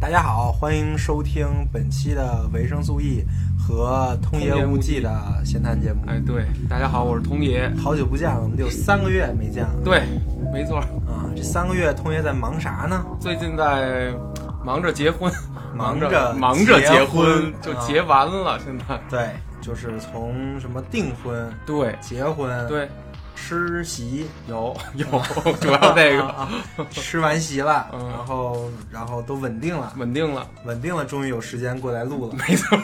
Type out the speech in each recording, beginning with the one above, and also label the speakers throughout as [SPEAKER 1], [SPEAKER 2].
[SPEAKER 1] 大家好，欢迎收听本期的维生素 E 和通
[SPEAKER 2] 通
[SPEAKER 1] 爷
[SPEAKER 2] 爷
[SPEAKER 1] 无
[SPEAKER 2] 无
[SPEAKER 1] 忌
[SPEAKER 2] 忌
[SPEAKER 1] 的闲谈节目。
[SPEAKER 2] 哎，对，大家好，我是童爷。
[SPEAKER 1] 好久不见了，我们得有三个月没见了。
[SPEAKER 2] 对，没错，
[SPEAKER 1] 啊，这三个月通爷在忙啥呢？
[SPEAKER 2] 最近在忙着结婚，
[SPEAKER 1] 忙着
[SPEAKER 2] 着忙着
[SPEAKER 1] 结
[SPEAKER 2] 结
[SPEAKER 1] 婚
[SPEAKER 2] 就
[SPEAKER 1] 啊
[SPEAKER 2] 结完了。现在，
[SPEAKER 1] 对，就是从什么订婚、
[SPEAKER 2] 对
[SPEAKER 1] 结婚、
[SPEAKER 2] 对，
[SPEAKER 1] 吃 席，
[SPEAKER 2] 有有，主要这
[SPEAKER 1] 啊啊
[SPEAKER 2] 个
[SPEAKER 1] 啊吃完席了，
[SPEAKER 2] 嗯
[SPEAKER 1] 然后然后都稳定了，
[SPEAKER 2] 稳定了，
[SPEAKER 1] 稳定了，终于有时间过来录了。
[SPEAKER 2] 没错，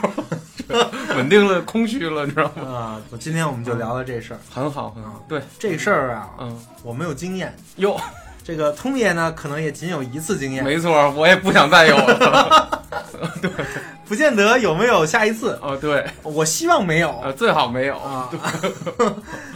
[SPEAKER 2] 稳定了，空虚了，你知道吗？
[SPEAKER 1] 啊，今天我们就聊聊这事儿。
[SPEAKER 2] 很好，很好。对，
[SPEAKER 1] 这事儿啊，
[SPEAKER 2] 嗯，
[SPEAKER 1] 我没有经验。
[SPEAKER 2] 哟，
[SPEAKER 1] 这个通爷呢，可能也仅有一次经验，
[SPEAKER 2] 没错，我也不想再 有了。
[SPEAKER 1] 不见得有没有下一次。
[SPEAKER 2] 哦，对，
[SPEAKER 1] 我希望没有
[SPEAKER 2] 呃，嗯最好没有。
[SPEAKER 1] 啊，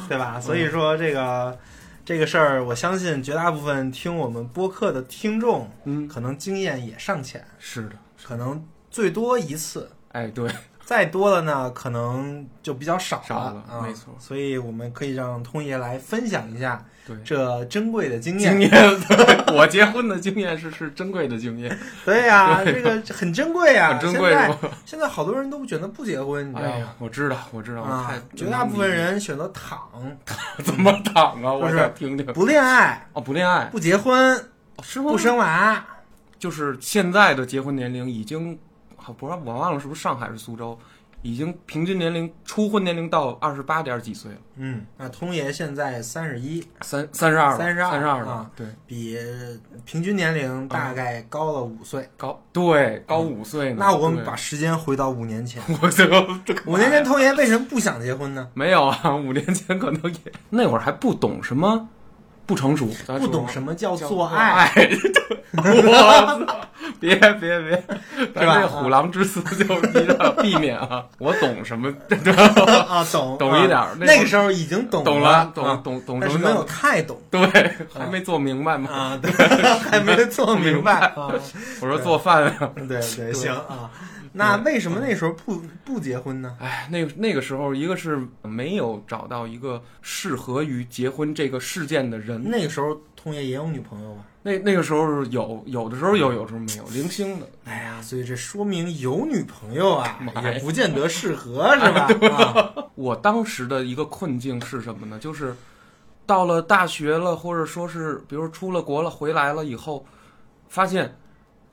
[SPEAKER 1] 对吧？所以说这个这个事儿，我相信绝大部分听我们播客的听众，
[SPEAKER 2] 嗯，
[SPEAKER 1] 可能经验也尚浅，
[SPEAKER 2] 是的，
[SPEAKER 1] 可能最多一次，
[SPEAKER 2] 哎，对，
[SPEAKER 1] 再多了呢，可能就比较少了。
[SPEAKER 2] 少了
[SPEAKER 1] 啊、
[SPEAKER 2] 没错
[SPEAKER 1] 所以我们可以让通爷来分享一下
[SPEAKER 2] 对。
[SPEAKER 1] 这珍贵的经验。
[SPEAKER 2] 经验，对我结婚的经验是是珍贵的经验，
[SPEAKER 1] 对呀、 这个很珍贵呀、
[SPEAKER 2] 很珍贵
[SPEAKER 1] 现
[SPEAKER 2] 是
[SPEAKER 1] 在
[SPEAKER 2] 吗？
[SPEAKER 1] 现在好多人都选择不结婚，你知道
[SPEAKER 2] 哎
[SPEAKER 1] 吗？
[SPEAKER 2] 呀，我知道，我知道，我太
[SPEAKER 1] 嗯啊，绝大部分人选择躺，
[SPEAKER 2] 怎么躺啊？
[SPEAKER 1] 不
[SPEAKER 2] 我
[SPEAKER 1] 是
[SPEAKER 2] 想听听。
[SPEAKER 1] 不恋爱，
[SPEAKER 2] 哦，不恋爱
[SPEAKER 1] 不结婚，
[SPEAKER 2] 是吗？
[SPEAKER 1] 不生娃。
[SPEAKER 2] 就是现在的结婚年龄已经，好不知道我忘了是不是上海还是苏州，已经平均年龄初婚年龄到二十八点几岁了，
[SPEAKER 1] 嗯，那通爷现在三十一，
[SPEAKER 2] 三三十二了，
[SPEAKER 1] 32
[SPEAKER 2] 三十二了
[SPEAKER 1] 啊，
[SPEAKER 2] 对，
[SPEAKER 1] 比平均年
[SPEAKER 2] 嗯
[SPEAKER 1] 龄大概高了五岁。
[SPEAKER 2] 高对高五岁呢。
[SPEAKER 1] 那我们
[SPEAKER 2] 对
[SPEAKER 1] 把时间回到五年前，
[SPEAKER 2] 我这个这个
[SPEAKER 1] 五年前通爷为什么不想结婚呢？
[SPEAKER 2] 没有啊， 五年前可能也那会儿还不懂什么不成熟，咱
[SPEAKER 1] 不
[SPEAKER 2] 说
[SPEAKER 1] 懂什么叫做爱， 啊
[SPEAKER 2] 爱，我操！别别别，咱
[SPEAKER 1] 吧
[SPEAKER 2] 这虎狼之词就一定要避免 啊！我 懂什么？
[SPEAKER 1] 啊，懂
[SPEAKER 2] 懂一点
[SPEAKER 1] 啊
[SPEAKER 2] 儿那
[SPEAKER 1] 那个时候已经懂
[SPEAKER 2] 懂
[SPEAKER 1] 了，
[SPEAKER 2] 懂
[SPEAKER 1] 啊
[SPEAKER 2] 懂懂
[SPEAKER 1] 但
[SPEAKER 2] 什
[SPEAKER 1] 是没有
[SPEAKER 2] 么？
[SPEAKER 1] 太懂
[SPEAKER 2] 对， 还没做明白吗？
[SPEAKER 1] 啊，对， 还没 做明白啊。
[SPEAKER 2] 我说做饭啊，
[SPEAKER 1] 对对，行啊。那为什么
[SPEAKER 2] 嗯
[SPEAKER 1] 那时候不不结婚呢？
[SPEAKER 2] 哎，那那个时候，一个是没有找到一个适合于结婚这个事件的人，
[SPEAKER 1] 那个时候通爷也有女朋友吧？
[SPEAKER 2] 那那个时候有有的时候有，有时候没有，零星的。
[SPEAKER 1] 哎呀，所以这说明有女朋友啊
[SPEAKER 2] 妈，呀
[SPEAKER 1] 也不见得适合，是 吧？啊
[SPEAKER 2] 我当时的一个困境是什么呢？就是到了大学了，或者说是比如出了国了，回来了以后，发现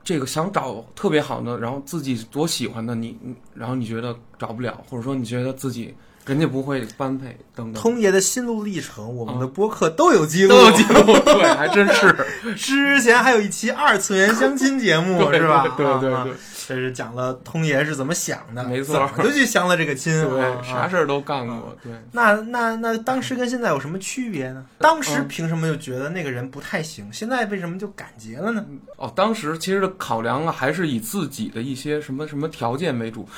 [SPEAKER 2] 这个想找特别好的，然后自己多喜欢的你，你然后你觉得找不了，或者说你觉得自己人家不会般配等等。
[SPEAKER 1] 通爷的心路历程，我们的播客都有记录。
[SPEAKER 2] 都有记录，对，还真是，
[SPEAKER 1] 之前还有一期二次元相亲节目，
[SPEAKER 2] 对
[SPEAKER 1] 是吧？
[SPEAKER 2] 对对
[SPEAKER 1] 啊
[SPEAKER 2] 对
[SPEAKER 1] 啊这是讲了通爷是怎么想的，
[SPEAKER 2] 没错
[SPEAKER 1] 怎么就去相了这个亲。啊
[SPEAKER 2] 对，啥？
[SPEAKER 1] 啊
[SPEAKER 2] 事儿都干过，对，
[SPEAKER 1] 那那那当时跟现在有什么区别呢？
[SPEAKER 2] 呃
[SPEAKER 1] 当
[SPEAKER 2] 嗯
[SPEAKER 1] 时凭什么就觉得那个人不太行？现在为什么就感结了呢？
[SPEAKER 2] 哦，当时其实的考量啊，还是以自己的一些什么什么条件为主。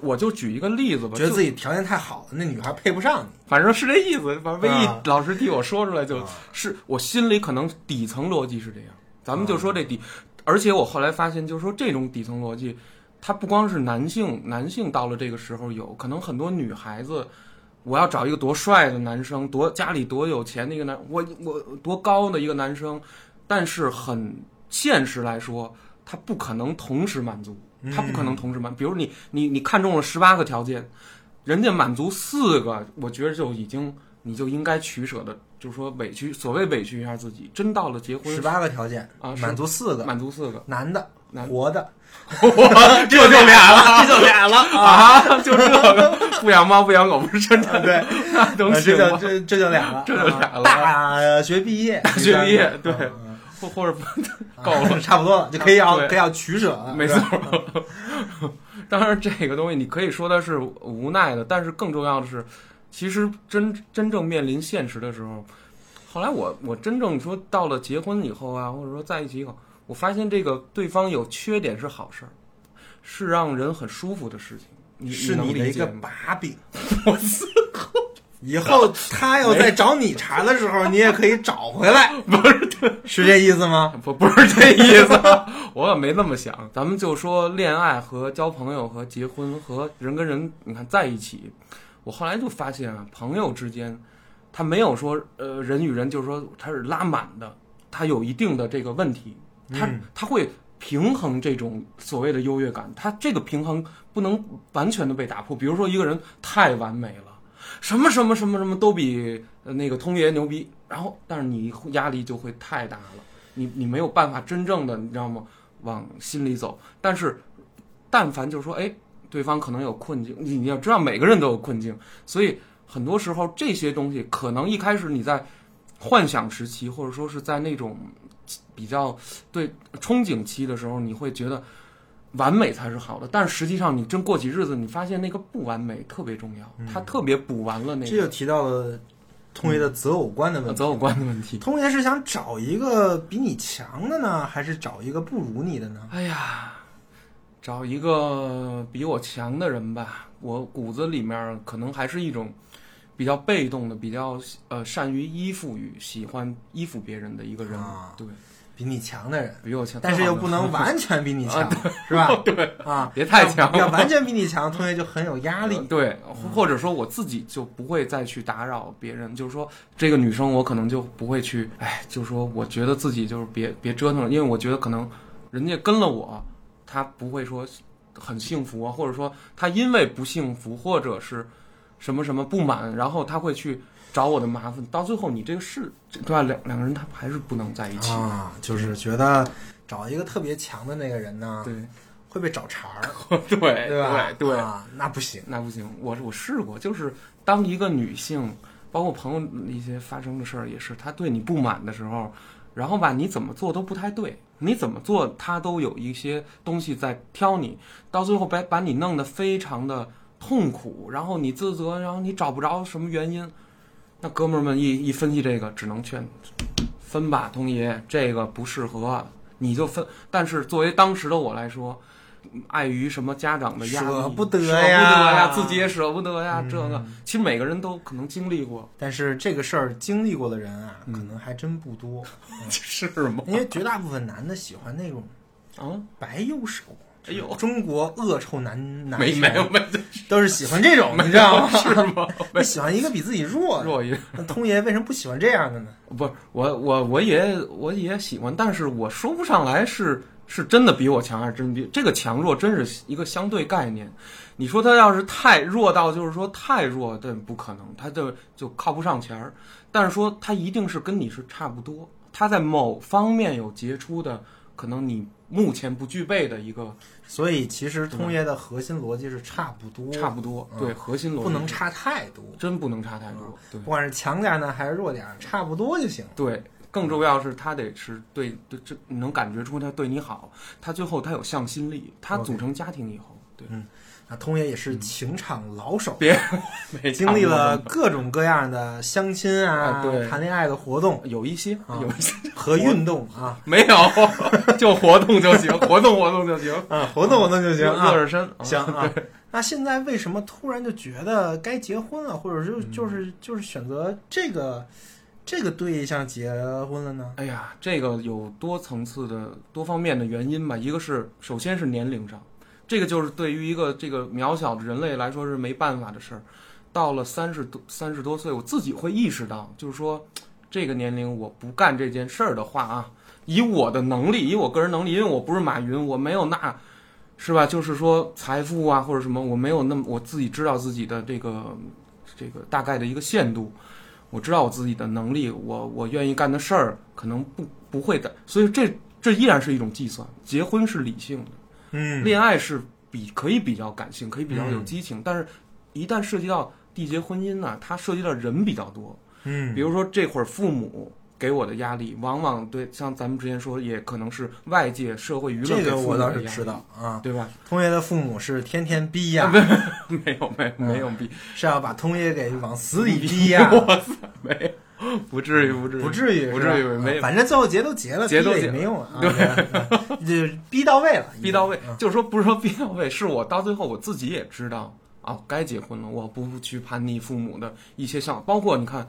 [SPEAKER 2] 我就举一个例子吧，
[SPEAKER 1] 觉得
[SPEAKER 2] 就
[SPEAKER 1] 自己条件太好了，那女孩配不上你。
[SPEAKER 2] 反正是这意思，反正魏
[SPEAKER 1] 啊
[SPEAKER 2] 毅老师替我说出来就，
[SPEAKER 1] 啊
[SPEAKER 2] 是我心里可能底层逻辑是这样。咱们就说这
[SPEAKER 1] 啊
[SPEAKER 2] 底，而且我后来发现，就是说这种底层逻辑，它不光是男性，男性到了这个时候有可能很多女孩子，我要找一个多帅的男生，多家里多有钱的一个男，我我多高的一个男生，但是很现实来说，他不可能同时满足，
[SPEAKER 1] 嗯
[SPEAKER 2] 他不可能同时满，比如你你你看中了十八个条件。人家满足四个，我觉得就已经你就应该取舍的，就是说委屈，所谓委屈一下自己。真到了结婚
[SPEAKER 1] 十八个条件
[SPEAKER 2] 啊是
[SPEAKER 1] 满足四个，
[SPEAKER 2] 满足四 个，
[SPEAKER 1] 男的，
[SPEAKER 2] 男
[SPEAKER 1] 活的，
[SPEAKER 2] 哇， 这就俩了
[SPEAKER 1] 哦这就俩了 啊！
[SPEAKER 2] 啊，就这个不养猫不养狗不是真的，
[SPEAKER 1] 对，啊
[SPEAKER 2] 那 能
[SPEAKER 1] 呃这
[SPEAKER 2] 行
[SPEAKER 1] 就
[SPEAKER 2] 吗？
[SPEAKER 1] 这这就俩了，
[SPEAKER 2] 这就俩了
[SPEAKER 1] 大学毕业，大
[SPEAKER 2] 学毕业对
[SPEAKER 1] 嗯
[SPEAKER 2] 或或者不
[SPEAKER 1] 嗯
[SPEAKER 2] 够了
[SPEAKER 1] 嗯差不多了，就可以要
[SPEAKER 2] 对
[SPEAKER 1] 可以要取舍了，
[SPEAKER 2] 没
[SPEAKER 1] 啊是
[SPEAKER 2] 错
[SPEAKER 1] 吧。啊
[SPEAKER 2] 当然，这个东西你可以说它是无奈的，但是更重要的是，其实真真正面临现实的时候，后来我我真正说到了结婚以后啊，或者说在一起以后，我发现这个对方有缺点是好事儿，是让人很舒服的事情。你
[SPEAKER 1] 是
[SPEAKER 2] 你能
[SPEAKER 1] 你的
[SPEAKER 2] 理
[SPEAKER 1] 一
[SPEAKER 2] 解
[SPEAKER 1] 个
[SPEAKER 2] 吗？
[SPEAKER 1] 把柄。以后他要再找你茬的时候，你也可以找回来， 不是是这意思吗？
[SPEAKER 2] 不不是这意思啊， 我可没那么想。咱们就说恋爱和交朋友和结婚和人跟人，你看在一起，我后来就发现啊，朋友之间，他没有说呃人与人，就是说他是拉满的，他有一定的这个问题，他、
[SPEAKER 1] 嗯
[SPEAKER 2] 他会平衡这种所谓的优越感，他这个平衡不能完全的被打破。比如说一个人太完美了，什么什么什么什么都比呃那个通爷牛逼，然后但是你压力就会太大了，你你没有办法真正的你知道吗？往心里走。但是但凡就是说，哎，对方可能有困境，你你要知道每个人都有困境，所以很多时候这些东西可能一开始你在幻想时期，或者说是在那种比较对憧憬期的时候，你会觉得完美才是好的，但是实际上你真过起日子，你发现那个不完美特别重要，
[SPEAKER 1] 嗯
[SPEAKER 2] 它特别补完了 那
[SPEAKER 1] 这就
[SPEAKER 2] 个
[SPEAKER 1] 提到了通爷的择偶观的问题。
[SPEAKER 2] 择偶观的问题。
[SPEAKER 1] 通爷是想找一个比你强的呢，还是找一个不如你的呢？
[SPEAKER 2] 哎呀，找一个比我强的人吧。我骨子里面可能还是一种比较被动的，比较呃善于依附于喜欢依附别人的一个人。
[SPEAKER 1] 啊
[SPEAKER 2] 对，
[SPEAKER 1] 比你强的人，
[SPEAKER 2] 比我强，
[SPEAKER 1] 但是又
[SPEAKER 2] 更好
[SPEAKER 1] 不能
[SPEAKER 2] 的
[SPEAKER 1] 完全比你强，是吧？ 对啊，
[SPEAKER 2] 别太强
[SPEAKER 1] 要要完全比你强，同学就很有压力
[SPEAKER 2] 呃。对，或者说我自己就不会再去打扰别人，就是说这个女生我可能就不会去，哎，就说我觉得自己就是别别折腾了，因为我觉得可能人家跟了我，她不会说很幸福啊，或者说她因为不幸福或者是什么什么不满，然后她会去找我的麻烦，到最后你这个事对吧？两两个人他还是不能在一起，
[SPEAKER 1] 啊，就是觉得找一个特别强的那个人呢，
[SPEAKER 2] 对
[SPEAKER 1] 会被找茬儿，
[SPEAKER 2] 对
[SPEAKER 1] 对吧？
[SPEAKER 2] 对对，
[SPEAKER 1] 啊，那不行。
[SPEAKER 2] 那不行，我我试过，就是当一个女性，包括朋友一些发生的事儿也是，她对你不满的时候，然后吧，你怎么做都不太对，你怎么做她都有一些东西在挑你，到最后把把你弄得非常的痛苦，然后你自责，然后你找不着什么原因。那哥们儿们一一分析这个，只能劝分吧，通爷，这个不适合，你就分。但是作为当时的我来说，碍于什么家长的压力，
[SPEAKER 1] 舍不得
[SPEAKER 2] 得
[SPEAKER 1] 呀嗯
[SPEAKER 2] 舍不自己也舍不得呀，这个其实每个人都可能经历 过，
[SPEAKER 1] 但是这个事儿经历过的人啊，可能还真不多，
[SPEAKER 2] 是吗？
[SPEAKER 1] 因为绝大部分男的喜欢那种
[SPEAKER 2] 啊，
[SPEAKER 1] 白右手。
[SPEAKER 2] 哎呦
[SPEAKER 1] 中国恶臭男男
[SPEAKER 2] 没
[SPEAKER 1] 权
[SPEAKER 2] 没有没有，
[SPEAKER 1] 都是喜欢这种，你知道吗？
[SPEAKER 2] 是吗？
[SPEAKER 1] 你喜欢一个比自己弱的，
[SPEAKER 2] 若一
[SPEAKER 1] 那通爷为什么不喜欢这样的呢？
[SPEAKER 2] 不是我我我也我也喜欢，但是我说不上来是是真的比我强还是真比这个强弱真是一个相对概念。你说他要是太弱到就是说太弱，这不可能，他就就靠不上前儿。但是说他一定是跟你是差不多，他在某方面有杰出的，可能你目前不具备的一个
[SPEAKER 1] 所以其实通爷的核心逻辑是差不多，
[SPEAKER 2] 嗯差不多，对核心逻辑
[SPEAKER 1] 嗯不能，差嗯太多，
[SPEAKER 2] 真不能差太多，对
[SPEAKER 1] 不管是强点儿呢还是弱点儿，差不多就行了。
[SPEAKER 2] 对，更重要是他得是对对这，你能感觉出他对你好，他最后他有向心力，他组成家庭以后，对，
[SPEAKER 1] 那通爷也是情场老手，
[SPEAKER 2] 没
[SPEAKER 1] 经历了各种各样的相亲啊、
[SPEAKER 2] 嗯啊对
[SPEAKER 1] 谈恋爱的活 动
[SPEAKER 2] 有一些
[SPEAKER 1] 啊
[SPEAKER 2] 有一些
[SPEAKER 1] 和运动啊，
[SPEAKER 2] 没有， 就活动就行，活动活动嗯就行，
[SPEAKER 1] 啊，活动活动就行
[SPEAKER 2] 热
[SPEAKER 1] 啊，
[SPEAKER 2] 热身，啊
[SPEAKER 1] 行啊。那现在为什么突然就觉得该结婚了，或者就
[SPEAKER 2] 嗯
[SPEAKER 1] 就是就是选择这个这个对象结婚了呢？
[SPEAKER 2] 哎呀，这个有多层次的、多方面的原因吧。一个是，首先是年龄上，这个就是对于一个这个渺小的人类来说是没办法的事儿。到了三十多、三十多岁，我自己会意识到，就是说，这个年龄我不干这件事儿的话啊，以我的能力，以我个人能力，因为我不是马云，我没有那，是吧？就是说财富啊或者什么，我没有那么我自己知道自己的这个这个大概的一个限度。我知道我自己的能力，我我愿意干的事儿可能不不会的，所以这这依然是一种计算。结婚是理性的，
[SPEAKER 1] 嗯
[SPEAKER 2] 恋爱是比可以比较感性，可以比较有激情，但是一旦涉及到缔结婚姻呢、它涉及到人比较多。
[SPEAKER 1] 嗯
[SPEAKER 2] 比如说这会儿父母给我的压力，往往对像咱们之前说，也可能是外界社会舆论
[SPEAKER 1] 这
[SPEAKER 2] 给
[SPEAKER 1] 个
[SPEAKER 2] 父母
[SPEAKER 1] 我
[SPEAKER 2] 的压
[SPEAKER 1] 倒
[SPEAKER 2] 力
[SPEAKER 1] 是知，道啊，
[SPEAKER 2] 对吧？
[SPEAKER 1] 通爷的父母是天天逼
[SPEAKER 2] 啊
[SPEAKER 1] 呀、
[SPEAKER 2] 没有没有
[SPEAKER 1] 嗯
[SPEAKER 2] 没有比
[SPEAKER 1] 是要把通爷给往死里逼 呀、
[SPEAKER 2] 没有，不至于不至于
[SPEAKER 1] 不至于，
[SPEAKER 2] 不
[SPEAKER 1] 是吧啊
[SPEAKER 2] 至于没有。
[SPEAKER 1] 反正最后结都结了，
[SPEAKER 2] 结都
[SPEAKER 1] 逼了也
[SPEAKER 2] 结了
[SPEAKER 1] 没用了啊，对， 就逼到位了，
[SPEAKER 2] 逼到
[SPEAKER 1] 嗯
[SPEAKER 2] 位，就是说不是说逼到位，是我到最后我自己也知道啊，该结婚了，我不去叛逆父母的一些想法，包括你看，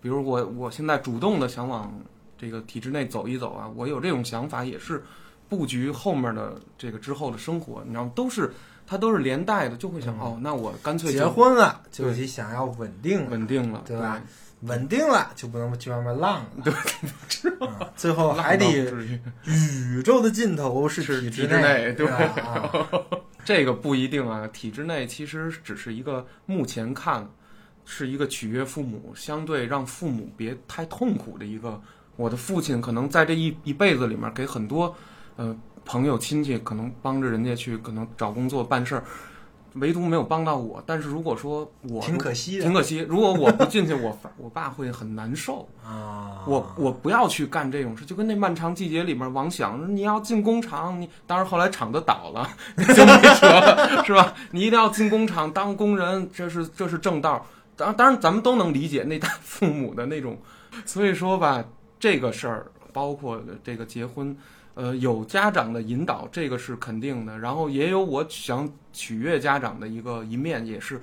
[SPEAKER 2] 比如我我现在主动的想往这个体制内走一走啊，我有这种想法也是布局后面的这个之后的生活，你知道吗？都是它都是连带的，就会想、哦，那我干脆就
[SPEAKER 1] 嗯结婚了，就
[SPEAKER 2] 对
[SPEAKER 1] 得想要稳定了，
[SPEAKER 2] 稳定了，
[SPEAKER 1] 对吧？稳定了就不能去外面浪了，对， 嗯、最后还得
[SPEAKER 2] 浪荡不至于
[SPEAKER 1] 宇宙的尽头是
[SPEAKER 2] 是
[SPEAKER 1] 体
[SPEAKER 2] 体
[SPEAKER 1] 内，
[SPEAKER 2] 制内
[SPEAKER 1] 对
[SPEAKER 2] 对
[SPEAKER 1] 吧？啊，
[SPEAKER 2] 这个不一定啊，体制内其实只是一个目前看是一个取悦父母，相对让父母别太痛苦的一个。我的父亲可能在这一一辈子里面，给很多呃朋友亲戚可能帮着人家去可能找工作办事儿，唯独没有帮到我。但是如果说我
[SPEAKER 1] 挺可惜啊的
[SPEAKER 2] 挺可惜，如果我不进去，我反我爸会很难受。
[SPEAKER 1] 啊，
[SPEAKER 2] 我我不要去干这种事，就跟那《漫长季节》里面王想，你要进工厂，你当然后来厂子倒了， 就没辙了，是吧？你一定要进工厂当工人，这是这是正道。当当然，咱们都能理解那代父母的那种，所以说吧，这个事儿包括这个结婚，呃，有家长的引导，这个是肯定的。然后也有我想取悦家长的一个一面，也是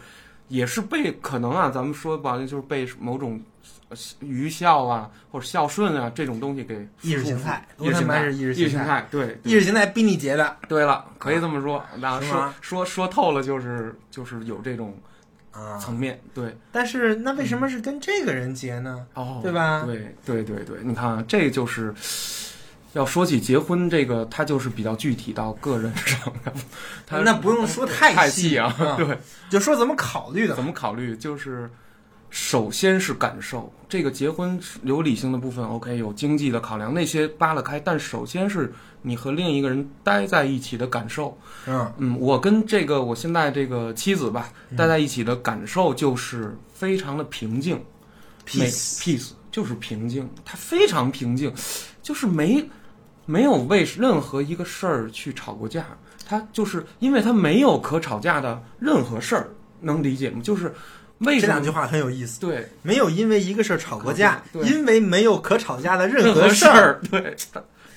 [SPEAKER 2] 也是被可能啊，咱们说不好听就是被某种呃愚孝啊或者孝顺啊这种东西给
[SPEAKER 1] 意识形态，
[SPEAKER 2] 意识形态，
[SPEAKER 1] 意
[SPEAKER 2] 意
[SPEAKER 1] 识
[SPEAKER 2] 识
[SPEAKER 1] 形
[SPEAKER 2] 形
[SPEAKER 1] 态，
[SPEAKER 2] 态，对
[SPEAKER 1] 意识形态逼你结的
[SPEAKER 2] 对了，可以这么说。那
[SPEAKER 1] 是
[SPEAKER 2] 说
[SPEAKER 1] 吗
[SPEAKER 2] 说说透了，就是就是有这种
[SPEAKER 1] 啊。
[SPEAKER 2] 层面，对
[SPEAKER 1] 但是那为什
[SPEAKER 2] 嗯
[SPEAKER 1] 么是跟这个人结呢？
[SPEAKER 2] 哦，
[SPEAKER 1] 对吧
[SPEAKER 2] 对对对对，你看啊，这就是要说起结婚这个，它就是比较具体到个人上的， 它
[SPEAKER 1] 那不用说
[SPEAKER 2] 太
[SPEAKER 1] 细
[SPEAKER 2] 细啊， 对，
[SPEAKER 1] 就说怎么考虑的
[SPEAKER 2] 怎么考虑？就是首先是感受，这个结婚是有理性的部分，OK，有经济的考量，那些扒拉开，但首先是你和另一个人待在一起的感受。
[SPEAKER 1] 嗯，
[SPEAKER 2] 嗯，我跟这个我现在这个妻子吧，待在一起的感受就是非常的平静每
[SPEAKER 1] peace
[SPEAKER 2] peace 就是平静，她非常平静，就是没没有为任何一个事儿去吵过架，她就是因为她没有可吵架的任何事儿，能理解吗？就是为
[SPEAKER 1] 这
[SPEAKER 2] 什
[SPEAKER 1] 两
[SPEAKER 2] 么
[SPEAKER 1] 句话很有意思，
[SPEAKER 2] 对
[SPEAKER 1] 没有因为一个事儿吵过架，
[SPEAKER 2] 对对
[SPEAKER 1] 因为没有可吵架的任
[SPEAKER 2] 何
[SPEAKER 1] 事
[SPEAKER 2] 事，儿，对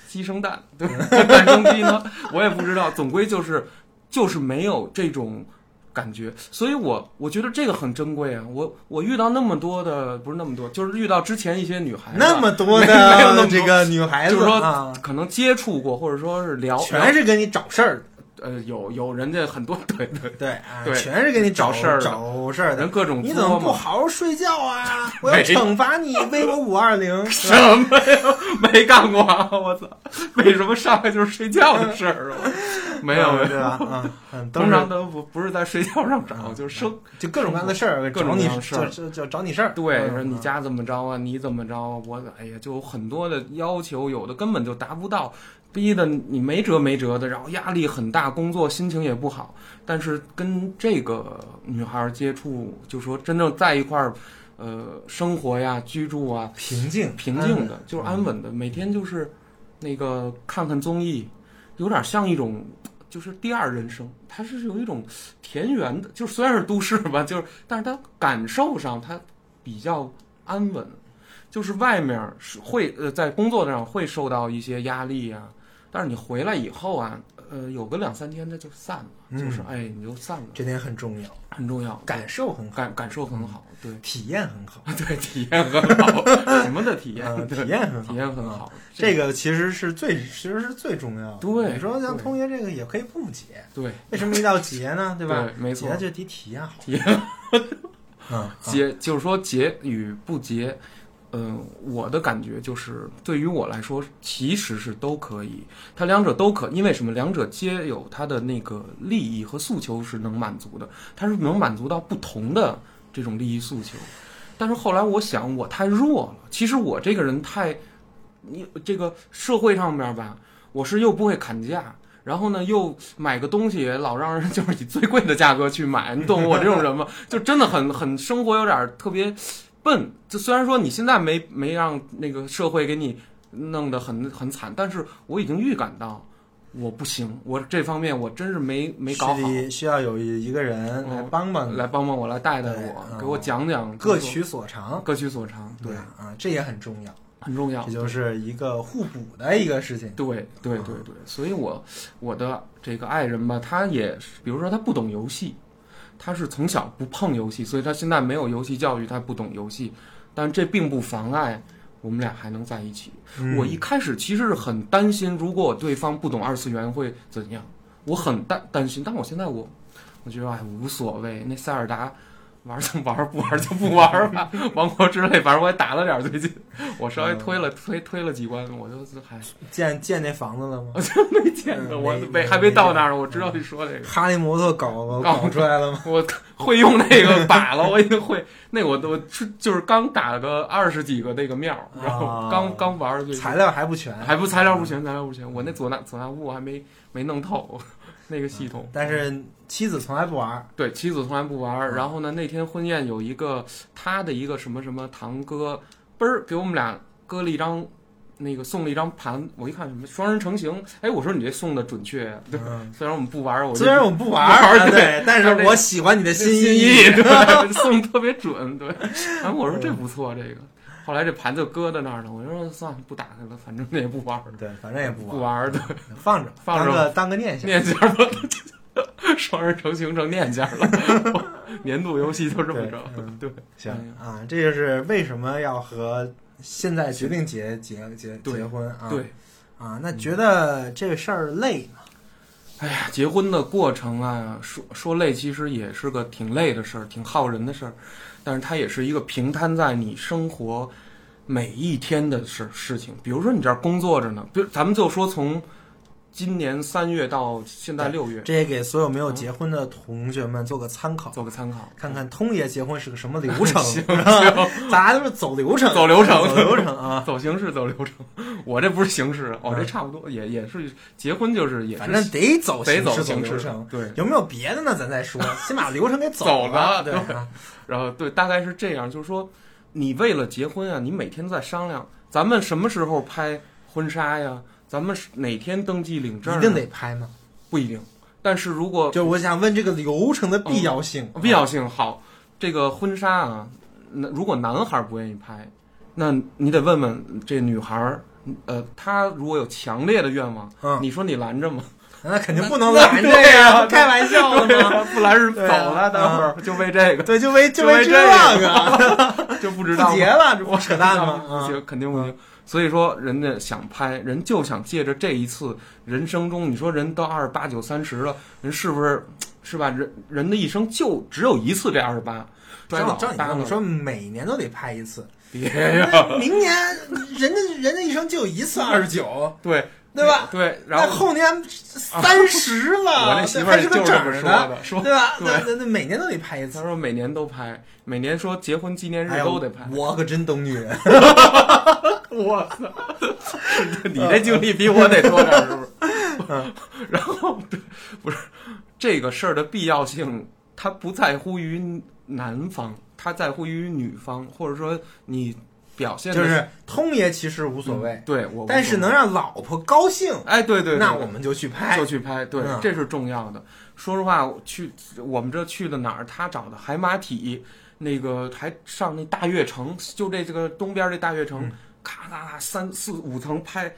[SPEAKER 2] 鸡生蛋，对蛋生鸡呢，我也不知道，总归就是就是没有这种感觉，所以我我觉得这个很珍贵啊。我我遇到那么多的，不是那么多，就是遇到之前一些女孩子啊
[SPEAKER 1] 那么多
[SPEAKER 2] 没没有那
[SPEAKER 1] 的
[SPEAKER 2] 么多
[SPEAKER 1] 这个女孩
[SPEAKER 2] 就是
[SPEAKER 1] 子
[SPEAKER 2] 说
[SPEAKER 1] 啊，
[SPEAKER 2] 可能接触过，或者说是聊，
[SPEAKER 1] 全是跟你找事儿
[SPEAKER 2] 呃有有人家很多对
[SPEAKER 1] 的，
[SPEAKER 2] 对，
[SPEAKER 1] 对啊，
[SPEAKER 2] 对
[SPEAKER 1] 全是跟你找
[SPEAKER 2] 找事儿的
[SPEAKER 1] 找事儿的
[SPEAKER 2] 人。各种
[SPEAKER 1] 你怎么
[SPEAKER 2] 琢
[SPEAKER 1] 不
[SPEAKER 2] 磨
[SPEAKER 1] 好好睡觉 啊？我要
[SPEAKER 2] 没
[SPEAKER 1] 惩罚你，微博五二零。
[SPEAKER 2] 什么呀？没干过啊！我操，为什么上来就是睡觉的事儿啊？没有没有，
[SPEAKER 1] 对吧？ 啊，嗯，都
[SPEAKER 2] 通常
[SPEAKER 1] 是
[SPEAKER 2] 都不不是在睡觉上
[SPEAKER 1] 啊
[SPEAKER 2] 找，就是生
[SPEAKER 1] 就各种各样的事儿，
[SPEAKER 2] 各
[SPEAKER 1] 找
[SPEAKER 2] 种各
[SPEAKER 1] 你
[SPEAKER 2] 样的事儿
[SPEAKER 1] 就就找你事儿。
[SPEAKER 2] 对，
[SPEAKER 1] 嗯
[SPEAKER 2] 说你
[SPEAKER 1] 嗯
[SPEAKER 2] 家怎么着啊？你怎么着啊？我哎呀，就有很多的要求，有的根本就达不到，逼得你没辙没辙的，然后压力很大，工作心情也不好。但是跟这个女孩儿接触，就说真正在一块儿，呃，生活呀、居住啊，
[SPEAKER 1] 平静
[SPEAKER 2] 平
[SPEAKER 1] 安
[SPEAKER 2] 静
[SPEAKER 1] 稳嗯
[SPEAKER 2] 的，就是安稳的，每天就是那个看看综艺，有点像一种就是第二人生，它是有一种田园的，就是虽然是都市吧，就是但是它感受上它比较安稳，就是外面是会呃在工作上会受到一些压力啊，但是你回来以后啊，呃有个两三天它就散
[SPEAKER 1] 嗯
[SPEAKER 2] 了，就是哎你就散了，
[SPEAKER 1] 这点很重要，
[SPEAKER 2] 很重要，
[SPEAKER 1] 感受很好，
[SPEAKER 2] 感感受很好，对
[SPEAKER 1] 体验很 好，
[SPEAKER 2] 对，体验很好，什么的体
[SPEAKER 1] 嗯
[SPEAKER 2] 验，对
[SPEAKER 1] 体验很好
[SPEAKER 2] 体。验很好，
[SPEAKER 1] 这个其实是最，其实是最重要的。
[SPEAKER 2] 对
[SPEAKER 1] 你说像
[SPEAKER 2] 对
[SPEAKER 1] 同学这个也可以不结，
[SPEAKER 2] 对，
[SPEAKER 1] 为什么一定要结 呢？对吧？
[SPEAKER 2] 对没错
[SPEAKER 1] 结就得体验好。
[SPEAKER 2] 体验
[SPEAKER 1] 嗯，嗯
[SPEAKER 2] 结就是说结与不结，嗯、我的感觉就是，对于我来说，其实是都可以，它两者都可，因为什么？两者皆有它的那个利益和诉求是能满足的，它是能满足到不同的这种利益诉求。但是后来我想，我太弱了，其实我这个人太，你这个社会上面吧，我是又不会砍价。然后呢，又买个东西老让人 就是以最贵的价格去买，你懂我这种人吗？就真的很很生活有点儿特别笨。就虽然说你现在没没让那个社会给你弄得很很惨，但是我已经预感到我不行，我这方面我真是没没搞
[SPEAKER 1] 是
[SPEAKER 2] 好。哦
[SPEAKER 1] 得需要有一个人来帮帮你，
[SPEAKER 2] 来帮帮我，来带带
[SPEAKER 1] 对
[SPEAKER 2] 我，
[SPEAKER 1] 嗯
[SPEAKER 2] 给我讲讲
[SPEAKER 1] 各
[SPEAKER 2] 就是
[SPEAKER 1] 取所长。
[SPEAKER 2] 各取所长，
[SPEAKER 1] 对啊，这也很重要，
[SPEAKER 2] 很重要
[SPEAKER 1] 这。就是一个互补的一个事情。
[SPEAKER 2] 对对对对，所以我我的这个爱人吧，他也是，比如说他不懂游戏，他是从小不碰游戏，所以他现在没有游戏教育，他不懂游戏，但这并不妨碍我们俩还能在一起。
[SPEAKER 1] 嗯
[SPEAKER 2] 我一开始其实是很担心，如果对方不懂二次元会怎样，我很担担心。但我现在我，我觉得哎无所谓。那塞尔达玩就玩，不玩就不玩吧。 王国之泪，反正我也打了点儿，最近我稍微推了、推推了几关，我就哎还
[SPEAKER 1] 建建那房子了 吗？
[SPEAKER 2] 没见着，
[SPEAKER 1] 嗯
[SPEAKER 2] 我
[SPEAKER 1] 没
[SPEAKER 2] 没
[SPEAKER 1] 没
[SPEAKER 2] 还没到那儿，
[SPEAKER 1] 没
[SPEAKER 2] 我知道你说这个。
[SPEAKER 1] 哈利摩托搞
[SPEAKER 2] 搞
[SPEAKER 1] 搞出来 了吗？
[SPEAKER 2] 我会用那个 靶了，我已经会那我我是就是刚打个二十几个那个庙，然后
[SPEAKER 1] 啊
[SPEAKER 2] 刚刚玩儿最近
[SPEAKER 1] 材料还不全，
[SPEAKER 2] 还不材料不全，材料不全，我那佐纳佐纳物还没没弄透那个系统。
[SPEAKER 1] 但是妻子从来不玩儿，
[SPEAKER 2] 对，妻子从来不玩儿。
[SPEAKER 1] 嗯
[SPEAKER 2] 然后呢，那天婚宴有一个他的一个什么什么堂哥，嘣儿给我们俩搁了一张。那个送了一张盘，我一看什么双人成型，哎，我说你这送的准确呀、对，
[SPEAKER 1] 嗯
[SPEAKER 2] 虽然我们不玩儿，我就
[SPEAKER 1] 虽然我们不玩
[SPEAKER 2] 不玩
[SPEAKER 1] 儿，
[SPEAKER 2] 儿
[SPEAKER 1] 啊
[SPEAKER 2] 对
[SPEAKER 1] 对，但是我喜欢你的
[SPEAKER 2] 心
[SPEAKER 1] 意。
[SPEAKER 2] 对，送特别准，对。然后我说这不错，这个。后来这盘就搁在那儿了，我就说算了，不打开了，反正也不玩儿，
[SPEAKER 1] 对，反正也不
[SPEAKER 2] 不
[SPEAKER 1] 玩儿，
[SPEAKER 2] 玩儿，对，
[SPEAKER 1] 放着，
[SPEAKER 2] 放着
[SPEAKER 1] 当个当个念想。
[SPEAKER 2] 念想了，双人成行成念想了， 年度游戏就这么着
[SPEAKER 1] 对嗯，
[SPEAKER 2] 对
[SPEAKER 1] 行
[SPEAKER 2] 哎呀
[SPEAKER 1] 啊，这就是为什么要和现在决定结结结
[SPEAKER 2] 对
[SPEAKER 1] 结婚啊？
[SPEAKER 2] 对。嗯
[SPEAKER 1] 啊，那觉得这事儿累吗？
[SPEAKER 2] 哎呀，结婚的过程啊，说说累，其实也是个挺累的事儿，挺耗人的事儿，但是它也是一个平摊在你生活每一天的事事情。比如说你这儿工作着呢，比如咱们就说从今年三月到现在六月，
[SPEAKER 1] 这也给所有没有结婚的同学们做个参考，
[SPEAKER 2] 做个参考，
[SPEAKER 1] 看看通爷结婚是个什么流程，
[SPEAKER 2] 嗯 行
[SPEAKER 1] 是吧大家都是走流程，
[SPEAKER 2] 走流程
[SPEAKER 1] 走流程 啊。
[SPEAKER 2] 走形式走流程。我这不是形式，啊我、这
[SPEAKER 1] 嗯
[SPEAKER 2] 差不多，也也是结婚就是也是
[SPEAKER 1] 反正得走
[SPEAKER 2] 得
[SPEAKER 1] 形
[SPEAKER 2] 走
[SPEAKER 1] 式
[SPEAKER 2] 形
[SPEAKER 1] 流
[SPEAKER 2] 式
[SPEAKER 1] 程，，
[SPEAKER 2] 对。
[SPEAKER 1] 有没有别的呢？咱再说，先把流程给
[SPEAKER 2] 走了嗯
[SPEAKER 1] 了，对啊，
[SPEAKER 2] 然后对，大概是这样，就是说，你为了结婚啊，你每天在商量，咱们什么时候拍婚纱呀？咱们是哪天登记领证啊？
[SPEAKER 1] 一定得拍嘛。
[SPEAKER 2] 不一定，但是如果
[SPEAKER 1] 就是我想问这个流程的必要性，
[SPEAKER 2] 必要性好，这个婚纱啊，那如果男孩不愿意拍，那你得问问这女孩儿，呃，她如果有强烈的愿望，
[SPEAKER 1] 嗯
[SPEAKER 2] 你说你拦着吗？
[SPEAKER 1] 那肯定不能拦着
[SPEAKER 2] 啊
[SPEAKER 1] 呀，开玩笑
[SPEAKER 2] 对
[SPEAKER 1] 的吗？
[SPEAKER 2] 啊 不拦是走
[SPEAKER 1] 对啊
[SPEAKER 2] 了，待会儿就为这个
[SPEAKER 1] 对，就为
[SPEAKER 2] 就为
[SPEAKER 1] 为
[SPEAKER 2] 这
[SPEAKER 1] 这个，啊
[SPEAKER 2] 就不
[SPEAKER 1] 不
[SPEAKER 2] 知道
[SPEAKER 1] 结
[SPEAKER 2] 吗
[SPEAKER 1] 了，这不扯淡吗？
[SPEAKER 2] 不
[SPEAKER 1] 啊
[SPEAKER 2] 行，肯定不行。所以说，人家想拍，人就想借着这一次人生中，你说人到二十八九三十了，人是不是是吧？人人的一生就只有一次这二十八，摔
[SPEAKER 1] 照
[SPEAKER 2] 倒
[SPEAKER 1] 照你
[SPEAKER 2] 搭
[SPEAKER 1] 这
[SPEAKER 2] 了
[SPEAKER 1] 么，说，每年都得拍一次，
[SPEAKER 2] 别呀，
[SPEAKER 1] 那明年人家人家一生就一次二十九，
[SPEAKER 2] 对
[SPEAKER 1] 对吧？
[SPEAKER 2] 对，然
[SPEAKER 1] 那
[SPEAKER 2] 后啊
[SPEAKER 1] 后年三十
[SPEAKER 2] 我
[SPEAKER 1] 了，
[SPEAKER 2] 那媳
[SPEAKER 1] 对
[SPEAKER 2] 妇儿
[SPEAKER 1] 还
[SPEAKER 2] 就是
[SPEAKER 1] 个
[SPEAKER 2] 是
[SPEAKER 1] 整
[SPEAKER 2] 这么
[SPEAKER 1] 儿
[SPEAKER 2] 说
[SPEAKER 1] 呢，
[SPEAKER 2] 的，说
[SPEAKER 1] 对吧？
[SPEAKER 2] 对
[SPEAKER 1] 那那那每年都得拍一次
[SPEAKER 2] 他。说每年都拍，每年说结婚纪念日
[SPEAKER 1] 哎呀
[SPEAKER 2] 都得拍。
[SPEAKER 1] 我可真懂女人。
[SPEAKER 2] 我操， 你这经历比我得多点儿，是不是？ 然后对不是这个事儿的必要性，它不在乎于男方，它在乎于女方，或者说你表现的
[SPEAKER 1] 就是通爷其实无所谓
[SPEAKER 2] 嗯，对我，
[SPEAKER 1] 但是能让老婆高兴，
[SPEAKER 2] 哎，对对，对
[SPEAKER 1] 那
[SPEAKER 2] 对
[SPEAKER 1] 我们就去拍
[SPEAKER 2] 就。去拍，对，
[SPEAKER 1] 嗯
[SPEAKER 2] 这是重要的。说实话，我去我们这去的哪儿？他找的海马体，那个还上那大悦城，就这这个东边这大悦
[SPEAKER 1] 嗯
[SPEAKER 2] 城，咔咔咔三四五层拍。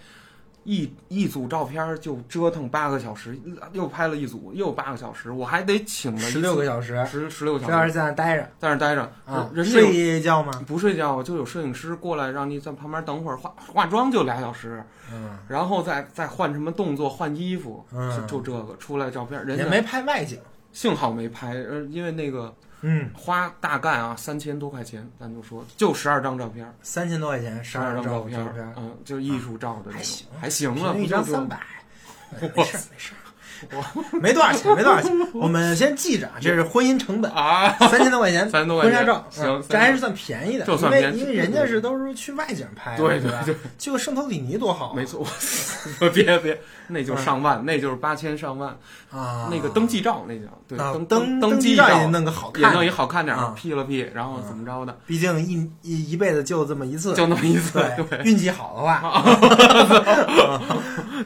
[SPEAKER 2] 一一组照片就折腾八个小时，又拍了一组，又八个小时，我还得请了一
[SPEAKER 1] 十六个小时，
[SPEAKER 2] 十十六个
[SPEAKER 1] 十六小
[SPEAKER 2] 小时
[SPEAKER 1] 时在那待着
[SPEAKER 2] 在那儿待着
[SPEAKER 1] 啊，
[SPEAKER 2] 人家有嗯
[SPEAKER 1] 睡一觉嘛。
[SPEAKER 2] 不睡觉，就有摄影师过来让你在旁边等会儿化化妆，就俩小时，
[SPEAKER 1] 嗯，
[SPEAKER 2] 然后再再换什么动作、换衣服，
[SPEAKER 1] 嗯
[SPEAKER 2] 就就这个出来照片，人
[SPEAKER 1] 也
[SPEAKER 2] 家
[SPEAKER 1] 没拍外景。
[SPEAKER 2] 幸好没拍，呃，因为那个
[SPEAKER 1] 嗯，
[SPEAKER 2] 花大概啊三千多块钱，咱就说就十二张照片，
[SPEAKER 1] 三千多块钱，十二
[SPEAKER 2] 二照
[SPEAKER 1] 片，照
[SPEAKER 2] 片，，嗯，就是艺术照的这
[SPEAKER 1] 还
[SPEAKER 2] 种
[SPEAKER 1] 行，
[SPEAKER 2] 还行了，
[SPEAKER 1] 平均一
[SPEAKER 2] 不
[SPEAKER 1] 张
[SPEAKER 2] 就
[SPEAKER 1] 三百。哎
[SPEAKER 2] 哇
[SPEAKER 1] 没事儿没事儿，没多少钱，没多少 钱。我们先记着啊，这是婚姻成本，
[SPEAKER 2] 啊？
[SPEAKER 1] 三千多块钱，
[SPEAKER 2] 三千多块
[SPEAKER 1] 婚
[SPEAKER 2] 钱
[SPEAKER 1] 纱照，
[SPEAKER 2] 行
[SPEAKER 1] 嗯
[SPEAKER 2] 三千
[SPEAKER 1] 这还是算便宜的，
[SPEAKER 2] 这算
[SPEAKER 1] 因为
[SPEAKER 2] 便宜
[SPEAKER 1] 因为人家是都是去外景拍的，
[SPEAKER 2] 对
[SPEAKER 1] 对
[SPEAKER 2] 对
[SPEAKER 1] 吧？去个圣托里尼多好啊，
[SPEAKER 2] 没错， 我别别，那就上万，那就是八千上万，
[SPEAKER 1] 嗯啊，
[SPEAKER 2] 那个登记照那叫对
[SPEAKER 1] 啊
[SPEAKER 2] 登
[SPEAKER 1] 登
[SPEAKER 2] 登
[SPEAKER 1] 记
[SPEAKER 2] 记
[SPEAKER 1] 照也
[SPEAKER 2] 也
[SPEAKER 1] 弄个好
[SPEAKER 2] 弄
[SPEAKER 1] 看
[SPEAKER 2] 一，好看点儿
[SPEAKER 1] 啊
[SPEAKER 2] ，P 了 P，然后怎么着的，
[SPEAKER 1] 毕竟一一一辈子就这么一次，
[SPEAKER 2] 就弄一次， 对
[SPEAKER 1] 对，运气好的话，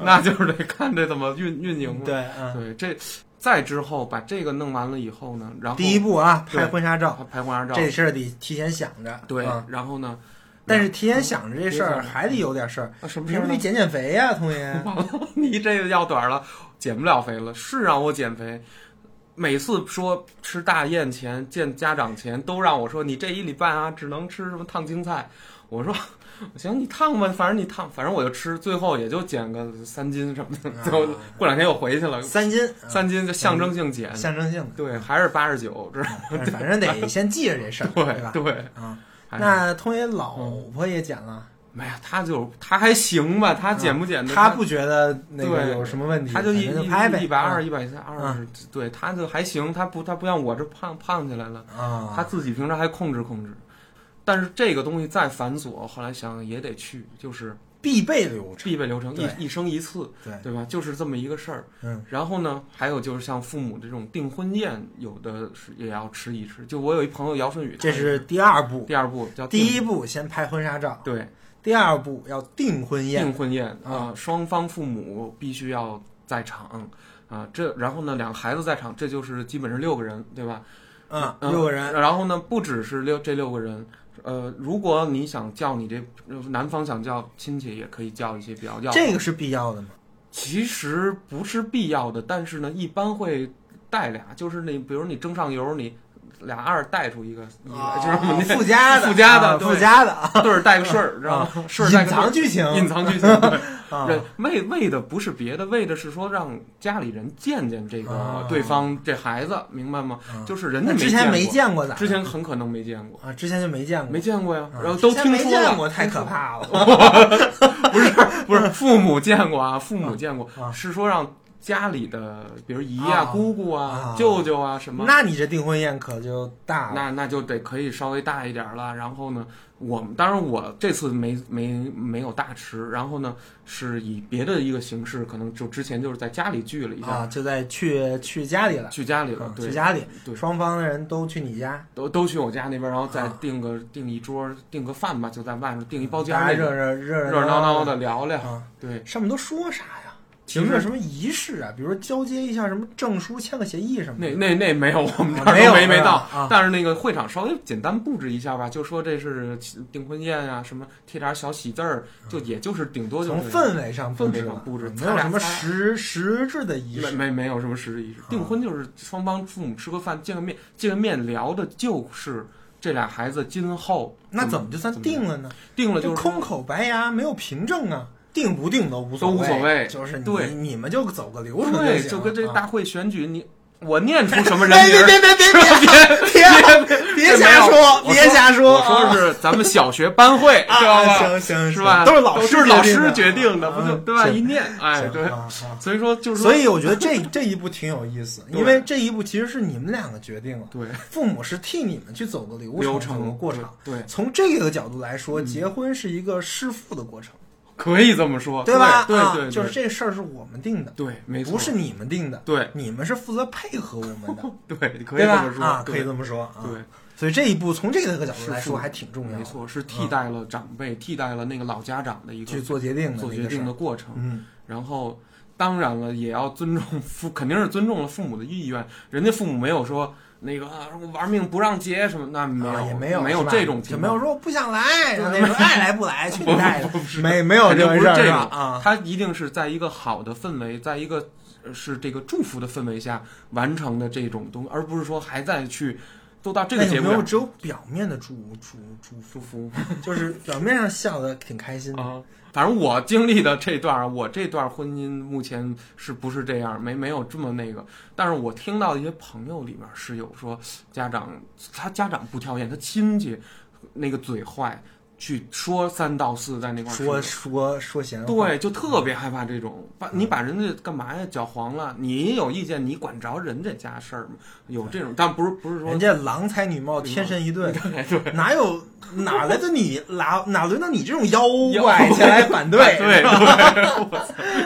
[SPEAKER 2] 那就是得看这怎么运运营了。
[SPEAKER 1] 对，嗯，
[SPEAKER 2] 对，这再之后把这个弄完了以后呢，然后
[SPEAKER 1] 第一步啊，
[SPEAKER 2] 对
[SPEAKER 1] 拍婚纱照，
[SPEAKER 2] 拍拍婚纱照，嗯
[SPEAKER 1] 这事儿得提前想着，
[SPEAKER 2] 对
[SPEAKER 1] 啊，
[SPEAKER 2] 然后呢，
[SPEAKER 1] 但是提前想着这事
[SPEAKER 2] 嗯
[SPEAKER 1] 儿还得有点事儿，
[SPEAKER 2] 啊什么
[SPEAKER 1] 你
[SPEAKER 2] 事
[SPEAKER 1] 是
[SPEAKER 2] 儿
[SPEAKER 1] 不是
[SPEAKER 2] 呢
[SPEAKER 1] 得？减减肥呀，童爷？
[SPEAKER 2] 你这个要短了，减不了肥了。是让我减肥，每次说吃大宴前、见家长前，都让我说你这一礼拜啊，只能吃什么烫青菜。我说行，你烫吧，反正你烫，反正我就吃，最后也就减个三斤什么的，最后
[SPEAKER 1] 啊
[SPEAKER 2] 过两天又回去了，
[SPEAKER 1] 三斤，啊
[SPEAKER 2] 三斤就象征性减，
[SPEAKER 1] 象征性的，
[SPEAKER 2] 对，还是八十九，这
[SPEAKER 1] 反正反正得先记着这事儿，对
[SPEAKER 2] 对哎嗯
[SPEAKER 1] 吧？
[SPEAKER 2] 对，
[SPEAKER 1] 啊，
[SPEAKER 2] 还是
[SPEAKER 1] 那通爷老婆也减了，
[SPEAKER 2] 没有哎他就他还行吧，他减不减的
[SPEAKER 1] 啊他不觉得那个
[SPEAKER 2] 对
[SPEAKER 1] 有什么问题，
[SPEAKER 2] 他就一
[SPEAKER 1] 反正
[SPEAKER 2] 一
[SPEAKER 1] 拍呗，
[SPEAKER 2] 一百二、
[SPEAKER 1] 啊
[SPEAKER 2] 一百三、二十，对，他就还行，他不他不像我这胖胖起来了，
[SPEAKER 1] 啊，
[SPEAKER 2] 他自己平常还控制控制。但是这个东西再繁琐，后来想想也得去，就是
[SPEAKER 1] 必备流程，
[SPEAKER 2] 必备流程，
[SPEAKER 1] 对
[SPEAKER 2] 一一生一次，
[SPEAKER 1] 对，
[SPEAKER 2] 对吧？就是这么一个事儿。
[SPEAKER 1] 嗯，
[SPEAKER 2] 然后呢，还有就是像父母这种订婚宴，有的是也要吃一吃。就我有一朋友姚顺宇，
[SPEAKER 1] 这
[SPEAKER 2] 他
[SPEAKER 1] 是第二步，
[SPEAKER 2] 第二步叫
[SPEAKER 1] 第
[SPEAKER 2] 订
[SPEAKER 1] 一步先拍婚纱照，
[SPEAKER 2] 对
[SPEAKER 1] 第二步要订婚宴，
[SPEAKER 2] 订婚宴
[SPEAKER 1] 啊
[SPEAKER 2] 啊，双方父母必须要在场啊。这然后呢，两个孩子在场，这就是基本是六个人，对吧？
[SPEAKER 1] 嗯，
[SPEAKER 2] 嗯
[SPEAKER 1] 六个人，
[SPEAKER 2] 然后呢，不只是六这六个人，呃，如果你想叫你这呃男方想叫亲戚，也可以叫一些比较要。
[SPEAKER 1] 这个是必要的嘛？
[SPEAKER 2] 其实不是必要的，但是呢，一般会带俩，就是你比如你蒸上油，你俩二带出一个，一个
[SPEAKER 1] 啊
[SPEAKER 2] 就是我们
[SPEAKER 1] 附加的，
[SPEAKER 2] 啊 附加的
[SPEAKER 1] 啊
[SPEAKER 2] 对
[SPEAKER 1] 附加的啊，
[SPEAKER 2] 那对儿带个顺儿，然后顺儿带
[SPEAKER 1] 隐
[SPEAKER 2] 个对儿
[SPEAKER 1] 藏剧情，
[SPEAKER 2] 隐藏剧情。对
[SPEAKER 1] 啊，
[SPEAKER 2] 对，为为的不是别的，为的是说让家里人见见这个
[SPEAKER 1] 啊
[SPEAKER 2] 对方这孩子，明白吗？
[SPEAKER 1] 嗯
[SPEAKER 2] 就是人家
[SPEAKER 1] 那之前没
[SPEAKER 2] 没过，
[SPEAKER 1] 见过咋？
[SPEAKER 2] 之前很可能没见过。
[SPEAKER 1] 啊，之前就没见过，
[SPEAKER 2] 没见过呀，
[SPEAKER 1] 啊
[SPEAKER 2] 然后都
[SPEAKER 1] 之前
[SPEAKER 2] 听
[SPEAKER 1] 没
[SPEAKER 2] 说
[SPEAKER 1] 见
[SPEAKER 2] 了，嗯
[SPEAKER 1] 过，太可怕了。
[SPEAKER 2] 不是不是，父母见过啊，父母见过
[SPEAKER 1] 啊，
[SPEAKER 2] 是说让家里的，比如姨
[SPEAKER 1] 啊
[SPEAKER 2] 啊、姑姑
[SPEAKER 1] 啊
[SPEAKER 2] 啊、舅舅啊什么，
[SPEAKER 1] 那你这订婚宴可就大了，
[SPEAKER 2] 那那就得可以稍微大一点儿了。然后呢，我们当然我这次没没没有大吃，然后呢是以别的一个形式，可能就之前就是在家里聚了一下，
[SPEAKER 1] 啊，就在去去家里了，
[SPEAKER 2] 去家里了
[SPEAKER 1] 啊，
[SPEAKER 2] 对
[SPEAKER 1] 去，家里，
[SPEAKER 2] 对
[SPEAKER 1] 双方的人都去你家，
[SPEAKER 2] 都都去我家那边，然后再
[SPEAKER 1] 啊
[SPEAKER 2] 订个订一桌，订个饭吧，就在外面订一包间
[SPEAKER 1] 大家
[SPEAKER 2] 那
[SPEAKER 1] 热
[SPEAKER 2] 种，
[SPEAKER 1] 热热
[SPEAKER 2] 热热闹闹
[SPEAKER 1] 的
[SPEAKER 2] 的聊聊，
[SPEAKER 1] 啊。
[SPEAKER 2] 对。
[SPEAKER 1] 上面都说啥呀？
[SPEAKER 2] 其
[SPEAKER 1] 有没有
[SPEAKER 2] 实
[SPEAKER 1] 什么仪式啊？比如说交接一下什么证书、签个协议什么
[SPEAKER 2] 那
[SPEAKER 1] 的。
[SPEAKER 2] 那那没有，我们这
[SPEAKER 1] 啊
[SPEAKER 2] 儿都
[SPEAKER 1] 没有
[SPEAKER 2] 没
[SPEAKER 1] 没有
[SPEAKER 2] 到、
[SPEAKER 1] 啊
[SPEAKER 2] 但是那个会场稍微简单布置一下吧，就说这是订婚宴啊，什么贴点小喜字儿，就也就是顶多就
[SPEAKER 1] 嗯从
[SPEAKER 2] 是
[SPEAKER 1] 氛围上布置
[SPEAKER 2] 氛围
[SPEAKER 1] 了
[SPEAKER 2] 上布置
[SPEAKER 1] 没有什么
[SPEAKER 2] 擦俩
[SPEAKER 1] 实实质的仪
[SPEAKER 2] 没
[SPEAKER 1] 式。啊
[SPEAKER 2] 没没有什么实质仪式。订婚就是双方父母吃个饭，见个面，见个面聊的就是这俩孩子今后
[SPEAKER 1] 那
[SPEAKER 2] 怎
[SPEAKER 1] 怎么就算
[SPEAKER 2] 怎么
[SPEAKER 1] 定了呢？
[SPEAKER 2] 定了
[SPEAKER 1] 就
[SPEAKER 2] 就是
[SPEAKER 1] 空口白牙，没有凭证啊，定不定都无所
[SPEAKER 2] 都无所谓
[SPEAKER 1] 就是你
[SPEAKER 2] 对
[SPEAKER 1] 你们就走个流程
[SPEAKER 2] 对，
[SPEAKER 1] 行，
[SPEAKER 2] 就
[SPEAKER 1] 就
[SPEAKER 2] 跟这
[SPEAKER 1] 啊、
[SPEAKER 2] 大会选举，你我念出什么 人
[SPEAKER 1] 哎
[SPEAKER 2] 名
[SPEAKER 1] 别
[SPEAKER 2] 儿。
[SPEAKER 1] 别别别 别别别别
[SPEAKER 2] 这没
[SPEAKER 1] 瞎
[SPEAKER 2] 有
[SPEAKER 1] 说，
[SPEAKER 2] 我
[SPEAKER 1] 别瞎
[SPEAKER 2] 我
[SPEAKER 1] 啊
[SPEAKER 2] 说是咱们小学班会，
[SPEAKER 1] 啊
[SPEAKER 2] 知道吧？
[SPEAKER 1] 行行
[SPEAKER 2] 是吧？
[SPEAKER 1] 行都是老
[SPEAKER 2] 都
[SPEAKER 1] 师
[SPEAKER 2] 是老师决
[SPEAKER 1] 定
[SPEAKER 2] 定的，不就
[SPEAKER 1] 啊
[SPEAKER 2] 对吧？
[SPEAKER 1] 行
[SPEAKER 2] 一念，哎，
[SPEAKER 1] 行
[SPEAKER 2] 对。
[SPEAKER 1] 啊啊
[SPEAKER 2] 所以说就是说
[SPEAKER 1] 所以我觉得 这这一步挺有意思，
[SPEAKER 2] 对
[SPEAKER 1] 因为这一步其实是你们两个决定了，
[SPEAKER 2] 对
[SPEAKER 1] 父母是替你们去走个流
[SPEAKER 2] 流
[SPEAKER 1] 走个
[SPEAKER 2] 程
[SPEAKER 1] 过程。
[SPEAKER 2] 对，嗯对
[SPEAKER 1] 从这个角度来说，结婚是一个弑父的过程，
[SPEAKER 2] 可以这么说，对
[SPEAKER 1] 吧？
[SPEAKER 2] 哦对
[SPEAKER 1] 啊
[SPEAKER 2] 对，
[SPEAKER 1] 就是
[SPEAKER 2] 对
[SPEAKER 1] 这事儿是我们定的，
[SPEAKER 2] 对，没错，
[SPEAKER 1] 不是你们定的，
[SPEAKER 2] 对
[SPEAKER 1] 你们是负责配合我们的，
[SPEAKER 2] 对， 可
[SPEAKER 1] 对
[SPEAKER 2] 以这
[SPEAKER 1] 吧
[SPEAKER 2] 么？说，
[SPEAKER 1] 啊，
[SPEAKER 2] 对
[SPEAKER 1] 可以这么说啊。
[SPEAKER 2] 对，
[SPEAKER 1] 所以这一步从这个角度
[SPEAKER 2] 是
[SPEAKER 1] 来说
[SPEAKER 2] 是
[SPEAKER 1] 还挺重要的，
[SPEAKER 2] 没错，是替代了长辈，替代了那个老家长的一个
[SPEAKER 1] 去做决定的
[SPEAKER 2] 做
[SPEAKER 1] 那
[SPEAKER 2] 决
[SPEAKER 1] 个事
[SPEAKER 2] 定
[SPEAKER 1] 儿。
[SPEAKER 2] 的过程，
[SPEAKER 1] 嗯，
[SPEAKER 2] 然后。当然了，也要尊重父，肯定是尊重了父母的意愿。人家父母没有说那个啊，我玩命不让结什么，那没
[SPEAKER 1] 啊
[SPEAKER 2] 有，
[SPEAKER 1] 也
[SPEAKER 2] 没
[SPEAKER 1] 有没
[SPEAKER 2] 有这种
[SPEAKER 1] 就
[SPEAKER 2] 情
[SPEAKER 1] 没有
[SPEAKER 2] 况，
[SPEAKER 1] 说我不想来，然后那种爱来不 来，去你带的，没没
[SPEAKER 2] 肯
[SPEAKER 1] 有
[SPEAKER 2] 定
[SPEAKER 1] 回事
[SPEAKER 2] 不是
[SPEAKER 1] 儿
[SPEAKER 2] 这
[SPEAKER 1] 是
[SPEAKER 2] 种
[SPEAKER 1] 吧？啊，
[SPEAKER 2] 他一定是在一个好的氛围，在一个呃是这个祝福的氛围下完成的这种东西，而不是说还在去都到这个
[SPEAKER 1] 那
[SPEAKER 2] 节
[SPEAKER 1] 有
[SPEAKER 2] 目
[SPEAKER 1] 没有
[SPEAKER 2] 了
[SPEAKER 1] 只有表面的祝祝祝
[SPEAKER 2] 祝福
[SPEAKER 1] 福，就是表面上笑的挺开心的，
[SPEAKER 2] 啊。反正我经历的这段儿，我这段婚姻目前是不是这样？没没有这么那个，但是我听到一些朋友里面是有说家长，他家长不挑眼，他亲戚那个嘴坏，去说三道四在那块儿
[SPEAKER 1] 说说说闲话，
[SPEAKER 2] 对，就特别害怕这种，把你把人家干嘛呀？搅黄了，你有意见，你管着人家家事儿吗？有这种，但不是不是说
[SPEAKER 1] 人家郎才女貌，天生一对，
[SPEAKER 2] 对
[SPEAKER 1] 哪有哪来的你哪哪轮到你这种妖
[SPEAKER 2] 妖
[SPEAKER 1] 怪
[SPEAKER 2] 怪
[SPEAKER 1] 前来反 对？
[SPEAKER 2] 对对，
[SPEAKER 1] 嗯，
[SPEAKER 2] 我操，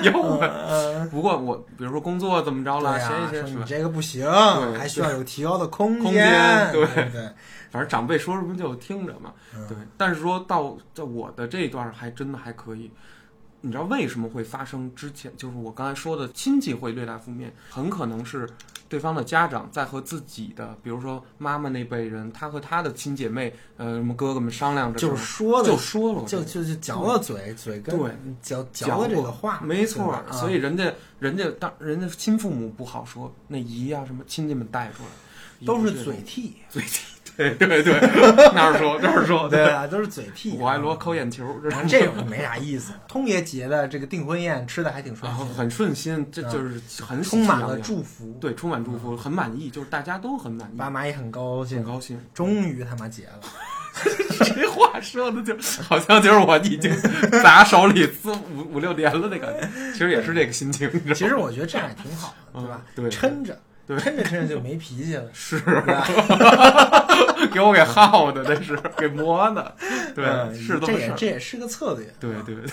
[SPEAKER 2] 有。啊
[SPEAKER 1] 呃
[SPEAKER 2] 不过我比如说工作怎么着
[SPEAKER 1] 对啊
[SPEAKER 2] 了，
[SPEAKER 1] 呀、
[SPEAKER 2] 谁谁
[SPEAKER 1] 说
[SPEAKER 2] 谁
[SPEAKER 1] 你，这个不行，
[SPEAKER 2] 对
[SPEAKER 1] 还需要有提高的空
[SPEAKER 2] 空间
[SPEAKER 1] 对
[SPEAKER 2] 对
[SPEAKER 1] 不对？
[SPEAKER 2] 反正长辈说什么就听着嘛。
[SPEAKER 1] 嗯
[SPEAKER 2] 对，但是说到在我的这一段儿还真的还可以。你知道为什么会发生之前，就是我刚才说的亲戚会略带负面，很可能是对方的家长在和自己的，比如说妈妈那辈人，他和他的亲姐妹，呃，什么哥哥们商量着，
[SPEAKER 1] 就是说的
[SPEAKER 2] 就说了，
[SPEAKER 1] 就就就嚼了嘴嘴跟
[SPEAKER 2] 对
[SPEAKER 1] 嚼嚼了这个话，
[SPEAKER 2] 没错
[SPEAKER 1] 对吧啊
[SPEAKER 2] 儿。所以人家人家当人家亲父母不好说，那姨啊什么亲戚们带出来，
[SPEAKER 1] 啊都
[SPEAKER 2] 也
[SPEAKER 1] 是
[SPEAKER 2] 这种
[SPEAKER 1] 嘴替，
[SPEAKER 2] 嘴替， 对对对，那儿说这儿说，
[SPEAKER 1] 对吧？都是嘴屁。啊
[SPEAKER 2] 我爱罗抠眼球，这
[SPEAKER 1] 然后啊这种就没啥意思。通爷节的这个订婚宴吃的还挺顺
[SPEAKER 2] 啊
[SPEAKER 1] 心，
[SPEAKER 2] 很顺心，这就是很喜气
[SPEAKER 1] 啊充满
[SPEAKER 2] 洋
[SPEAKER 1] 了
[SPEAKER 2] 洋
[SPEAKER 1] 祝福，嗯
[SPEAKER 2] 对，充满祝福，很满意，就是大家都很满意，
[SPEAKER 1] 爸妈也很高
[SPEAKER 2] 很
[SPEAKER 1] 兴，
[SPEAKER 2] 高兴。
[SPEAKER 1] 终于他妈结了。
[SPEAKER 2] 这话说的就好像就是我已经砸手里四五五六年了那感觉，其实也是这个 心情，你知道吗
[SPEAKER 1] 其实我觉得这样也挺好的，
[SPEAKER 2] 嗯
[SPEAKER 1] 对吧？
[SPEAKER 2] 对
[SPEAKER 1] 撑着，撑着撑着就没脾气了。
[SPEAKER 2] 是
[SPEAKER 1] 对吧
[SPEAKER 2] 给我给耗的，那是给磨的， 对，
[SPEAKER 1] 嗯
[SPEAKER 2] 是这
[SPEAKER 1] 这
[SPEAKER 2] 么
[SPEAKER 1] 也
[SPEAKER 2] 事儿。
[SPEAKER 1] 这也是个策略。
[SPEAKER 2] 对对，对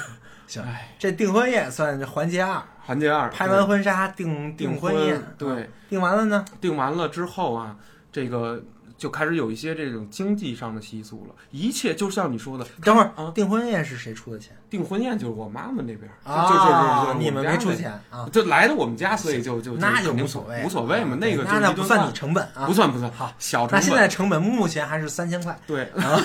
[SPEAKER 1] 行
[SPEAKER 2] 哎，
[SPEAKER 1] 这订婚宴算是环节二，
[SPEAKER 2] 环节二
[SPEAKER 1] 拍
[SPEAKER 2] 对
[SPEAKER 1] 完婚纱订
[SPEAKER 2] 订
[SPEAKER 1] 婚宴，啊
[SPEAKER 2] 对，
[SPEAKER 1] 订完了呢，
[SPEAKER 2] 订完了之后啊，这个就开始有一些这种经济上的习俗了。一切就像你说的，
[SPEAKER 1] 等会儿
[SPEAKER 2] 啊
[SPEAKER 1] 订婚宴是谁出的钱
[SPEAKER 2] 订婚宴就是我妈妈那边儿，
[SPEAKER 1] 啊？
[SPEAKER 2] 就就是就是
[SPEAKER 1] 你
[SPEAKER 2] 我
[SPEAKER 1] 们
[SPEAKER 2] 家
[SPEAKER 1] 没出
[SPEAKER 2] 那
[SPEAKER 1] 钱啊？
[SPEAKER 2] 就来到我们家，所以就就
[SPEAKER 1] 那
[SPEAKER 2] 就肯定
[SPEAKER 1] 无所谓，啊
[SPEAKER 2] 无所谓嘛。那个
[SPEAKER 1] 那
[SPEAKER 2] 就
[SPEAKER 1] 那
[SPEAKER 2] 是一
[SPEAKER 1] 不
[SPEAKER 2] 顿
[SPEAKER 1] 算
[SPEAKER 2] 饭
[SPEAKER 1] 你，成本啊
[SPEAKER 2] 不。算不算，
[SPEAKER 1] 好
[SPEAKER 2] 小成
[SPEAKER 1] 那
[SPEAKER 2] 本。
[SPEAKER 1] 现在成本目前还是三千块，
[SPEAKER 2] 对
[SPEAKER 1] 啊，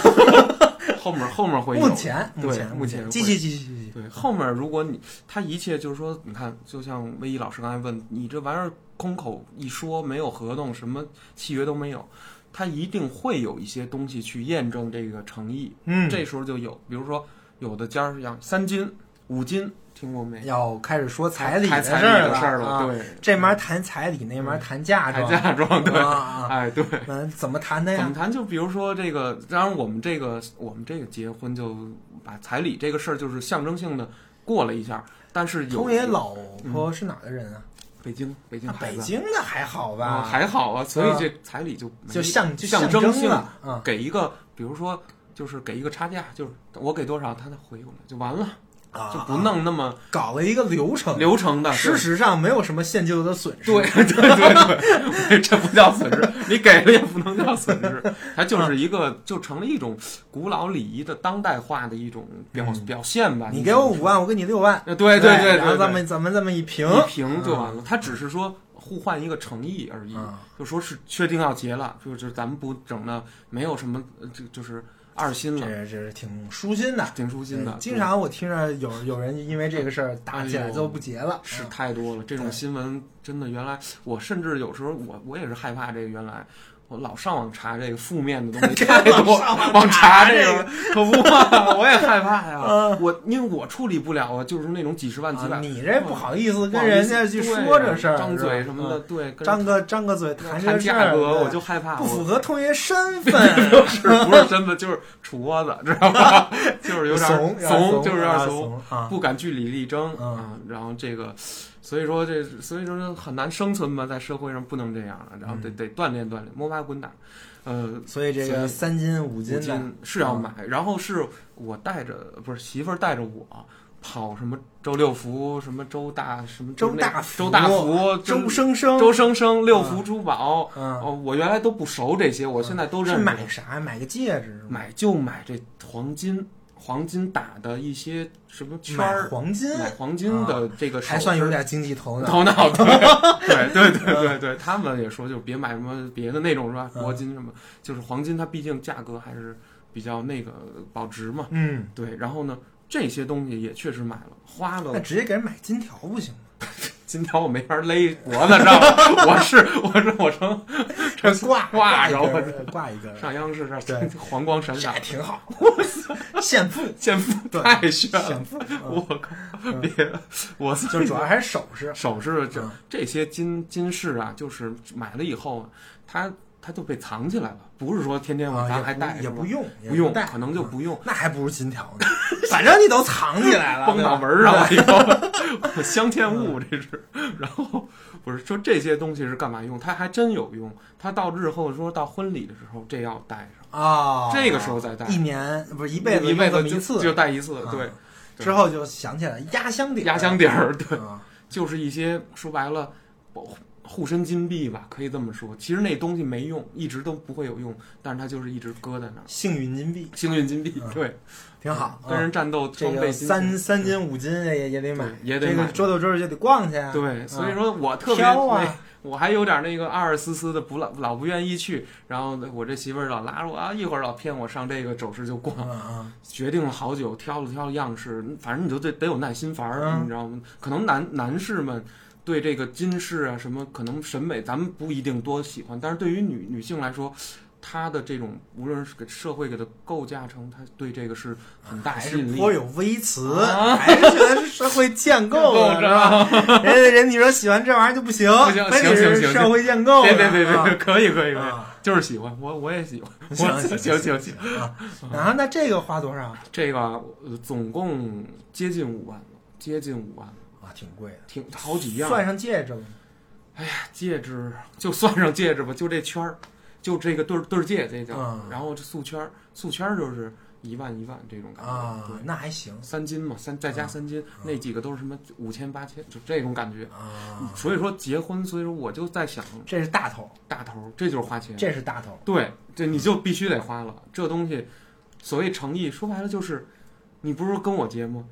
[SPEAKER 2] 后面后面会有
[SPEAKER 1] 目前目
[SPEAKER 2] 对
[SPEAKER 1] 前
[SPEAKER 2] 目前
[SPEAKER 1] 前，
[SPEAKER 2] 会
[SPEAKER 1] 继续继续继续，
[SPEAKER 2] 对，后面如果你他一切就是说，你看，就像魏毅老师刚才问你这玩意儿空口一说，没有合同，什么契约都没有，他一定会有一些东西去验证这个诚意。
[SPEAKER 1] 嗯，
[SPEAKER 2] 这时候就有，比如说有的家是养三斤、五斤，听过没？
[SPEAKER 1] 要开始说彩礼
[SPEAKER 2] 还
[SPEAKER 1] 的
[SPEAKER 2] 彩礼
[SPEAKER 1] 事儿
[SPEAKER 2] 的事儿
[SPEAKER 1] 了
[SPEAKER 2] 了，
[SPEAKER 1] 啊。
[SPEAKER 2] 对，
[SPEAKER 1] 这门谈彩礼，那门谈嫁
[SPEAKER 2] 还
[SPEAKER 1] 妆，
[SPEAKER 2] 嫁妆，对，
[SPEAKER 1] 啊啊，
[SPEAKER 2] 哎，对。
[SPEAKER 1] 那怎么谈的
[SPEAKER 2] 怎
[SPEAKER 1] 呀
[SPEAKER 2] 么？谈？就比如说这个，当然我们这个我们这个结婚就把彩礼这个事儿就是象征性的过了一下，但是有
[SPEAKER 1] 童爷老婆是哪儿的人啊？
[SPEAKER 2] 北京北京
[SPEAKER 1] 啊
[SPEAKER 2] 孩
[SPEAKER 1] 北
[SPEAKER 2] 子
[SPEAKER 1] 京的还好
[SPEAKER 2] 啊
[SPEAKER 1] 吧？嗯
[SPEAKER 2] 还好啊，所以这彩礼就没
[SPEAKER 1] 就象就
[SPEAKER 2] 象
[SPEAKER 1] 征
[SPEAKER 2] 性
[SPEAKER 1] 了啊。
[SPEAKER 2] 给一个，比如说就是给一个差价，就是我给多少，他再回我就完了，
[SPEAKER 1] 啊，
[SPEAKER 2] 就不弄那么
[SPEAKER 1] 搞了一个流程，
[SPEAKER 2] 流程的。
[SPEAKER 1] 事实上没有什么现金流的损失。
[SPEAKER 2] 对 对对对，这不叫损失，你给了也不能叫损失，它就是一个就成了一种古老礼仪的当代化的一种表表现吧。
[SPEAKER 1] 你给我
[SPEAKER 2] 可以
[SPEAKER 1] 五
[SPEAKER 2] 说
[SPEAKER 1] 万，我给你六万，哎
[SPEAKER 2] 呃，对对对
[SPEAKER 1] 然后
[SPEAKER 2] 对，
[SPEAKER 1] 咱们嗯咱们这么一平
[SPEAKER 2] 对一平就完了。他只是说互换一个诚意而已
[SPEAKER 1] 啊，
[SPEAKER 2] 就说是确定要结了，就就是咱们不整那没有什么，呃就就是二心
[SPEAKER 1] 这
[SPEAKER 2] 了，
[SPEAKER 1] 这是挺舒心的。
[SPEAKER 2] 挺舒心的。
[SPEAKER 1] 经常我听着有有人因为这个事儿打起
[SPEAKER 2] 哎
[SPEAKER 1] 来，
[SPEAKER 2] 呦
[SPEAKER 1] 最后不结了。嗯
[SPEAKER 2] 是太多了，这种新闻真的原来我甚至有时候我我也是害怕这个原来。我老上网查这个负面的东 西
[SPEAKER 1] 这
[SPEAKER 2] 太
[SPEAKER 1] 老
[SPEAKER 2] 多，
[SPEAKER 1] 上网
[SPEAKER 2] 网
[SPEAKER 1] 查
[SPEAKER 2] 查这
[SPEAKER 1] 这
[SPEAKER 2] 个可不嘛，我也害怕呀
[SPEAKER 1] 嗯。
[SPEAKER 2] 我因为我处理不了啊，就是那种几十万、几
[SPEAKER 1] 啊，
[SPEAKER 2] 百，
[SPEAKER 1] 你这不好意思
[SPEAKER 2] 不
[SPEAKER 1] 跟
[SPEAKER 2] 好意
[SPEAKER 1] 人
[SPEAKER 2] 思
[SPEAKER 1] 家去
[SPEAKER 2] 对
[SPEAKER 1] 说
[SPEAKER 2] 呀
[SPEAKER 1] 这事儿，
[SPEAKER 2] 张
[SPEAKER 1] 是吧嗯
[SPEAKER 2] 嘴什么的，对，跟人
[SPEAKER 1] 张个张个嘴谈这
[SPEAKER 2] 谈
[SPEAKER 1] 事
[SPEAKER 2] 价
[SPEAKER 1] 儿，
[SPEAKER 2] 格
[SPEAKER 1] 对
[SPEAKER 2] 我就害怕，
[SPEAKER 1] 不符
[SPEAKER 2] 我
[SPEAKER 1] 合通爷 身份，
[SPEAKER 2] 不是 不是真的，就是杵窝子，知道吧？ 就是有点儿
[SPEAKER 1] 怂
[SPEAKER 2] 怂，就是有点
[SPEAKER 1] 点
[SPEAKER 2] 儿怂，
[SPEAKER 1] 怂啊。
[SPEAKER 2] 不敢据理力争
[SPEAKER 1] 嗯
[SPEAKER 2] 啊。然后这个，所以说这，所以说很难生存吧，在社会上不能这样了，然后
[SPEAKER 1] 嗯
[SPEAKER 2] 得得锻炼锻炼，摸爬滚打，呃。
[SPEAKER 1] 所以这
[SPEAKER 2] 所
[SPEAKER 1] 个
[SPEAKER 2] 以
[SPEAKER 1] 三斤五斤
[SPEAKER 2] 五
[SPEAKER 1] 的
[SPEAKER 2] 金是要买，
[SPEAKER 1] 嗯
[SPEAKER 2] 然后是我带着，不是媳妇儿带着我跑什么周六福，什么周大什么
[SPEAKER 1] 周
[SPEAKER 2] 那
[SPEAKER 1] 大福
[SPEAKER 2] 周大福、
[SPEAKER 1] 周生生，
[SPEAKER 2] 周生生、六福珠宝，
[SPEAKER 1] 嗯，
[SPEAKER 2] 哦，我原来都不熟这些，我现在都认
[SPEAKER 1] 是
[SPEAKER 2] 识了。
[SPEAKER 1] 买啥？买个戒指，
[SPEAKER 2] 买就买这黄金，黄金打的一些什么圈
[SPEAKER 1] 买
[SPEAKER 2] 儿，
[SPEAKER 1] 黄金，
[SPEAKER 2] 买黄金的这个
[SPEAKER 1] 嗯啊还
[SPEAKER 2] 首
[SPEAKER 1] 算有
[SPEAKER 2] 饰
[SPEAKER 1] 点经济头脑。
[SPEAKER 2] 头脑。对对对对对对，他们也说就别买什么别的那种是吧？
[SPEAKER 1] 嗯
[SPEAKER 2] 铂金什么，就是黄金它毕竟价格还是比较那个保值嘛。
[SPEAKER 1] 嗯，
[SPEAKER 2] 对，然后呢，这些东西也确实买了，花了
[SPEAKER 1] 那直接给人买金条不行吗？
[SPEAKER 2] 金条我没法勒脖子上， 我是我是我成这
[SPEAKER 1] 挂
[SPEAKER 2] 挂
[SPEAKER 1] 一
[SPEAKER 2] 着
[SPEAKER 1] 根
[SPEAKER 2] 我
[SPEAKER 1] 儿挂一 根儿，
[SPEAKER 2] 上央视这
[SPEAKER 1] 对
[SPEAKER 2] 儿黄光闪
[SPEAKER 1] 这
[SPEAKER 2] 闪
[SPEAKER 1] 还，挺好。炫富，
[SPEAKER 2] 炫富
[SPEAKER 1] 对
[SPEAKER 2] 太炫了
[SPEAKER 1] 炫！富，
[SPEAKER 2] 我
[SPEAKER 1] 嗯
[SPEAKER 2] 靠
[SPEAKER 1] 嗯，
[SPEAKER 2] 别我操
[SPEAKER 1] 就主要还是首 饰。
[SPEAKER 2] 首饰这
[SPEAKER 1] 嗯
[SPEAKER 2] 这些金金饰啊，就是买了以后啊，它它就被藏起来了，不是说天天
[SPEAKER 1] 啊
[SPEAKER 2] 晚上还
[SPEAKER 1] 也不
[SPEAKER 2] 戴，
[SPEAKER 1] 也
[SPEAKER 2] 是吧
[SPEAKER 1] 不用，也
[SPEAKER 2] 不用，
[SPEAKER 1] 戴，
[SPEAKER 2] 可能就不用。
[SPEAKER 1] 那还不如金条 呢。反正你都藏起来了，
[SPEAKER 2] 绷
[SPEAKER 1] 对吧嗯
[SPEAKER 2] 脑门儿上了以后， 镶嵌物这是。 然后不是说这些东西是干嘛用？它还真有用。它到日后说到婚礼的时候，这要戴上，
[SPEAKER 1] 啊。
[SPEAKER 2] 这个时候再戴，
[SPEAKER 1] 一年不是一辈子
[SPEAKER 2] 一辈
[SPEAKER 1] 用这
[SPEAKER 2] 子
[SPEAKER 1] 么
[SPEAKER 2] 就
[SPEAKER 1] 一次，
[SPEAKER 2] 就戴一次，
[SPEAKER 1] 啊
[SPEAKER 2] 对，
[SPEAKER 1] 之后就想起来压箱底儿，
[SPEAKER 2] 压箱底儿，对。
[SPEAKER 1] 啊
[SPEAKER 2] 就是一些说白了，保护身金币吧，可以这么说。其实那东西没用，一直都不会有用，但是它就是一直搁在那儿。
[SPEAKER 1] 幸运金币
[SPEAKER 2] 幸运金币，
[SPEAKER 1] 嗯
[SPEAKER 2] 对，
[SPEAKER 1] 挺好。
[SPEAKER 2] 嗯跟
[SPEAKER 1] 啊
[SPEAKER 2] 人战斗
[SPEAKER 1] 这
[SPEAKER 2] 装备
[SPEAKER 1] 个
[SPEAKER 2] 金
[SPEAKER 1] 三三斤五斤也也得买
[SPEAKER 2] 对，也得
[SPEAKER 1] 这个
[SPEAKER 2] 买
[SPEAKER 1] 周六周日就得逛去啊。
[SPEAKER 2] 对，所以说我特别
[SPEAKER 1] 挑啊，
[SPEAKER 2] 我还有点那个二二思思的，不老老不愿意去。然后我这媳妇儿老拉着我啊，一会儿老骗我上这个走势就逛，
[SPEAKER 1] 嗯嗯，
[SPEAKER 2] 决定了好久，挑了挑样式，反正你就得得有耐心玩儿，
[SPEAKER 1] 嗯
[SPEAKER 2] 你知道吗？可能男男士们对这个金饰啊什么，可能审美咱们不一定多喜欢，但是对于女女性来说，他的这种无论是给社会给他构架成，他对这个是很大
[SPEAKER 1] 还
[SPEAKER 2] 吸
[SPEAKER 1] 是
[SPEAKER 2] 引力
[SPEAKER 1] 颇
[SPEAKER 2] 的。
[SPEAKER 1] 有微词，还是觉得是社会建 构的，
[SPEAKER 2] 建构
[SPEAKER 1] 是吧？ 人家人你说喜欢这玩意儿就不行，
[SPEAKER 2] 不行
[SPEAKER 1] 非得
[SPEAKER 2] 行行
[SPEAKER 1] 是
[SPEAKER 2] 行
[SPEAKER 1] 社会建构的，
[SPEAKER 2] 别别别
[SPEAKER 1] 啊
[SPEAKER 2] 别， 可以可以可以
[SPEAKER 1] 啊，
[SPEAKER 2] 就是喜欢我我也喜欢，我
[SPEAKER 1] 行行
[SPEAKER 2] 行行行，
[SPEAKER 1] 啊然后那这个花多少啊
[SPEAKER 2] 这个呃总共接近五万了，接近五万了，
[SPEAKER 1] 啊？挺贵的，
[SPEAKER 2] 挺好几样。
[SPEAKER 1] 算上戒指了吗，
[SPEAKER 2] 戒指就算上戒指吧，就这圈儿，就这个对儿对儿戒这叫，
[SPEAKER 1] 嗯
[SPEAKER 2] 然后这素圈儿，素圈儿就是一万一万这种感觉，
[SPEAKER 1] 啊
[SPEAKER 2] 对，，
[SPEAKER 1] 那还行
[SPEAKER 2] 三金嘛，三再加三金，那几个都是什么五千八千，就这种感觉。
[SPEAKER 1] 啊，
[SPEAKER 2] 所以说结婚，所以说我就在想，
[SPEAKER 1] 这是大头，
[SPEAKER 2] 大头儿这就是花钱，
[SPEAKER 1] 这是大头，
[SPEAKER 2] 对，这你就必须得花了。这东西，所谓诚意，说白了就是，你不是跟我结吗？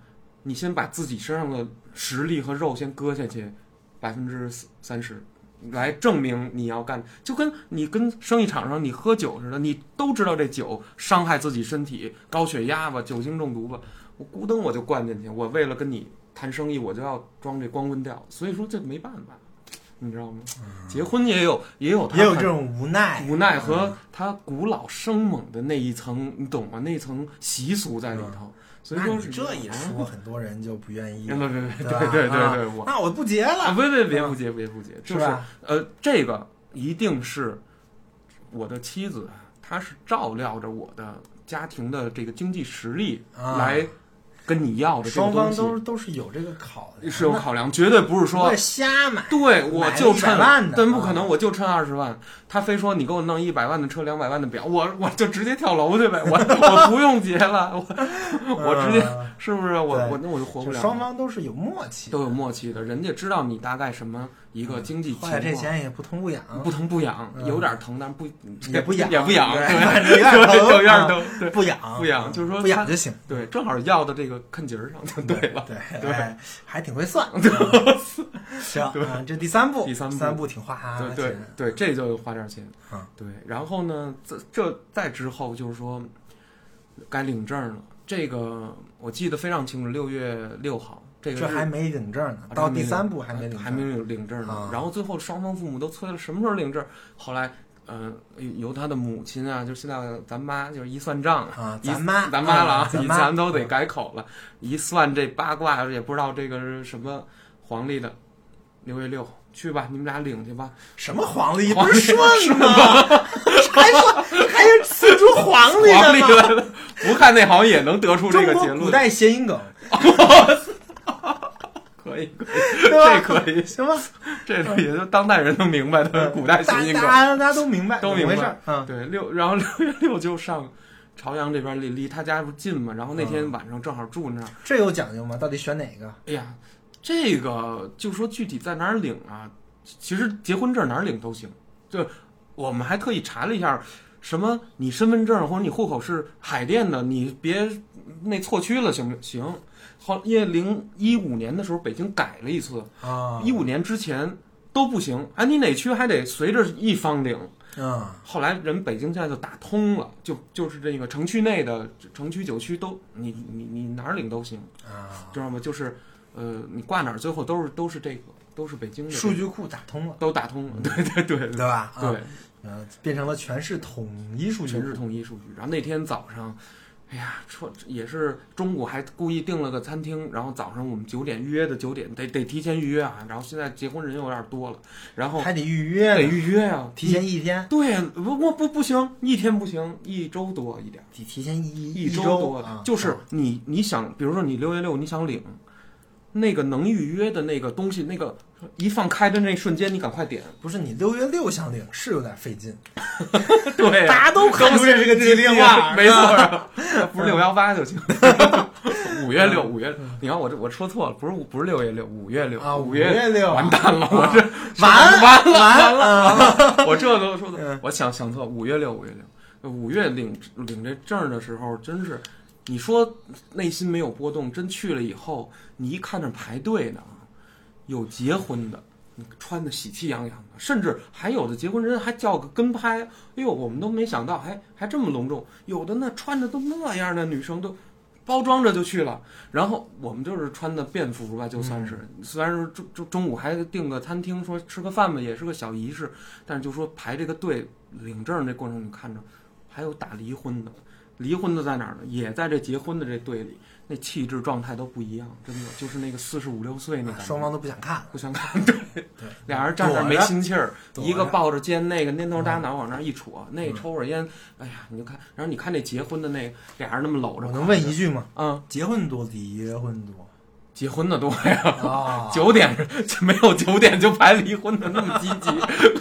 [SPEAKER 2] 你先把自己身上的实力和肉先割下去，百分之三十，来证明你要干。就跟你跟生意场上你喝酒似的，你都知道这酒伤害自己身体，高血压吧，酒精中毒吧，我咕噔我就灌进去。我为了跟你谈生意，我就要装这光棍调。所以说这没办法，你知道吗？结婚也有也有它
[SPEAKER 1] 也有
[SPEAKER 2] 很
[SPEAKER 1] 这种无奈，
[SPEAKER 2] 无奈和他古老生猛的那一层，你懂吗？那一层习俗在里头，所以
[SPEAKER 1] 那
[SPEAKER 2] 说
[SPEAKER 1] 你这一
[SPEAKER 2] 说，
[SPEAKER 1] 说，很多人就不愿意
[SPEAKER 2] 别，别别别，
[SPEAKER 1] 吧
[SPEAKER 2] 啊 对对对
[SPEAKER 1] 啊
[SPEAKER 2] 对，我
[SPEAKER 1] 那我不结了
[SPEAKER 2] 啊，，别别别不结别不结，就是
[SPEAKER 1] 吧？
[SPEAKER 2] 呃，这个一定是我的妻子，她是照料着我的家庭的这个经济实力
[SPEAKER 1] 啊
[SPEAKER 2] 来跟你要的这个
[SPEAKER 1] 双
[SPEAKER 2] 东
[SPEAKER 1] 方
[SPEAKER 2] 西，
[SPEAKER 1] 都都是有这个考量的，
[SPEAKER 2] 是有考量，绝对不是说
[SPEAKER 1] 不会瞎买，
[SPEAKER 2] 对，我就
[SPEAKER 1] 买
[SPEAKER 2] 趁
[SPEAKER 1] 了100万的
[SPEAKER 2] 真不
[SPEAKER 1] 啊
[SPEAKER 2] 可能，我就趁二十万。他非说你给我弄一百万的车，两百万的表，我我就直接跳楼去呗，我我不用结了， 我我直接
[SPEAKER 1] 嗯
[SPEAKER 2] 是不是？我
[SPEAKER 1] 对
[SPEAKER 2] 我那我就活不
[SPEAKER 1] 就
[SPEAKER 2] 了
[SPEAKER 1] 双
[SPEAKER 2] 了。
[SPEAKER 1] 方都是有默契，
[SPEAKER 2] 都有默契的，人家知道你大概什么一个经济情
[SPEAKER 1] 花点这
[SPEAKER 2] 况，
[SPEAKER 1] 钱也不疼不痒，
[SPEAKER 2] 不疼不痒，
[SPEAKER 1] 嗯
[SPEAKER 2] 有点疼，但不
[SPEAKER 1] 也 不痒
[SPEAKER 2] 也不痒，
[SPEAKER 1] 对 反正
[SPEAKER 2] 对，
[SPEAKER 1] 有点 疼
[SPEAKER 2] 对有点
[SPEAKER 1] 啊
[SPEAKER 2] 疼，对
[SPEAKER 1] 不痒嗯
[SPEAKER 2] 不痒就是说
[SPEAKER 1] 不
[SPEAKER 2] 他
[SPEAKER 1] 痒就行。
[SPEAKER 2] 对，正好要到这个坎节儿上就对了。
[SPEAKER 1] 对
[SPEAKER 2] 对
[SPEAKER 1] 哎还挺会 算。嗯行，啊，这第三步，
[SPEAKER 2] 第三步
[SPEAKER 1] 步挺花
[SPEAKER 2] 对
[SPEAKER 1] 啊钱
[SPEAKER 2] 对对，这就花点钱
[SPEAKER 1] 啊。
[SPEAKER 2] 对，然后呢，这这再之后就是说，该领证了。这个我记得非常清楚，六月六号，这个
[SPEAKER 1] 这
[SPEAKER 2] 日
[SPEAKER 1] 还没领证呢
[SPEAKER 2] 啊，
[SPEAKER 1] 到
[SPEAKER 2] 这没
[SPEAKER 1] 第
[SPEAKER 2] 领
[SPEAKER 1] 三步还没
[SPEAKER 2] 还
[SPEAKER 1] 领证，
[SPEAKER 2] 还没有领证呢。
[SPEAKER 1] 啊
[SPEAKER 2] 然后最后双方父母都催了，什么时候领证？后来，嗯、由他的母亲啊，就现在咱妈，就是一算账
[SPEAKER 1] 啊
[SPEAKER 2] 一
[SPEAKER 1] 咱妈
[SPEAKER 2] 咱妈了
[SPEAKER 1] 啊咱
[SPEAKER 2] 以
[SPEAKER 1] 妈
[SPEAKER 2] 咱都得改口了。一算这八卦，也不知道这个是什么黄历的，六月六去吧，你们俩领去吧。
[SPEAKER 1] 什么黄 历，
[SPEAKER 2] 黄
[SPEAKER 1] 不
[SPEAKER 2] 历
[SPEAKER 1] 是顺吗？还说 还有四出 黄历
[SPEAKER 2] 黄历
[SPEAKER 1] 的吗？
[SPEAKER 2] 了，不看那好像也能得出这
[SPEAKER 1] 中
[SPEAKER 2] 个
[SPEAKER 1] 国
[SPEAKER 2] 结
[SPEAKER 1] 古
[SPEAKER 2] 论。
[SPEAKER 1] 代谐音 梗，
[SPEAKER 2] 可以，可以，
[SPEAKER 1] 吧
[SPEAKER 2] 这可以，
[SPEAKER 1] 行吧？
[SPEAKER 2] 这个也就当代人能明白的古代谐
[SPEAKER 1] 大
[SPEAKER 2] 音梗
[SPEAKER 1] 大。家大家都明白，
[SPEAKER 2] 都明白
[SPEAKER 1] 怎么回事啊。
[SPEAKER 2] 对，六，然后六月六就上朝阳这边，离离他家不近嘛。然后那
[SPEAKER 1] 嗯
[SPEAKER 2] 天晚上正好住那儿，
[SPEAKER 1] 这有讲究吗？到底选哪个？
[SPEAKER 2] 哎呀，这个就说具体在哪儿领啊？其实结婚证哪儿领都行。对，我们还特意查了一下，什么你身份证或者你户口是海淀的，你别那错区了，行不行？好，因为零一五年的时候北京改了一次，
[SPEAKER 1] 啊，
[SPEAKER 2] 一五年之前都不行，哎，你哪区还得随着一方领。
[SPEAKER 1] 啊，
[SPEAKER 2] 后来人北京现在就打通了，就就是这个城区内的城区、九区都，你你你哪儿领都行，
[SPEAKER 1] 啊，
[SPEAKER 2] 知道吗？就是，呃，你挂哪儿，最后都是都是这个，都是北京的
[SPEAKER 1] 数据库打通了，
[SPEAKER 2] 都打通了， 对对对
[SPEAKER 1] 对吧？啊，
[SPEAKER 2] 对，
[SPEAKER 1] 嗯，变成了全市统一数据
[SPEAKER 2] 全
[SPEAKER 1] 库
[SPEAKER 2] 是统一数据。然后那天早上，哎呀，说也是中午还故意订了个餐厅，然后早上我们九点预约的，九点得得提前预约啊。然后现在结婚人有点多了，然后
[SPEAKER 1] 还得预
[SPEAKER 2] 得
[SPEAKER 1] 约呢，
[SPEAKER 2] 预约啊，
[SPEAKER 1] 提前一天，
[SPEAKER 2] 对呀，不不不不行，一天不行，一周多一点，
[SPEAKER 1] 提提前一
[SPEAKER 2] 一
[SPEAKER 1] 周
[SPEAKER 2] 多，
[SPEAKER 1] 啊
[SPEAKER 2] 就是你你想，比如说你六月六你想领，那个能预约的那个东西，那个一放开的那瞬间，你赶快 点。
[SPEAKER 1] 不是你六月六想领是有点费劲，
[SPEAKER 2] 对
[SPEAKER 1] 大家都看出这是个吉利话，
[SPEAKER 2] 没错
[SPEAKER 1] 啊，
[SPEAKER 2] 啊， 不是六幺八就行。五月六，五月，你看我这我说错了，不是五不是六月六，五月六
[SPEAKER 1] 啊
[SPEAKER 2] 五
[SPEAKER 1] 五月六
[SPEAKER 2] 完蛋了，我这
[SPEAKER 1] 完
[SPEAKER 2] 完了
[SPEAKER 1] 完了
[SPEAKER 2] 我这都说
[SPEAKER 1] 嗯
[SPEAKER 2] 的，我想想错，五月六，五月六，五月领领这证儿的时候，真是，你说内心没有波动，真去了以后，你一看那排队的啊，有结婚的，穿的喜气洋洋的，甚至还有的结婚人还叫个跟拍，哎呦，我们都没想到，还还这么隆重，有的呢穿的都那样的女生都。包装着就去了。然后我们就是穿的便服吧，就算是，虽然说中中中午还订个餐厅说吃个饭吧，也是个小仪式，但是就说排这个队领证这过程，你看着还有打离婚的。离婚的在哪儿呢？也在这结婚的这队里，那气质状态都不一样，真的就是那个四十五六岁那感觉。
[SPEAKER 1] 双方都不想看，
[SPEAKER 2] 不想看， 对，
[SPEAKER 1] 对
[SPEAKER 2] 俩人站那儿没心气儿，
[SPEAKER 1] 躲着嗯
[SPEAKER 2] 一个抱着肩，那个蔫头耷脑往那儿一杵，那抽会儿烟，哎呀，你就看，然后你看那结婚的那个，俩人那么搂
[SPEAKER 1] 我
[SPEAKER 2] 着，
[SPEAKER 1] 能问一句吗？
[SPEAKER 2] 嗯，
[SPEAKER 1] 结婚多离婚 多
[SPEAKER 2] 结婚的多呀，
[SPEAKER 1] 啊
[SPEAKER 2] 九点就没有九点就排离婚的那么积 极，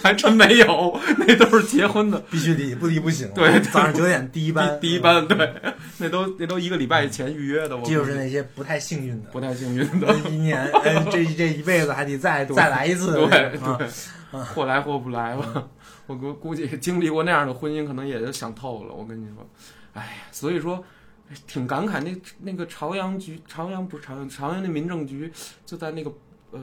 [SPEAKER 2] 还真没有，那都是结婚的
[SPEAKER 1] 必须离，不离不行。
[SPEAKER 2] 对对
[SPEAKER 1] 早上九点第一班， 嗯
[SPEAKER 2] 第第一班，对，那都那都一个礼拜以前预约的，我
[SPEAKER 1] 这就是那些不太幸运的，
[SPEAKER 2] 不太 幸运的，
[SPEAKER 1] 一年，哎，这这一辈子还得再
[SPEAKER 2] 对
[SPEAKER 1] 再来一次，
[SPEAKER 2] 对
[SPEAKER 1] 啊嗯
[SPEAKER 2] 对， 或来或不来吧。我估估计经历过那样的婚姻，可能也就想透了。我跟你说，哎呀，所以说挺感慨。那那个朝阳局，朝阳不是朝阳，朝阳那民政局就在那个呃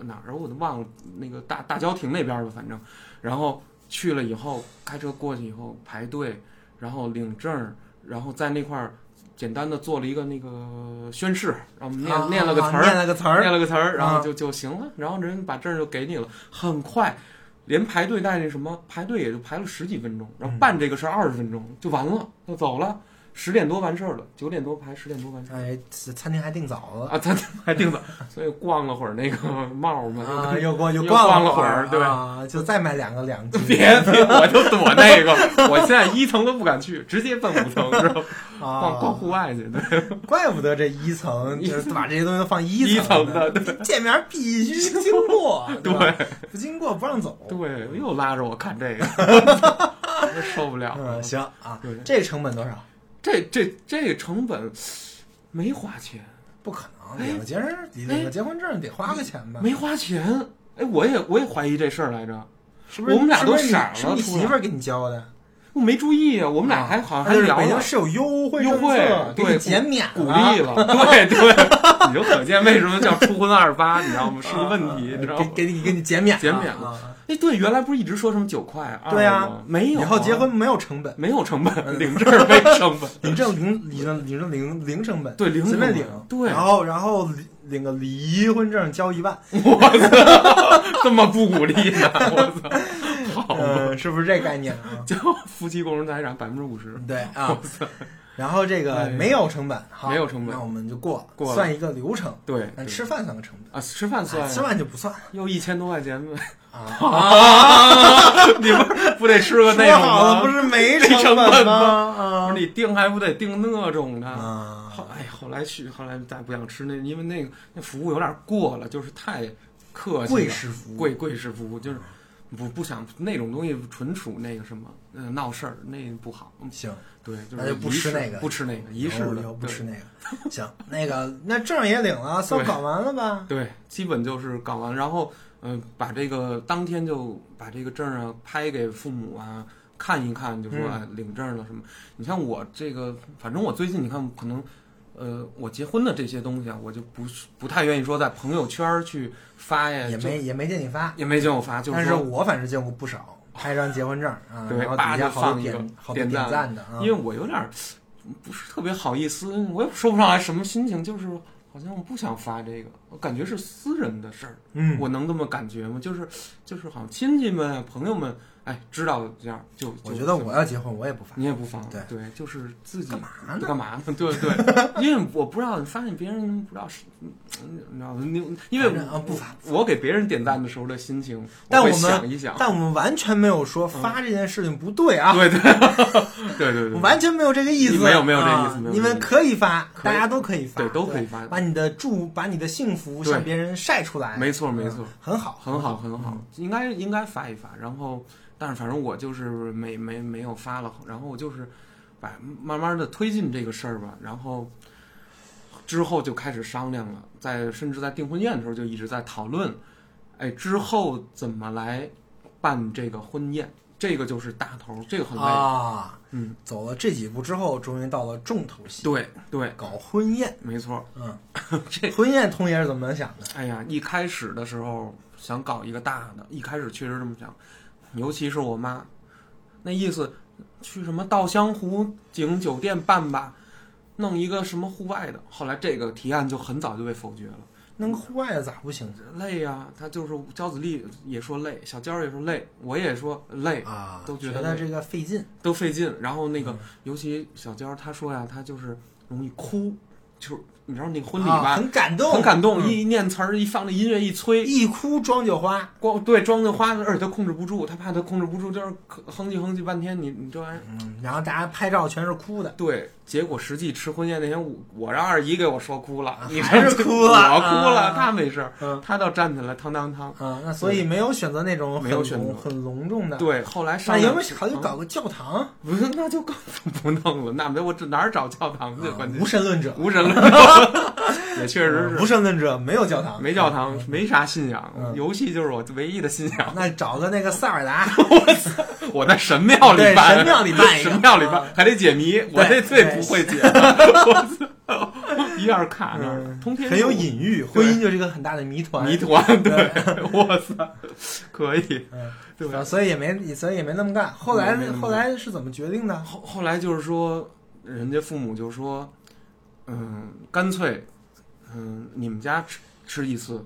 [SPEAKER 2] 哪儿啊我都忘了，那个大大郊亭那边儿吧，反正。然后去了以后，开车过去以后排队，然后领证儿，然后在那块儿简单的做了一个那个宣誓，然后念、
[SPEAKER 1] 啊
[SPEAKER 2] 念了个词儿，
[SPEAKER 1] 念了个词儿，啊
[SPEAKER 2] 念了个词儿，然后就就行了，然后人把证儿就给你了，很快，连排队带那什么排队也就排了十几分钟，然
[SPEAKER 1] 嗯
[SPEAKER 2] 后办这个事儿二十分钟就完了，就走了，十点多完事儿了，九点多排，十点多完事
[SPEAKER 1] 哎，这餐厅还订早
[SPEAKER 2] 儿
[SPEAKER 1] 了
[SPEAKER 2] 啊，他还定了，所以逛了会儿那个帽儿嘛，就
[SPEAKER 1] 啊，又逛
[SPEAKER 2] 又
[SPEAKER 1] 逛
[SPEAKER 2] 逛了
[SPEAKER 1] 会
[SPEAKER 2] 会儿对
[SPEAKER 1] 啊，就再买两个两斤
[SPEAKER 2] 别别，我就躲那个，我现在一层都不敢去，直接奔五层，知道吗？逛逛
[SPEAKER 1] 啊，
[SPEAKER 2] 户外去，对，
[SPEAKER 1] 怪不得这一层就是把这些东西都放
[SPEAKER 2] 一
[SPEAKER 1] 层
[SPEAKER 2] 层的，对
[SPEAKER 1] 见面必须经 过，对吧，不经过不让走。
[SPEAKER 2] 对，又拉着我看这个，我受不了了
[SPEAKER 1] 嗯，。行啊
[SPEAKER 2] 对，
[SPEAKER 1] 这成本多少？
[SPEAKER 2] 这这这成本没花钱，
[SPEAKER 1] 不可能，领个结婚领个结婚证得花个钱吧？
[SPEAKER 2] 哎没花钱。哎，我也我也怀疑这事儿来着，
[SPEAKER 1] 是不是
[SPEAKER 2] 我们俩
[SPEAKER 1] 是
[SPEAKER 2] 都
[SPEAKER 1] 不是你
[SPEAKER 2] 傻了
[SPEAKER 1] 是不是你
[SPEAKER 2] 突然
[SPEAKER 1] 媳妇儿给你教的？
[SPEAKER 2] 我没注意啊。我
[SPEAKER 1] 我
[SPEAKER 2] 们俩还好像还
[SPEAKER 1] 而且
[SPEAKER 2] 聊
[SPEAKER 1] 北京
[SPEAKER 2] 了，
[SPEAKER 1] 是有优惠
[SPEAKER 2] 优
[SPEAKER 1] 政
[SPEAKER 2] 惠
[SPEAKER 1] 策，给
[SPEAKER 2] 对
[SPEAKER 1] 你减免
[SPEAKER 2] 鼓励了。对对，你就可见为什么叫初婚二八，你知道吗？是个问题，
[SPEAKER 1] 啊
[SPEAKER 2] 你知道吗？
[SPEAKER 1] 给给你给你减免了
[SPEAKER 2] 减免了
[SPEAKER 1] 啊
[SPEAKER 2] 哎，对，原来不是一直说什么九块二
[SPEAKER 1] 对啊
[SPEAKER 2] 吗？没有啊，
[SPEAKER 1] 以后结婚嗯没有成本，
[SPEAKER 2] 没有成本，领证儿没成本。
[SPEAKER 1] 领证零领证领证零零成本，
[SPEAKER 2] 对零
[SPEAKER 1] 随便
[SPEAKER 2] 成
[SPEAKER 1] 领
[SPEAKER 2] 本，对
[SPEAKER 1] 然后然后领领个离婚证交一万，
[SPEAKER 2] 这么不鼓励呢？ 我操，好吧，
[SPEAKER 1] 嗯，是不是这概念啊？
[SPEAKER 2] 就夫妻共同财产百分之五十，
[SPEAKER 1] 对啊，然后这
[SPEAKER 2] 哎
[SPEAKER 1] 个
[SPEAKER 2] 呀
[SPEAKER 1] 没有成本，好
[SPEAKER 2] 没有成本
[SPEAKER 1] 那我们就过
[SPEAKER 2] 过了
[SPEAKER 1] 算一个流程，
[SPEAKER 2] 对，
[SPEAKER 1] 但
[SPEAKER 2] 对
[SPEAKER 1] 吃饭算个成本。
[SPEAKER 2] 啊，吃饭算
[SPEAKER 1] 嗯啊吃饭就不算
[SPEAKER 2] 又一千多块钱 呗。
[SPEAKER 1] 啊！
[SPEAKER 2] 啊！ 你不是不得吃个那
[SPEAKER 1] 说
[SPEAKER 2] 种
[SPEAKER 1] 好了
[SPEAKER 2] 吗？
[SPEAKER 1] 不
[SPEAKER 2] 是，
[SPEAKER 1] 是没
[SPEAKER 2] 没成
[SPEAKER 1] 本
[SPEAKER 2] 本
[SPEAKER 1] 吗？
[SPEAKER 2] 吗
[SPEAKER 1] 啊
[SPEAKER 2] 你订还不得订那种的？
[SPEAKER 1] 啊！
[SPEAKER 2] 后哎，后来去，后来再不想吃那，因为那个那服务有点过了，就是太客气了，
[SPEAKER 1] 贵式服务嗯
[SPEAKER 2] 贵贵式服务就是不不想那种东西，纯属那个什么，呃，闹事儿，那不好。嗯
[SPEAKER 1] 行，
[SPEAKER 2] 对，就
[SPEAKER 1] 那就
[SPEAKER 2] 是
[SPEAKER 1] 不
[SPEAKER 2] 仪
[SPEAKER 1] 吃
[SPEAKER 2] 式
[SPEAKER 1] 那个
[SPEAKER 2] 不吃那个仪式
[SPEAKER 1] 以后以
[SPEAKER 2] 的
[SPEAKER 1] 后，不吃
[SPEAKER 2] 对
[SPEAKER 1] 那个。 行，那个那证也领了，算
[SPEAKER 2] 对
[SPEAKER 1] 搞完了 吧？
[SPEAKER 2] 对，基本就是搞完，然后嗯、呃把这个当天就把这个证儿啊拍给父母啊看一看，就说
[SPEAKER 1] 嗯
[SPEAKER 2] 哎领证了什么。你像我这个，反正我最近你看可能。呃，我结婚的这些东西啊，我就不是不太愿意说在朋友圈儿去发呀，
[SPEAKER 1] 也
[SPEAKER 2] 哎就
[SPEAKER 1] 没也没见你发，
[SPEAKER 2] 也没见我发，就
[SPEAKER 1] 但是
[SPEAKER 2] 说，啊
[SPEAKER 1] 我反正见过不少，拍张结婚证啊，
[SPEAKER 2] 对
[SPEAKER 1] 然后
[SPEAKER 2] 叭
[SPEAKER 1] 底下
[SPEAKER 2] 就
[SPEAKER 1] 好多
[SPEAKER 2] 放一个
[SPEAKER 1] 点好多
[SPEAKER 2] 点
[SPEAKER 1] 点
[SPEAKER 2] 赞
[SPEAKER 1] 赞的啊
[SPEAKER 2] 因为。我有点儿不是特别好意思，我也说不上来什么心情，就是好像我不想发这个，我感觉是私人的事儿，
[SPEAKER 1] 嗯，
[SPEAKER 2] 我能这么感觉吗？就是就是好像亲戚们啊、朋友们，哎，知道这样就
[SPEAKER 1] 我
[SPEAKER 2] 就
[SPEAKER 1] 觉得我要结婚我也不发，
[SPEAKER 2] 你也不妨
[SPEAKER 1] 对
[SPEAKER 2] 就是自己
[SPEAKER 1] 干嘛呢？
[SPEAKER 2] 干嘛呢？对 对，因为我不知道，发现别人不知道是，嗯你知道吗？你因为
[SPEAKER 1] 反正啊不发。
[SPEAKER 2] 我给别人点赞的时候的心情，
[SPEAKER 1] 但
[SPEAKER 2] 我会
[SPEAKER 1] 我们
[SPEAKER 2] 想一想，嗯
[SPEAKER 1] 但我们完全没有说发这件事情不对啊，
[SPEAKER 2] 对对对对
[SPEAKER 1] 我
[SPEAKER 2] 对，
[SPEAKER 1] 完全没有这个意思，
[SPEAKER 2] 没有没有这意思
[SPEAKER 1] 啊
[SPEAKER 2] 没有这个意
[SPEAKER 1] 你
[SPEAKER 2] 思
[SPEAKER 1] 们可以发，
[SPEAKER 2] 可
[SPEAKER 1] 大
[SPEAKER 2] 以
[SPEAKER 1] 家都可以发，
[SPEAKER 2] 对都可以发
[SPEAKER 1] 把你的祝，把你的幸福
[SPEAKER 2] 对
[SPEAKER 1] 向别人晒出来，
[SPEAKER 2] 没错没错
[SPEAKER 1] 嗯，很好，
[SPEAKER 2] 很好很好，应该应该发一发，然后但是反正我就是没没没有发了，然后我就是把慢慢的推进这个事儿吧，然后之后就开始商量了，在甚至在订婚宴的时候就一直在讨论，哎，之后怎么来办这个婚宴，这个就是大头儿，这个很累，
[SPEAKER 1] 啊。
[SPEAKER 2] 嗯，
[SPEAKER 1] 走了这几步之后，终于到了重头戏，
[SPEAKER 2] 对对，
[SPEAKER 1] 搞婚宴。
[SPEAKER 2] 没错，
[SPEAKER 1] 嗯，
[SPEAKER 2] 这
[SPEAKER 1] 婚宴通爷是怎么想的？
[SPEAKER 2] 哎呀，一开始的时候想搞一个大的，一开始确实这么想，尤其是我妈，那意思去什么稻香湖景酒店办吧，弄一个什么户外的。后来这个提案就很早就被否决了。
[SPEAKER 1] 弄个户外的咋不行
[SPEAKER 2] 累呀、他就是焦子丽也说累，小娇儿也说累，我也说累，
[SPEAKER 1] 啊？
[SPEAKER 2] 都觉
[SPEAKER 1] 觉
[SPEAKER 2] 得
[SPEAKER 1] 这个费劲。
[SPEAKER 2] 都费劲。然后
[SPEAKER 1] 嗯
[SPEAKER 2] 那个，尤其小娇儿她说呀，她就是容易哭，就是你知道那个婚礼
[SPEAKER 1] 啊
[SPEAKER 2] 吧，
[SPEAKER 1] 很感动，
[SPEAKER 2] 很感动，
[SPEAKER 1] 嗯
[SPEAKER 2] 一念词儿一放这音乐一吹，
[SPEAKER 1] 一哭妆就花。
[SPEAKER 2] 光对妆就花，而且她控制不住，她怕她控制不住，就是哼唧哼唧半天，你你这玩意儿。
[SPEAKER 1] 嗯，然后大家拍照全是哭的，
[SPEAKER 2] 对，结果实际吃婚宴那天，我我让二姨给我说哭了
[SPEAKER 1] 啊，
[SPEAKER 2] 你
[SPEAKER 1] 还是
[SPEAKER 2] 这
[SPEAKER 1] 哭了
[SPEAKER 2] 我哭了，
[SPEAKER 1] 啊
[SPEAKER 2] 她没事儿，
[SPEAKER 1] 嗯
[SPEAKER 2] 她倒站起来，汤汤汤。
[SPEAKER 1] 啊，那所以没有选择那种很
[SPEAKER 2] 没有选择
[SPEAKER 1] 隆很隆重的。，
[SPEAKER 2] 对，后来
[SPEAKER 1] 那
[SPEAKER 2] 上
[SPEAKER 1] 要
[SPEAKER 2] 有
[SPEAKER 1] 不好就搞个教堂，
[SPEAKER 2] 不是，那就更不弄了。那没我这哪儿找教堂去？
[SPEAKER 1] 啊
[SPEAKER 2] 嗯关键
[SPEAKER 1] 无神论者，
[SPEAKER 2] 无神论， 也确实
[SPEAKER 1] 无
[SPEAKER 2] 是
[SPEAKER 1] 神论者没有教堂，
[SPEAKER 2] 没教堂，没啥信仰
[SPEAKER 1] 嗯。
[SPEAKER 2] 游戏就是我唯一的信仰。
[SPEAKER 1] 那找个那个塞尔达，
[SPEAKER 2] 我在神庙里
[SPEAKER 1] 对
[SPEAKER 2] 办，
[SPEAKER 1] 神庙里办一个
[SPEAKER 2] 神庙里
[SPEAKER 1] 啊
[SPEAKER 2] 办，还得解谜。我
[SPEAKER 1] 对
[SPEAKER 2] 这最
[SPEAKER 1] 对
[SPEAKER 2] 不会解了， 我操！一样卡那儿
[SPEAKER 1] 嗯，
[SPEAKER 2] 通天
[SPEAKER 1] 很有
[SPEAKER 2] 术
[SPEAKER 1] 隐喻，婚姻就是一个很大的谜团。
[SPEAKER 2] 谜团，对，我操，可以，
[SPEAKER 1] 嗯，
[SPEAKER 2] 对
[SPEAKER 1] 然后所以也没，所以也没那么干。后来
[SPEAKER 2] 没没那么干
[SPEAKER 1] 后来是怎么决定的？
[SPEAKER 2] 后后来就是说，人家父母就说，嗯，干脆，嗯，你们家吃吃一次，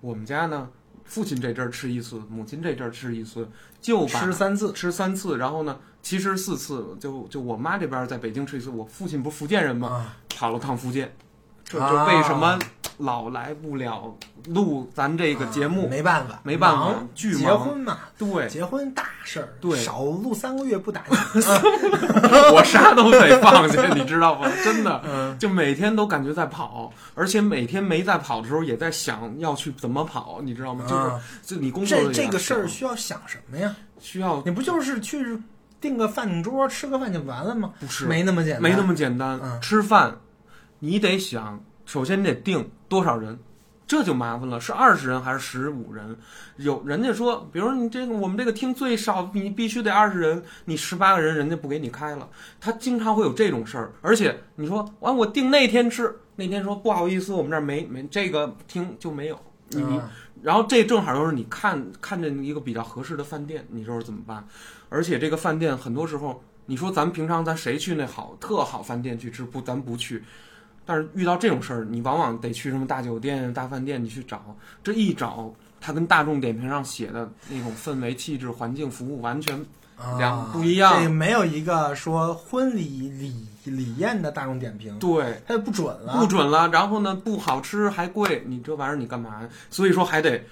[SPEAKER 2] 我们家呢，父亲这阵儿吃一次，母亲这阵儿吃一次，就把
[SPEAKER 1] 吃三次，
[SPEAKER 2] 吃三次，然后呢，其实四次，就就我妈这边儿在北京吃一次，我父亲不是福建人吗？
[SPEAKER 1] 啊，
[SPEAKER 2] 跑了趟福建，这就
[SPEAKER 1] 啊
[SPEAKER 2] 为什么老来不了录咱这个节目？
[SPEAKER 1] 啊没办法，
[SPEAKER 2] 没办法
[SPEAKER 1] 忙
[SPEAKER 2] 巨忙
[SPEAKER 1] 结婚嘛，
[SPEAKER 2] 对，
[SPEAKER 1] 结婚大事儿，
[SPEAKER 2] 对
[SPEAKER 1] 少录三个月不打紧。
[SPEAKER 2] 我啥都得放下，你知道吗？真的，
[SPEAKER 1] 嗯
[SPEAKER 2] 就每天都感觉在跑，而且每天没在跑的时候，也在想要去怎么跑，你知道吗？
[SPEAKER 1] 啊
[SPEAKER 2] 就是就你工作
[SPEAKER 1] 这
[SPEAKER 2] 了
[SPEAKER 1] 这个事儿
[SPEAKER 2] 也
[SPEAKER 1] 需要想什么呀？
[SPEAKER 2] 需要
[SPEAKER 1] 你不就是去订个饭桌吃个饭就完了吗？
[SPEAKER 2] 不是
[SPEAKER 1] 没那么简单，
[SPEAKER 2] 没那么简单。
[SPEAKER 1] 嗯
[SPEAKER 2] 吃饭，你得想，首先你得定多少人。这就麻烦了，是二十人还是十五人？有人家说，比如说你这个我们这个厅最少你必须得二十人，你十八个人人家不给你开了。他经常会有这种事儿，而且你说完我定那天吃，那天说不好意思，我们这儿没没这个厅就没有。你你
[SPEAKER 1] 啊
[SPEAKER 2] 然后这正好又是你看看见一个比较合适的饭店，你说是怎么办？而且这个饭店很多时候，你说咱平常咱谁去那好特好饭店去吃不？咱不去。但是遇到这种事儿，你往往得去什么大酒店、大饭店，你去找。这一找，它跟大众点评上写的那种氛围、气质、环境、服务完全
[SPEAKER 1] 啊
[SPEAKER 2] 两不一样
[SPEAKER 1] 这没有一个说婚礼礼礼宴的大众点评，
[SPEAKER 2] 对。
[SPEAKER 1] 它就不准了。
[SPEAKER 2] 不准了，然后呢不好吃还贵，你这玩意儿你干嘛？所以说还得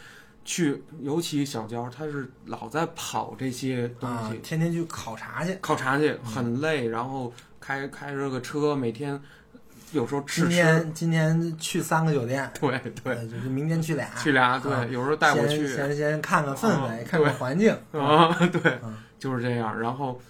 [SPEAKER 2] 去，尤其小娇她是老在跑这些东
[SPEAKER 1] 啊嗯
[SPEAKER 2] 西，，
[SPEAKER 1] 天天去考察去，
[SPEAKER 2] 考察去很累，然后开开着个车，每天有时候
[SPEAKER 1] 今
[SPEAKER 2] 吃吃，
[SPEAKER 1] 天今天去三个酒店，
[SPEAKER 2] 对对，
[SPEAKER 1] 呃，就是明天去俩，
[SPEAKER 2] 去俩对
[SPEAKER 1] 啊，
[SPEAKER 2] 有时候带
[SPEAKER 1] 先
[SPEAKER 2] 我去
[SPEAKER 1] 先先看看氛围，
[SPEAKER 2] 啊
[SPEAKER 1] 看看
[SPEAKER 2] 对
[SPEAKER 1] 环境，
[SPEAKER 2] 啊，对
[SPEAKER 1] 嗯，
[SPEAKER 2] 就是这样，然后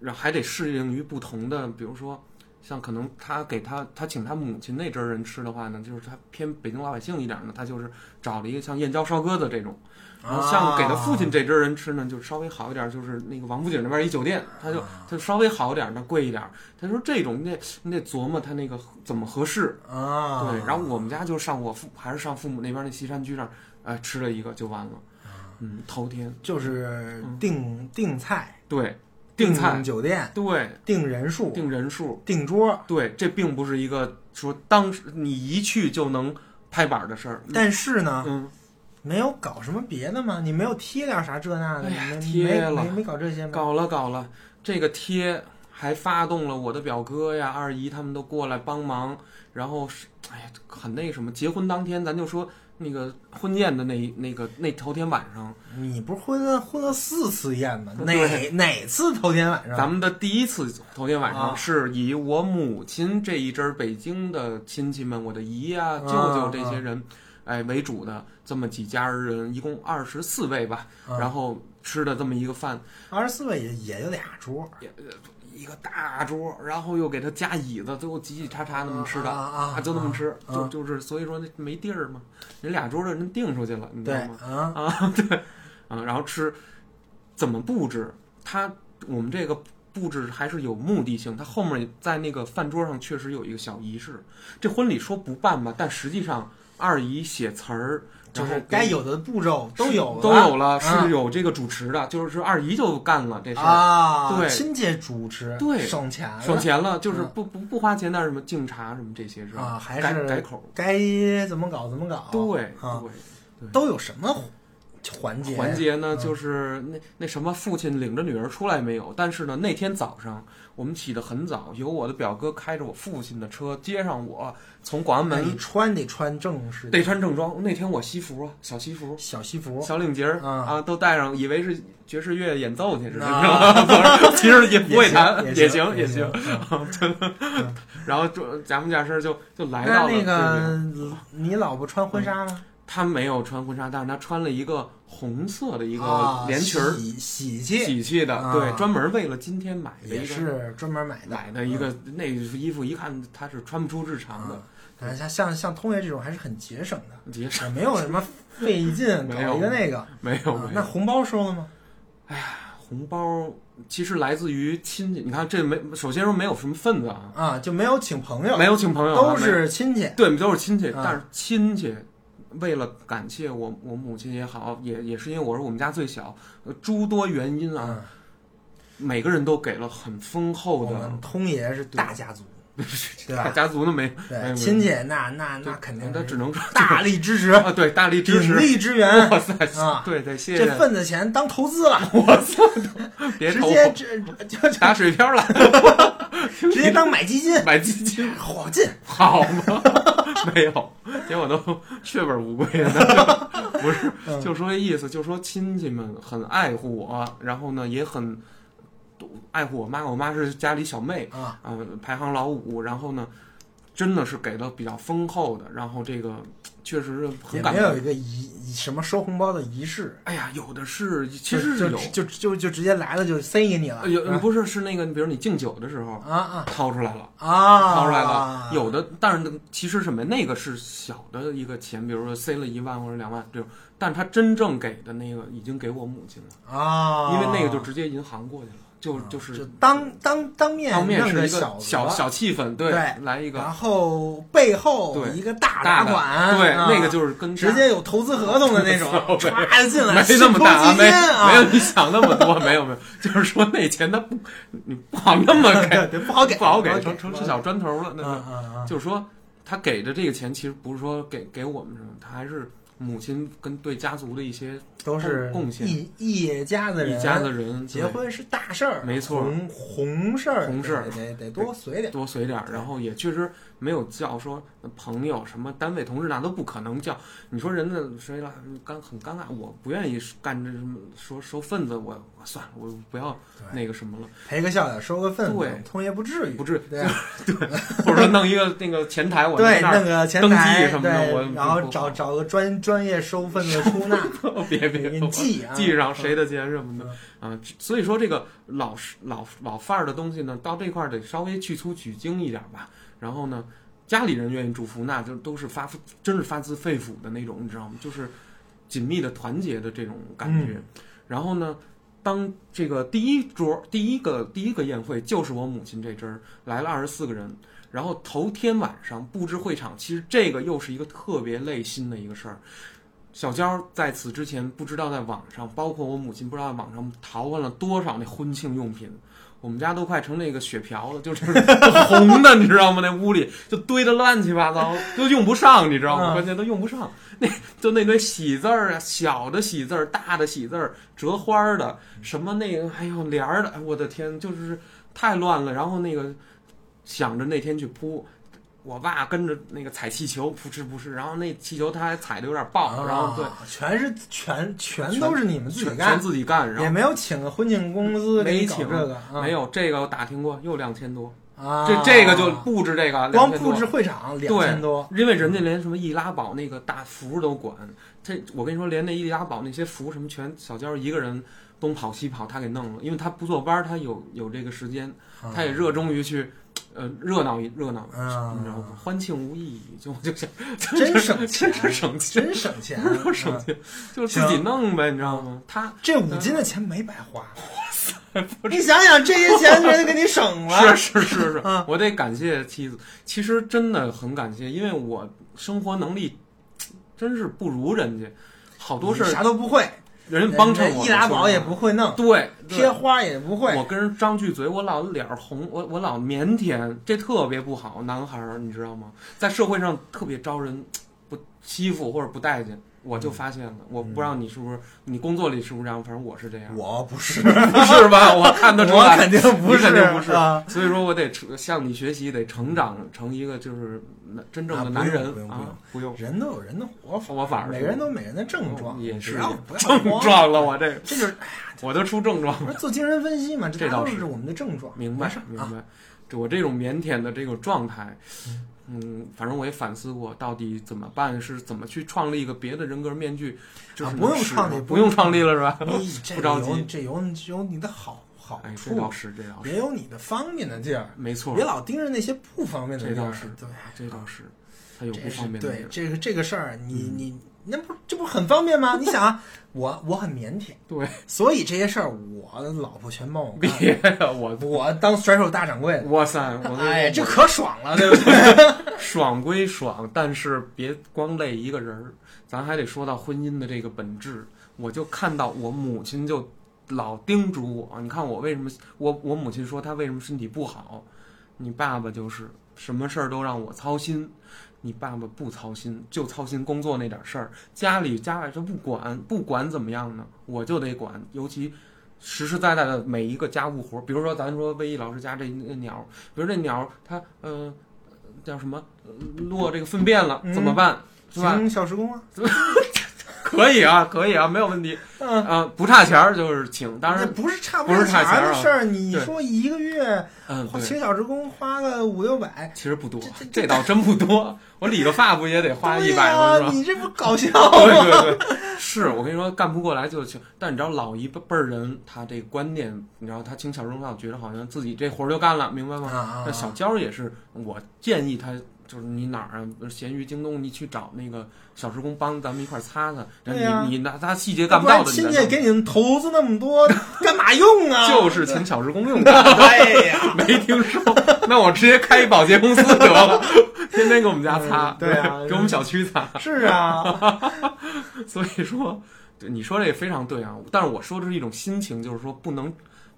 [SPEAKER 2] 然后还得适应于不同的，比如说。像可能他给他他请他母亲那阵儿人吃的话呢，就是他偏北京老百姓一点儿呢，他就是找了一个像燕郊烧鸽子这种。
[SPEAKER 1] 啊
[SPEAKER 2] 然后像给他父亲这支人吃呢，就稍微好一点，就是那个王府井那边一酒店，他就
[SPEAKER 1] 啊
[SPEAKER 2] 他就稍微好点，那贵一点。他说这种你得你得琢磨他那个怎么合适。
[SPEAKER 1] 啊，
[SPEAKER 2] 对，然后我们家就上我父还是上父母那边那西山居那儿，哎、吃了一个就完了。
[SPEAKER 1] 啊
[SPEAKER 2] 嗯，头天
[SPEAKER 1] 就是
[SPEAKER 2] 嗯
[SPEAKER 1] 订订菜、
[SPEAKER 2] 对订菜，
[SPEAKER 1] 酒店、
[SPEAKER 2] 对
[SPEAKER 1] 订人数、
[SPEAKER 2] 订人数，
[SPEAKER 1] 订桌，
[SPEAKER 2] 对，这并不是一个说当时你一去就能拍板的事儿。
[SPEAKER 1] 但是呢，
[SPEAKER 2] 嗯，
[SPEAKER 1] 没有搞什么别的吗？你没有贴点啥这那的，
[SPEAKER 2] 哎呀
[SPEAKER 1] 没
[SPEAKER 2] 贴
[SPEAKER 1] 没
[SPEAKER 2] 了
[SPEAKER 1] 没没搞这些吗？
[SPEAKER 2] 搞了搞了，这个贴还发动了我的表哥呀、二姨他们都过来帮忙，然后是哎呀很那什么，结婚当天咱就说那个婚宴的那一那个那头天晚上，
[SPEAKER 1] 你不是婚了婚了四次宴吗？哪
[SPEAKER 2] 对
[SPEAKER 1] 哪次头天晚上
[SPEAKER 2] 咱们的第一次头天晚
[SPEAKER 1] 啊
[SPEAKER 2] 上是以我母亲这一支儿北京的亲戚们，我的姨呀、舅
[SPEAKER 1] 啊
[SPEAKER 2] 舅这些人，哎为主的这么几家人，一共二十四位吧，
[SPEAKER 1] 啊
[SPEAKER 2] 然后吃的这么一个饭。
[SPEAKER 1] 二十四位也也就俩桌，
[SPEAKER 2] 一个大桌，然后又给他加椅子，最后挤挤叉叉那么吃的
[SPEAKER 1] 啊啊啊
[SPEAKER 2] 就那么吃，
[SPEAKER 1] 啊
[SPEAKER 2] 就就是所以说那没地儿嘛，人俩桌的人定出去了，你知
[SPEAKER 1] 对
[SPEAKER 2] 道吗？
[SPEAKER 1] 啊，
[SPEAKER 2] 啊，对，啊，然后吃怎么布置？他我们这个布置还是有目的性，他后面在那个饭桌上确实有一个小仪式。这婚礼说不办吧，但实际上二姨写词儿，
[SPEAKER 1] 就
[SPEAKER 2] 然后
[SPEAKER 1] 是
[SPEAKER 2] 给
[SPEAKER 1] 该有的步骤都有
[SPEAKER 2] 都有了，
[SPEAKER 1] 啊
[SPEAKER 2] 是有这个主持的，就是二姨就干了这事儿，
[SPEAKER 1] 啊，
[SPEAKER 2] 对
[SPEAKER 1] 亲戚主持，
[SPEAKER 2] 对
[SPEAKER 1] 省钱了，
[SPEAKER 2] 省钱了，就是
[SPEAKER 1] 嗯
[SPEAKER 2] 不不不花钱，但是什么敬茶什么这些是吧
[SPEAKER 1] 啊，还
[SPEAKER 2] 改
[SPEAKER 1] 是
[SPEAKER 2] 改口，
[SPEAKER 1] 该怎么搞怎么搞，
[SPEAKER 2] 对
[SPEAKER 1] 啊，
[SPEAKER 2] 对。
[SPEAKER 1] 都有什么环节
[SPEAKER 2] 环节呢，
[SPEAKER 1] 嗯
[SPEAKER 2] 就是那那什么，父亲领着女儿出来没有？但是呢，那天早上我们起得很早，由我的表哥开着我父亲的车接上我，从广安
[SPEAKER 1] 那你
[SPEAKER 2] 门
[SPEAKER 1] 穿得穿正式的
[SPEAKER 2] 得穿正装。那天我西服啊，小西服，
[SPEAKER 1] 小西服，
[SPEAKER 2] 小领结儿
[SPEAKER 1] 嗯
[SPEAKER 2] 啊，都戴上，以为是爵士乐演奏去似的，
[SPEAKER 1] 啊
[SPEAKER 2] 是吧其实也不会弹，
[SPEAKER 1] 也
[SPEAKER 2] 行
[SPEAKER 1] 也嗯
[SPEAKER 2] 也行。，嗯然后就假模假式就就来
[SPEAKER 1] 那
[SPEAKER 2] 到了
[SPEAKER 1] 那
[SPEAKER 2] 这嗯
[SPEAKER 1] 个你老婆穿婚纱吗？
[SPEAKER 2] 他没有穿婚纱，但是他穿了一个红色的一个
[SPEAKER 1] 啊
[SPEAKER 2] 连裙儿，
[SPEAKER 1] 喜喜气
[SPEAKER 2] 喜气的，
[SPEAKER 1] 啊
[SPEAKER 2] 对，专门为了今天买的
[SPEAKER 1] 也
[SPEAKER 2] 一个
[SPEAKER 1] 是专门买的，
[SPEAKER 2] 买的一个
[SPEAKER 1] 嗯
[SPEAKER 2] 那衣服，一看他是穿不出日常
[SPEAKER 1] 啊
[SPEAKER 2] 的，
[SPEAKER 1] 啊，像像像通爷这种还是很节省 的，
[SPEAKER 2] 也是
[SPEAKER 1] 也没有什么费劲
[SPEAKER 2] 没有
[SPEAKER 1] 搞一个那个。
[SPEAKER 2] 没有
[SPEAKER 1] 啊
[SPEAKER 2] 没
[SPEAKER 1] 那
[SPEAKER 2] 有。哎
[SPEAKER 1] 红包收了吗？
[SPEAKER 2] 红包其实来自于亲戚，你看这没，首先说没有什么份子啊，
[SPEAKER 1] 啊，就没有请朋友，
[SPEAKER 2] 没有请朋友啊，
[SPEAKER 1] 都
[SPEAKER 2] 没有
[SPEAKER 1] 是亲戚
[SPEAKER 2] 对，都是亲戚，
[SPEAKER 1] 啊
[SPEAKER 2] 但是亲戚。为了感谢我，我母亲也好，也也是因为我是我们家最小，呃诸多原因啊，
[SPEAKER 1] 啊。
[SPEAKER 2] 每个人都给了很丰厚
[SPEAKER 1] 我
[SPEAKER 2] 的
[SPEAKER 1] 们通爷是大家族，对
[SPEAKER 2] 大
[SPEAKER 1] 吧？
[SPEAKER 2] 家族的没没
[SPEAKER 1] 对，
[SPEAKER 2] 有
[SPEAKER 1] 亲戚那那那
[SPEAKER 2] 对
[SPEAKER 1] 肯定
[SPEAKER 2] 那
[SPEAKER 1] 是
[SPEAKER 2] 只能说
[SPEAKER 1] 大力支持，
[SPEAKER 2] 啊，对，大力支
[SPEAKER 1] 鼎
[SPEAKER 2] 持。
[SPEAKER 1] 力支援。
[SPEAKER 2] 哇塞
[SPEAKER 1] 啊，
[SPEAKER 2] 对对，谢
[SPEAKER 1] 这
[SPEAKER 2] 谢，
[SPEAKER 1] 份子钱当投资 了，
[SPEAKER 2] 别
[SPEAKER 1] 直
[SPEAKER 2] 投
[SPEAKER 1] 接
[SPEAKER 2] 我，
[SPEAKER 1] 这就就
[SPEAKER 2] 打水漂了，
[SPEAKER 1] 直接当买基金，
[SPEAKER 2] 买基金
[SPEAKER 1] 好进
[SPEAKER 2] 好吗？ 没有，结果都血本无归了。 不是，
[SPEAKER 1] 嗯
[SPEAKER 2] 就说这意思，就说亲戚们很爱护我，然后呢也很爱护我妈，我妈是家里小妹，
[SPEAKER 1] 啊！
[SPEAKER 2] 呃，排行老五，然后呢，真的是给的比较丰厚的，然后这个确实是很
[SPEAKER 1] 也
[SPEAKER 2] 感
[SPEAKER 1] 没
[SPEAKER 2] 动
[SPEAKER 1] 有。一个仪什么收红包的仪式，
[SPEAKER 2] 哎呀，有的是，其实是
[SPEAKER 1] 就
[SPEAKER 2] 有，
[SPEAKER 1] 就就就就直接来了就塞给你了
[SPEAKER 2] 呃，有不是是那个，你比如你敬酒的时候
[SPEAKER 1] 啊啊
[SPEAKER 2] 掏出来了。
[SPEAKER 1] 啊！
[SPEAKER 2] 掏出来了，有的，但是其实什么，那个是小的一个钱，比如说塞了一万或者两万这种，但他真正给的那个已经给我母亲了，
[SPEAKER 1] 啊，
[SPEAKER 2] 因为那个就直接银行过去了，就
[SPEAKER 1] 啊
[SPEAKER 2] 就是
[SPEAKER 1] 当当当面
[SPEAKER 2] 当面
[SPEAKER 1] 弄
[SPEAKER 2] 是
[SPEAKER 1] 个
[SPEAKER 2] 一个
[SPEAKER 1] 小
[SPEAKER 2] 小
[SPEAKER 1] 额啊
[SPEAKER 2] 小气氛，对
[SPEAKER 1] 对，
[SPEAKER 2] 来一个
[SPEAKER 1] 然后背后
[SPEAKER 2] 对
[SPEAKER 1] 一个大打
[SPEAKER 2] 大的
[SPEAKER 1] 款，
[SPEAKER 2] 对，
[SPEAKER 1] 啊
[SPEAKER 2] 那个就是跟家，
[SPEAKER 1] 直接有投资合同的那种
[SPEAKER 2] 对
[SPEAKER 1] 唰就进来，
[SPEAKER 2] 没那么大
[SPEAKER 1] 信托
[SPEAKER 2] 啊，
[SPEAKER 1] 基
[SPEAKER 2] 没
[SPEAKER 1] 金啊，
[SPEAKER 2] 没有你想那么多，没有没有，就是说那钱他不你不好那么
[SPEAKER 1] 对
[SPEAKER 2] 给，
[SPEAKER 1] 对，不好给，
[SPEAKER 2] 不好给
[SPEAKER 1] 不，
[SPEAKER 2] 成成
[SPEAKER 1] 不
[SPEAKER 2] 是
[SPEAKER 1] 好
[SPEAKER 2] 小砖头了，
[SPEAKER 1] 给，
[SPEAKER 2] 那就
[SPEAKER 1] 嗯嗯嗯，
[SPEAKER 2] 就是说他给的这个钱，其实不是说给给我们什么，他还是母亲跟对家族的一些
[SPEAKER 1] 都是
[SPEAKER 2] 贡贡献
[SPEAKER 1] 一一家子人，
[SPEAKER 2] 一家子人
[SPEAKER 1] 结婚是大事儿，
[SPEAKER 2] 没错
[SPEAKER 1] 红红事儿，
[SPEAKER 2] 红事儿
[SPEAKER 1] 得得得多随
[SPEAKER 2] 对
[SPEAKER 1] 点，
[SPEAKER 2] 多随点儿，然后也确实没有叫说朋友什么单位同事那都不可能叫。你说人家谁了尴很尴尬，我不愿意干这什么说收份子，我我算了，我不要那个什么了，
[SPEAKER 1] 赔个笑脸收个份
[SPEAKER 2] 对
[SPEAKER 1] 子，通也不至于，
[SPEAKER 2] 不至于
[SPEAKER 1] 对吧
[SPEAKER 2] 或者说弄一个那个前台，我在
[SPEAKER 1] 对，
[SPEAKER 2] 那儿
[SPEAKER 1] 弄个前
[SPEAKER 2] 登记
[SPEAKER 1] 台
[SPEAKER 2] 什么的我
[SPEAKER 1] 对，然后
[SPEAKER 2] 不
[SPEAKER 1] 找找个专专业收份子出 纳，
[SPEAKER 2] 别
[SPEAKER 1] 给
[SPEAKER 2] 别
[SPEAKER 1] 你记啊
[SPEAKER 2] 记上谁的钱什么的
[SPEAKER 1] 嗯
[SPEAKER 2] 啊，所以说这个老师老老范儿的东西呢，到这块儿得稍微去粗取精一点吧。然后呢，家里人愿意祝福，那就都是发自真是发自肺腑的那种，你知道吗？就是紧密的团结的这种感觉。然后呢，当这个第一桌第一个第一个宴会就是我母亲这支儿来了二十四个人。然后头天晚上布置会场，其实这个又是一个特别累心的一个事儿。小娇在此之前不知道在网上，包括我母亲不知道在网上淘换了多少那婚庆用品，我们家都快成那个雪瓢了，就是红的，你知道吗？那屋里就堆得乱七八糟，都用不上，你知道
[SPEAKER 1] 嗯
[SPEAKER 2] 吗？关键都用不上，那就那堆喜字儿啊，小的喜字儿，大的喜字儿，折花儿的，什么那个，哎呦帘儿的，哎我的天，就是太乱了。然后那个想着那天去扑。我爸跟着那个踩气球，扑哧扑哧，然后那气球他还踩的有点爆，然后对，
[SPEAKER 1] 啊，全是全全都是你们自己
[SPEAKER 2] 全
[SPEAKER 1] 干
[SPEAKER 2] 全，自己干，然
[SPEAKER 1] 也
[SPEAKER 2] 后
[SPEAKER 1] 没有请个婚庆公司给你
[SPEAKER 2] 没
[SPEAKER 1] 搞
[SPEAKER 2] 请
[SPEAKER 1] 这个，啊
[SPEAKER 2] 没有这个我打听过，又两千多，
[SPEAKER 1] 啊，
[SPEAKER 2] 这这个就布置这个
[SPEAKER 1] 光
[SPEAKER 2] 2000多
[SPEAKER 1] 布置会场两千多，
[SPEAKER 2] 因为人家连什么易拉宝那个大福都管，这我跟你说，连那易拉宝那些福什么全小娇一个人东跑西跑，他给弄了，因为他不坐班儿，他有有这个时间，
[SPEAKER 1] 啊
[SPEAKER 2] 他也热衷于去，呃，热闹一热闹，
[SPEAKER 1] 啊
[SPEAKER 2] 你知道吗？欢庆无意义，就就想，
[SPEAKER 1] 真省钱
[SPEAKER 2] 真是省钱，
[SPEAKER 1] 真省钱，
[SPEAKER 2] 不是说省
[SPEAKER 1] 嗯
[SPEAKER 2] 钱，就是自己弄呗，你知道吗？他
[SPEAKER 1] 这五斤的钱没白花，你想想这些钱人家给你省了
[SPEAKER 2] 是，啊是 是是
[SPEAKER 1] 啊，
[SPEAKER 2] 我得感谢妻子。其实真的很感谢，因为我生活能力真是不如人家，好多事
[SPEAKER 1] 你
[SPEAKER 2] 儿
[SPEAKER 1] 啥都不会，
[SPEAKER 2] 人家帮衬
[SPEAKER 1] 人
[SPEAKER 2] 我，
[SPEAKER 1] 家易拉
[SPEAKER 2] 我说
[SPEAKER 1] 宝也
[SPEAKER 2] 实话
[SPEAKER 1] 不会弄，
[SPEAKER 2] 对
[SPEAKER 1] 贴
[SPEAKER 2] 对
[SPEAKER 1] 花也不会，
[SPEAKER 2] 我跟人张巨嘴，我老脸儿红，我我老腼腆，这特别不好。男孩儿你知道吗？在社会上特别招人不欺负或者不待见，我
[SPEAKER 1] 嗯
[SPEAKER 2] 就发现了。我不知道你是不是，你工作里是不是这样？反正我是这 样，
[SPEAKER 1] 我不 是，
[SPEAKER 2] 是吧？我看得出
[SPEAKER 1] 我
[SPEAKER 2] 来。
[SPEAKER 1] 肯定不
[SPEAKER 2] 你
[SPEAKER 1] 是，
[SPEAKER 2] 肯定不是
[SPEAKER 1] 啊。
[SPEAKER 2] 所以说我得成向你学习，得成长成一个就是男真正的男人
[SPEAKER 1] 啊不用不用
[SPEAKER 2] 啊！不用，
[SPEAKER 1] 人都有人的活法，
[SPEAKER 2] 我反而
[SPEAKER 1] 每个人都有每个人的症状，
[SPEAKER 2] 也是
[SPEAKER 1] 只要不要
[SPEAKER 2] 症
[SPEAKER 1] 慌，
[SPEAKER 2] 状了，我这
[SPEAKER 1] 这就是哎
[SPEAKER 2] 我都出症状了。
[SPEAKER 1] 不是做精神分析嘛？
[SPEAKER 2] 这
[SPEAKER 1] 大
[SPEAKER 2] 倒
[SPEAKER 1] 都
[SPEAKER 2] 是
[SPEAKER 1] 是我们的症状，
[SPEAKER 2] 明白
[SPEAKER 1] 没事儿
[SPEAKER 2] 明
[SPEAKER 1] 啊。
[SPEAKER 2] 白。就我这种腼腆的这种状态，嗯，反正我也反思过，到底怎么办，是怎么去创立一个别的人格面具，就
[SPEAKER 1] 啊
[SPEAKER 2] 是
[SPEAKER 1] 不用
[SPEAKER 2] 能使
[SPEAKER 1] 创
[SPEAKER 2] 它
[SPEAKER 1] 立
[SPEAKER 2] 不
[SPEAKER 1] 不
[SPEAKER 2] 用
[SPEAKER 1] 用
[SPEAKER 2] 创立了是吧？
[SPEAKER 1] 你哎这
[SPEAKER 2] 不着
[SPEAKER 1] 有
[SPEAKER 2] 急
[SPEAKER 1] 这有有你的好好
[SPEAKER 2] 哎，这
[SPEAKER 1] 处
[SPEAKER 2] 倒，是，这倒是，
[SPEAKER 1] 也有你的方便的地儿，
[SPEAKER 2] 没错
[SPEAKER 1] 别，老盯着那些不方便的地
[SPEAKER 2] 这
[SPEAKER 1] 儿。
[SPEAKER 2] 倒是
[SPEAKER 1] 对，
[SPEAKER 2] 这倒是，它有
[SPEAKER 1] 这
[SPEAKER 2] 不
[SPEAKER 1] 是
[SPEAKER 2] 方便的地
[SPEAKER 1] 对
[SPEAKER 2] 儿，嗯
[SPEAKER 1] 这个这个事儿，你你那不这不很方便吗？你想啊，我我很腼腆，
[SPEAKER 2] 对，
[SPEAKER 1] 所以这些事儿我老婆全帮我干。
[SPEAKER 2] 别我，
[SPEAKER 1] 我当甩手大掌柜的，
[SPEAKER 2] 哇塞，我
[SPEAKER 1] 哎，
[SPEAKER 2] 跟你
[SPEAKER 1] 这
[SPEAKER 2] 说，
[SPEAKER 1] 可爽了，对不对？
[SPEAKER 2] 爽归爽，但是别光累一个人儿，咱还得说到婚姻的这个本质。我就看到我母亲就老叮嘱我，你看我为什么我我母亲说她为什么身体不好，你爸爸就是什么事儿都让我操心，你爸爸不操心，就操心工作那点事儿，家里家外他不管，不管怎么样呢，我就得管，尤其。实实在在的每一个家务活儿，比如说咱说威毅老师家这那鸟儿，比如这鸟儿它呃叫什么呃落这个粪便了
[SPEAKER 1] 嗯
[SPEAKER 2] 怎么办？是吧？
[SPEAKER 1] 行，小时工啊，
[SPEAKER 2] 可以啊，可以啊，没有问题。
[SPEAKER 1] 嗯，
[SPEAKER 2] 啊，不差钱儿就是请，当
[SPEAKER 1] 这
[SPEAKER 2] 然，
[SPEAKER 1] 不是差
[SPEAKER 2] 不是差
[SPEAKER 1] 啥
[SPEAKER 2] 钱
[SPEAKER 1] 的
[SPEAKER 2] 啊
[SPEAKER 1] 事儿。你
[SPEAKER 2] 对
[SPEAKER 1] 说一个月
[SPEAKER 2] 嗯，
[SPEAKER 1] 花
[SPEAKER 2] 对，
[SPEAKER 1] 请小时工花个五六百，
[SPEAKER 2] 其实不多
[SPEAKER 1] 这这，
[SPEAKER 2] 这倒真不多。 我理个发不也得花一
[SPEAKER 1] 对
[SPEAKER 2] 百
[SPEAKER 1] 呀
[SPEAKER 2] 吗？是，吧？
[SPEAKER 1] 你这不搞笑
[SPEAKER 2] 对
[SPEAKER 1] 吗？
[SPEAKER 2] 对对，是我跟你说，干不过来就请。但你知道老一辈儿人他这个观念，你知道他请小时候老觉得好像自己这活儿就干了，明白吗？
[SPEAKER 1] 啊
[SPEAKER 2] 那小娇儿也是，我建议她就是你哪儿啊，闲鱼、京东，你去找那个小时工帮咱们一块儿擦擦。
[SPEAKER 1] 对呀
[SPEAKER 2] 你你拿他细节
[SPEAKER 1] 要
[SPEAKER 2] 干
[SPEAKER 1] 不
[SPEAKER 2] 到
[SPEAKER 1] 然
[SPEAKER 2] 的，
[SPEAKER 1] 亲
[SPEAKER 2] 你
[SPEAKER 1] 戚
[SPEAKER 2] 再弄
[SPEAKER 1] 给你们投资那么多，干嘛用啊？
[SPEAKER 2] 就是请小时工用的，
[SPEAKER 1] 对 呀，
[SPEAKER 2] 没听说。那我直接开一保洁公司得了， 天天给我们家擦，
[SPEAKER 1] 嗯对啊
[SPEAKER 2] 给我们小区擦。
[SPEAKER 1] 是啊，
[SPEAKER 2] 所以说，对你说这个非常对啊。但是我说的是一种心情，就是说不能，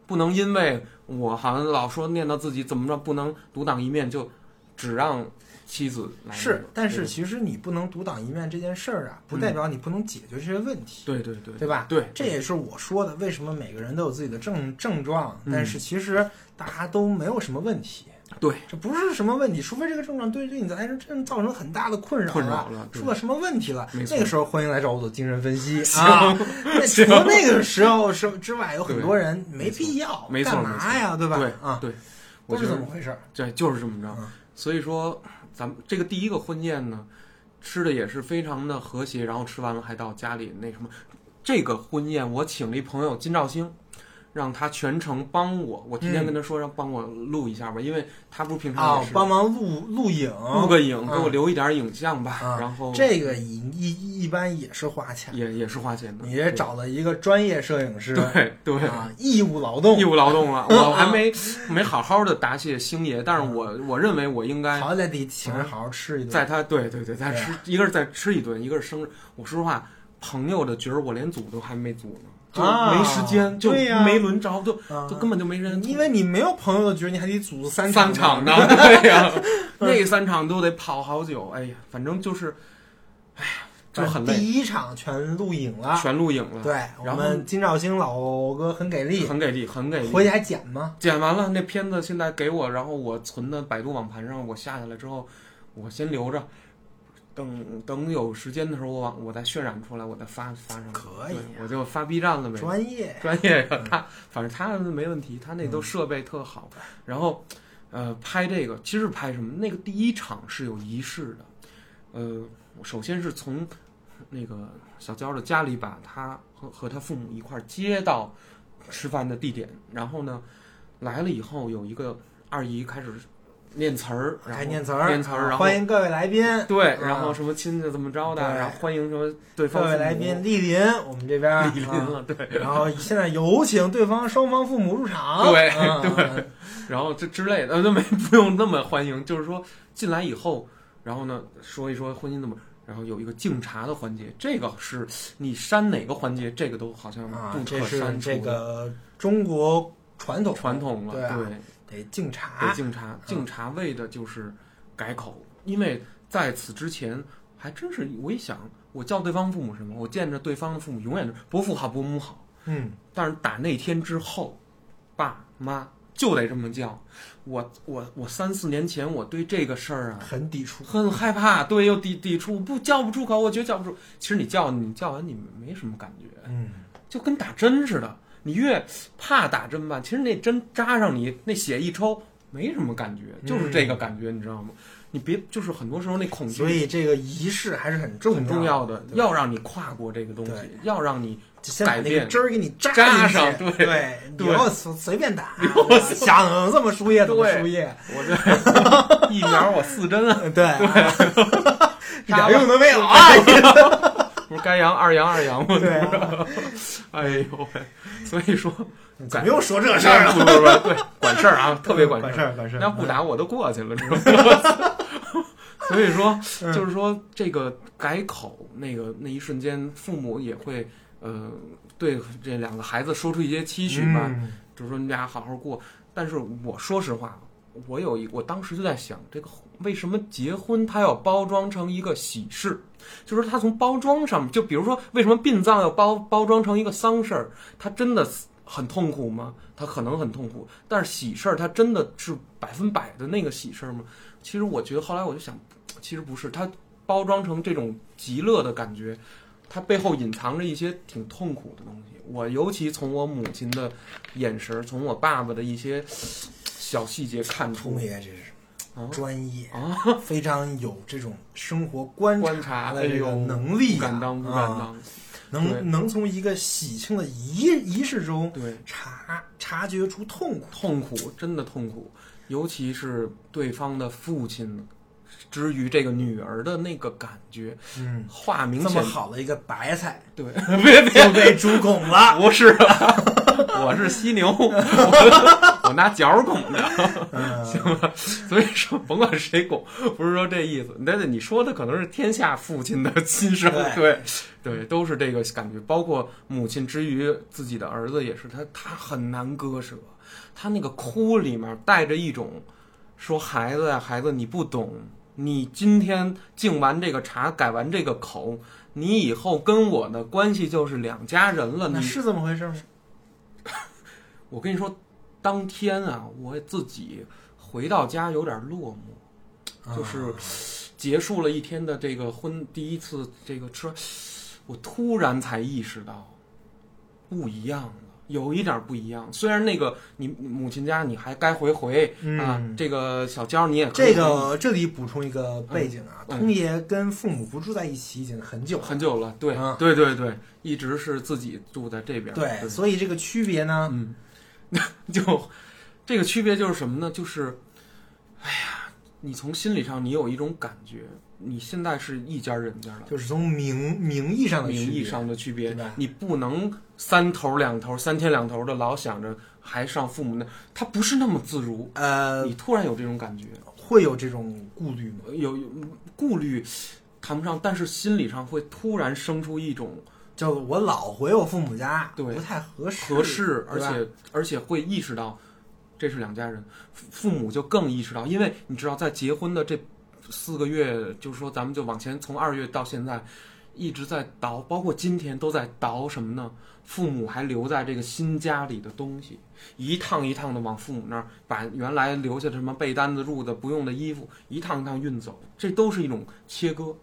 [SPEAKER 2] 不能因为我好像老说念叨自己怎么着，不能独当一面，就只让妻子来那个。
[SPEAKER 1] 是。但是
[SPEAKER 2] 对
[SPEAKER 1] 其实你不能独当一面这件事儿啊，不代表你不能解决这些问题，
[SPEAKER 2] 对对嗯对
[SPEAKER 1] 对吧？
[SPEAKER 2] 对，
[SPEAKER 1] 这也是我说的，为什么每个人都有自己的症症状，
[SPEAKER 2] 嗯
[SPEAKER 1] 但是其实大家都没有什么问题。
[SPEAKER 2] 对，
[SPEAKER 1] 这不是什么问题，除非这个症状对对你来说真的造成很大的困扰
[SPEAKER 2] 困
[SPEAKER 1] 了
[SPEAKER 2] 扰。了，对
[SPEAKER 1] 出了什么问题了
[SPEAKER 2] 没？错
[SPEAKER 1] 那个时候欢迎来找我做精神分析啊！那除了那个时候是之外，有很多人没必要，
[SPEAKER 2] 没错
[SPEAKER 1] 干
[SPEAKER 2] 没
[SPEAKER 1] 嘛
[SPEAKER 2] 错
[SPEAKER 1] 呀？对吧？
[SPEAKER 2] 对
[SPEAKER 1] 啊，
[SPEAKER 2] 对，
[SPEAKER 1] 都
[SPEAKER 2] 我
[SPEAKER 1] 是
[SPEAKER 2] 觉
[SPEAKER 1] 怎
[SPEAKER 2] 得
[SPEAKER 1] 么回事儿？
[SPEAKER 2] 对，就是这么着。
[SPEAKER 1] 嗯
[SPEAKER 2] 所以说，咱们这个第一个婚宴呢，吃的也是非常的和谐，然后吃完了还到家里那什么。这个婚宴我请了一朋友金兆星，让他全程帮我，我提前
[SPEAKER 1] 嗯
[SPEAKER 2] 跟他说让帮我录一下吧，因为他不是平常
[SPEAKER 1] 啊
[SPEAKER 2] 也，是
[SPEAKER 1] 帮忙录录影，
[SPEAKER 2] 录个影，
[SPEAKER 1] 嗯
[SPEAKER 2] 给我留一点影像吧，
[SPEAKER 1] 啊
[SPEAKER 2] 然后
[SPEAKER 1] 这个一一一般也是花钱，
[SPEAKER 2] 也也是花钱的。
[SPEAKER 1] 你这找了一个专业摄影师，
[SPEAKER 2] 对对。对
[SPEAKER 1] 啊，义务劳动
[SPEAKER 2] 义，务劳动了，
[SPEAKER 1] 嗯嗯
[SPEAKER 2] 我还没没好好的答谢星爷，但是我我认为我应该
[SPEAKER 1] 好歹得请人好好吃一顿。
[SPEAKER 2] 在他对对对，在
[SPEAKER 1] 对
[SPEAKER 2] 吃、一个是在吃一顿，一个是生日。我说实话，朋友的局儿我连组都还没组呢，就
[SPEAKER 1] 啊
[SPEAKER 2] 没时间，就
[SPEAKER 1] 对呀
[SPEAKER 2] 没轮着，就、
[SPEAKER 1] 啊
[SPEAKER 2] 就根本就没人。
[SPEAKER 1] 因为你没有朋友的局，你还得组三
[SPEAKER 2] 三
[SPEAKER 1] 场嗯
[SPEAKER 2] 场呢， 对 呀、那三场都得跑好久。哎呀，反正就是，哎呀，就很
[SPEAKER 1] 反正
[SPEAKER 2] 累，
[SPEAKER 1] 第一场全录影了，
[SPEAKER 2] 全录影了，
[SPEAKER 1] 对，我
[SPEAKER 2] 然后
[SPEAKER 1] 们金兆星老哥很给力，
[SPEAKER 2] 很给力，很给力。
[SPEAKER 1] 回去还剪吗？
[SPEAKER 2] 剪完了那片子现在给我，然后我存的百度网盘上，我下下来之后，我先留着，等等有时间的时候，我往我再渲染出来，我再发发上去。
[SPEAKER 1] 可以啊
[SPEAKER 2] 对我就发 B 站了呗。
[SPEAKER 1] 专业，
[SPEAKER 2] 专业的他，反正他没问题，他那都设备特好。然后，呃，拍这个其实拍什么？那个第一场是有仪式的，呃，首先是从那个小娇的家里把他和和他父母一块儿接到吃饭的地点，然后呢，来了以后有一个二姨开始念词儿，然后
[SPEAKER 1] 还念词儿，
[SPEAKER 2] 念词儿，然后
[SPEAKER 1] 欢。迎各位来宾，
[SPEAKER 2] 对，
[SPEAKER 1] 啊
[SPEAKER 2] 然后什么亲戚怎么着的，
[SPEAKER 1] 对
[SPEAKER 2] 然后欢迎什么对方
[SPEAKER 1] 各位
[SPEAKER 2] 父母
[SPEAKER 1] 来宾莅临我们这边儿，
[SPEAKER 2] 莅临
[SPEAKER 1] 啊
[SPEAKER 2] 了，对，
[SPEAKER 1] 然后现在有请对方双方父母入场。
[SPEAKER 2] 对
[SPEAKER 1] 嗯
[SPEAKER 2] 对然后这之 类的，呃，那没不用那么欢迎，就是说进来以后，然后呢说一说婚姻怎么，然后有一个敬茶的环节，这个是你删哪个环节，这个都好像
[SPEAKER 1] 啊，
[SPEAKER 2] 不
[SPEAKER 1] 这
[SPEAKER 2] 可
[SPEAKER 1] 是
[SPEAKER 2] 删除
[SPEAKER 1] 这个中国传统
[SPEAKER 2] 传统了，
[SPEAKER 1] 对啊嗯
[SPEAKER 2] 对，
[SPEAKER 1] 得敬
[SPEAKER 2] 给
[SPEAKER 1] 茶，
[SPEAKER 2] 敬茶，敬茶为的就是改口，因为在此之前还真是我一想，我叫对方父母什么，我见着对方的父母永远是伯父好，伯母好。
[SPEAKER 1] 嗯，
[SPEAKER 2] 但是打那天之后，爸妈就得这么叫。我我我三四年前我对这个事儿啊
[SPEAKER 1] 很抵触。
[SPEAKER 2] 很害怕，对，又抵抵触，不叫不出口，我觉得叫不出。其实你叫你叫完你没什么感觉，
[SPEAKER 1] 嗯，
[SPEAKER 2] 就跟打针似的。你越怕打针吧，其实那针扎上你，那血一抽没什么感觉，
[SPEAKER 1] 嗯
[SPEAKER 2] 就是这个感觉，你知道吗？你别就是很多时候那恐
[SPEAKER 1] 所
[SPEAKER 2] 惧
[SPEAKER 1] 以这个仪式还是很重
[SPEAKER 2] 很重
[SPEAKER 1] 要的，
[SPEAKER 2] 要的，
[SPEAKER 1] 对
[SPEAKER 2] 要让你跨过这个东西
[SPEAKER 1] 对，
[SPEAKER 2] 要让你
[SPEAKER 1] 就先把
[SPEAKER 2] 改
[SPEAKER 1] 那个
[SPEAKER 2] 变
[SPEAKER 1] 针儿给你扎
[SPEAKER 2] 扎
[SPEAKER 1] 进去
[SPEAKER 2] 上对
[SPEAKER 1] 对，你
[SPEAKER 2] 对
[SPEAKER 1] 要随随便打，对吧想这么输液怎么
[SPEAKER 2] 对
[SPEAKER 1] 输液，
[SPEAKER 2] 我这 疫苗我四针啊，
[SPEAKER 1] 嗯对，啊 一
[SPEAKER 2] 扎
[SPEAKER 1] 点
[SPEAKER 2] 吧
[SPEAKER 1] 用都没 有啊！
[SPEAKER 2] 不是该阳二阳二阳吗？
[SPEAKER 1] 对啊，
[SPEAKER 2] 哎呦喂，所以说
[SPEAKER 1] 怎么又说这事儿了？
[SPEAKER 2] 不不不，对，管事儿啊，特别管
[SPEAKER 1] 管
[SPEAKER 2] 事
[SPEAKER 1] 事
[SPEAKER 2] 儿。
[SPEAKER 1] 儿，管事儿。
[SPEAKER 2] 那不打我都过去了，知道吗？ 所以说，
[SPEAKER 1] 嗯
[SPEAKER 2] 就是说这个改口那个那一瞬间，父母也会呃对这两个孩子说出一些期许吧，
[SPEAKER 1] 嗯
[SPEAKER 2] 就是说你俩好好过。但是我说实话，我有一，我当时就在想，这个为什么结婚它要包装成一个喜事？就是它从包装上面，就比如说为什么殡葬要包包装成一个丧事儿？它真的很痛苦吗？它可能很痛苦，但是喜事儿它真的是百分百的那个喜事儿吗？其实我觉得后来我就想，其实不是，它包装成这种极乐的感觉。它背后隐藏着一些挺痛苦的东西。我尤其从我母亲的眼神儿，从我爸爸的一些小细节看出
[SPEAKER 1] 冲爷这是
[SPEAKER 2] 啊
[SPEAKER 1] 专业
[SPEAKER 2] 啊，
[SPEAKER 1] 非常有这种生活观
[SPEAKER 2] 观察
[SPEAKER 1] 察
[SPEAKER 2] 哎
[SPEAKER 1] 的这
[SPEAKER 2] 呦
[SPEAKER 1] 个能力
[SPEAKER 2] 不
[SPEAKER 1] 啊
[SPEAKER 2] 敢当，不敢
[SPEAKER 1] 啊，
[SPEAKER 2] 当。对
[SPEAKER 1] 能能从一个喜庆的仪仪式中
[SPEAKER 2] 对，
[SPEAKER 1] 察察觉出痛苦。
[SPEAKER 2] 痛苦，真的痛苦，尤其是对方的父亲之于这个女儿的那个感觉，
[SPEAKER 1] 嗯，
[SPEAKER 2] 话明
[SPEAKER 1] 这么
[SPEAKER 2] 显
[SPEAKER 1] 好的一个白 菜
[SPEAKER 2] 对，别别
[SPEAKER 1] 就被猪拱了。
[SPEAKER 2] 不是了， 我是犀牛， 我我拿脚拱的。
[SPEAKER 1] 嗯，
[SPEAKER 2] 所以说，甭管谁拱，不是说这意思。但是你说的可能是天下父亲的心声，对对，都是这个感觉。包括母亲之于自己的儿子，也是他，他很难割舍。他那个哭里面带着一种说：“孩子呀，孩子，你不懂，你今天敬完这个茶，改完这个口，你以后跟我的关系就是两家人了。”
[SPEAKER 1] 那
[SPEAKER 2] 你
[SPEAKER 1] 是这么回事吗？
[SPEAKER 2] 我跟你说，当天啊，我自己回到家有点落寞。
[SPEAKER 1] 啊
[SPEAKER 2] 就是结束了一天的这个婚，第一次这个吃，我突然才意识到不一样了，有一点不一样。虽然那个你母亲家你还该回回、啊，
[SPEAKER 1] 嗯，
[SPEAKER 2] 这个小娇你也可
[SPEAKER 1] 这
[SPEAKER 2] 以
[SPEAKER 1] 个这里补充一个背景啊，
[SPEAKER 2] 嗯
[SPEAKER 1] 通爷跟父母不住在一起已经很久了，
[SPEAKER 2] 很久了，对、
[SPEAKER 1] 啊
[SPEAKER 2] 对对对，一直是自己住在这边，
[SPEAKER 1] 对，所以这个区别呢，
[SPEAKER 2] 嗯， 就这个区别就是什么呢？就是，哎呀，你从心理上你有一种感觉，你现在是一家人家了。
[SPEAKER 1] 就是从名名义上的
[SPEAKER 2] 名
[SPEAKER 1] 区
[SPEAKER 2] 义
[SPEAKER 1] 别，
[SPEAKER 2] 上的区别
[SPEAKER 1] 对吧，
[SPEAKER 2] 你不能三头两头、三天两头的老想着还上父母那，他不是那么自如。
[SPEAKER 1] 呃，
[SPEAKER 2] 你突然有这种感觉，
[SPEAKER 1] 会有这种顾虑吗？
[SPEAKER 2] 有有顾虑谈不上，但是心理上会突然生出一种
[SPEAKER 1] 就我老回我父母家，
[SPEAKER 2] 对
[SPEAKER 1] 不太合适，
[SPEAKER 2] 合适，而
[SPEAKER 1] 对吧
[SPEAKER 2] 且而且会意识到这是两家人，父父母就更意识到，因为你知道，在结婚的这四个月，就是说咱们就往前从二月到现在一直在倒，包括今天都在倒什么呢？父母还留在这个新家里的东西，一趟一趟的往父母那儿把原来留下的什么被单子、褥子、不用的衣服，一趟一趟运走，这都是一种切割。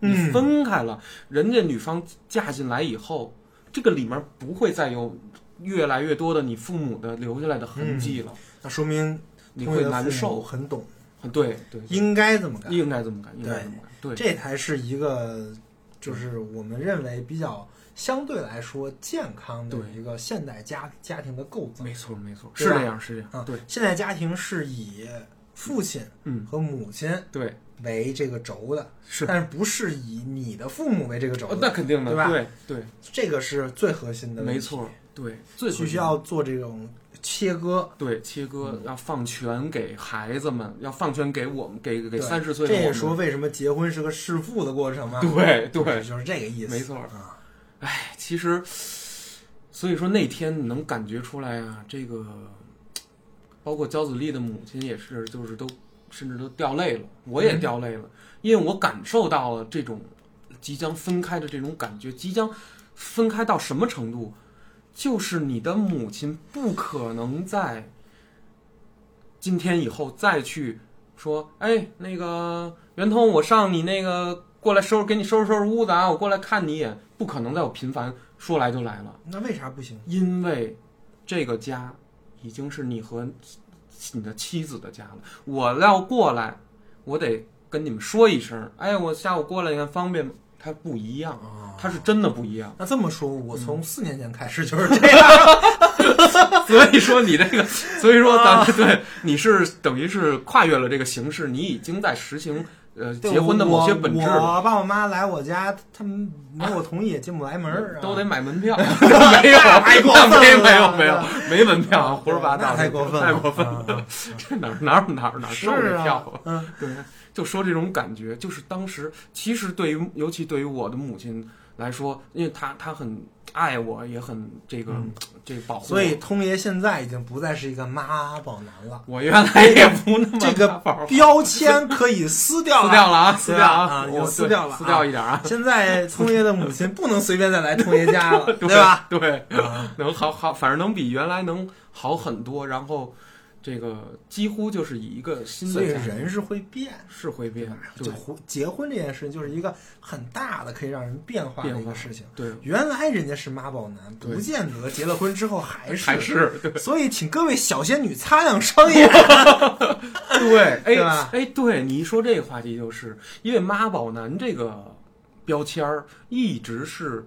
[SPEAKER 2] 你
[SPEAKER 1] 嗯
[SPEAKER 2] 分开了，人家女方嫁进来以后，这个里面不会再有越来越多的你父母的留下来的痕迹了，
[SPEAKER 1] 那说明
[SPEAKER 2] 你
[SPEAKER 1] 通爷
[SPEAKER 2] 嗯会
[SPEAKER 1] 的
[SPEAKER 2] 难
[SPEAKER 1] 父母
[SPEAKER 2] 受。
[SPEAKER 1] 很懂，
[SPEAKER 2] 很对对，
[SPEAKER 1] 应该这么干，
[SPEAKER 2] 应该这么干，应该这么干，对，
[SPEAKER 1] 这才是一个，就是我们认为比较相对来说健康的
[SPEAKER 2] 对
[SPEAKER 1] 一个现代家家庭的构造。
[SPEAKER 2] 没错没错，
[SPEAKER 1] 对
[SPEAKER 2] 是
[SPEAKER 1] 吧
[SPEAKER 2] 这样是这样，
[SPEAKER 1] 啊
[SPEAKER 2] 对，
[SPEAKER 1] 现代家庭是以父亲
[SPEAKER 2] 嗯
[SPEAKER 1] 和母亲
[SPEAKER 2] 对
[SPEAKER 1] 为这个轴的，
[SPEAKER 2] 嗯是，
[SPEAKER 1] 但是不是以你的父母为这个轴
[SPEAKER 2] 呃
[SPEAKER 1] 的，
[SPEAKER 2] 那肯定的，
[SPEAKER 1] 对吧
[SPEAKER 2] 对对
[SPEAKER 1] 这个是最核心的问
[SPEAKER 2] 没
[SPEAKER 1] 题。
[SPEAKER 2] 错，对
[SPEAKER 3] 最
[SPEAKER 1] 需要做这种切割。
[SPEAKER 2] 对，切割要放权给孩子们，要放权给我们，给给
[SPEAKER 1] 对
[SPEAKER 2] 三十岁
[SPEAKER 1] 这
[SPEAKER 2] 的我
[SPEAKER 1] 也
[SPEAKER 2] 们。
[SPEAKER 1] 说为什么结婚是个弑父的过程嘛？
[SPEAKER 2] 对
[SPEAKER 1] 就
[SPEAKER 2] 对
[SPEAKER 1] 是就是这个意思。
[SPEAKER 2] 没错
[SPEAKER 1] 啊，
[SPEAKER 2] 哎，其实，所以说那天你能感觉出来啊，这个包括焦子丽的母亲也是，就是都甚至都掉泪了，我
[SPEAKER 1] 嗯
[SPEAKER 2] 也掉泪了，因为我感受到了这种即将分开的这种感觉，即将分开到什么程度，就是你的母亲不可能在今天以后再去说，哎，那个圆通，我上你那个过来收拾，给你收拾收拾屋子啊，我过来看你一眼，不可能再有频繁说来就来了，
[SPEAKER 1] 那为啥不行？
[SPEAKER 2] 因为这个家已经是你和你的妻子的家了，我要过来，我得跟你们说一声，哎，我下午过来，你看方便吗？它不一样，
[SPEAKER 1] 哦
[SPEAKER 2] 它是真的不一 样。
[SPEAKER 1] 那这么说，我
[SPEAKER 2] 嗯
[SPEAKER 1] 从四年前开始就是这样。
[SPEAKER 2] 所以说你这个，所以说咱们对你是等于是跨越了这个形式，你已经在实行呃
[SPEAKER 1] 对
[SPEAKER 2] 结婚的某些本质
[SPEAKER 1] 我
[SPEAKER 2] 了，
[SPEAKER 1] 我爸我妈来我家，他们没有同意也进不来门儿啊，
[SPEAKER 2] 嗯都得买 门票，没有，
[SPEAKER 1] 太过分了
[SPEAKER 2] 没有没有没有没门 票，胡说八道，
[SPEAKER 1] 那太过分了，
[SPEAKER 2] 太过分了，
[SPEAKER 1] 了。
[SPEAKER 2] 这哪儿哪儿哪儿哪儿
[SPEAKER 1] 是
[SPEAKER 2] 收这票
[SPEAKER 1] 啊，嗯，
[SPEAKER 2] 对，就说这种感觉，就是当时其实对于尤其对于我的母亲来说，因为她她很爱我，也很这个、
[SPEAKER 1] 嗯
[SPEAKER 2] 这个保护我，
[SPEAKER 1] 所以通爷现在已经不再是一个妈宝男了，
[SPEAKER 2] 我原来也不那么
[SPEAKER 1] 这个
[SPEAKER 2] 大方
[SPEAKER 1] 标签可以撕掉
[SPEAKER 2] 撕掉
[SPEAKER 1] 了。
[SPEAKER 2] 了啊，撕
[SPEAKER 1] 对
[SPEAKER 2] 掉
[SPEAKER 1] 吧
[SPEAKER 2] 啊
[SPEAKER 1] 啊，
[SPEAKER 2] 我
[SPEAKER 1] 有撕掉了啊
[SPEAKER 2] 对撕掉一点啊，
[SPEAKER 1] 现在通爷的母亲不能随便再来通爷家了，对吧？？
[SPEAKER 2] 对，
[SPEAKER 1] 啊，
[SPEAKER 2] 能好好，反正能比原来能好很多。然后这个几乎就是以一个新
[SPEAKER 1] 所
[SPEAKER 2] 的
[SPEAKER 1] 以
[SPEAKER 2] 家
[SPEAKER 1] 人是会变，
[SPEAKER 2] 是会变，
[SPEAKER 1] 就
[SPEAKER 2] 对
[SPEAKER 1] 婚结婚这件事情就是一个很大的可以让人变化的一个事情。
[SPEAKER 2] 对，
[SPEAKER 1] 原来人家是妈宝男，
[SPEAKER 2] 对
[SPEAKER 1] 不见得结了婚之后还是
[SPEAKER 2] 还是对
[SPEAKER 1] 所以，请各位小仙女擦亮双 眼。
[SPEAKER 2] 对，
[SPEAKER 1] 对
[SPEAKER 2] 哎
[SPEAKER 1] 吧
[SPEAKER 2] 哎，对你一说这个话题，就是因为妈宝男这个标签儿一直是。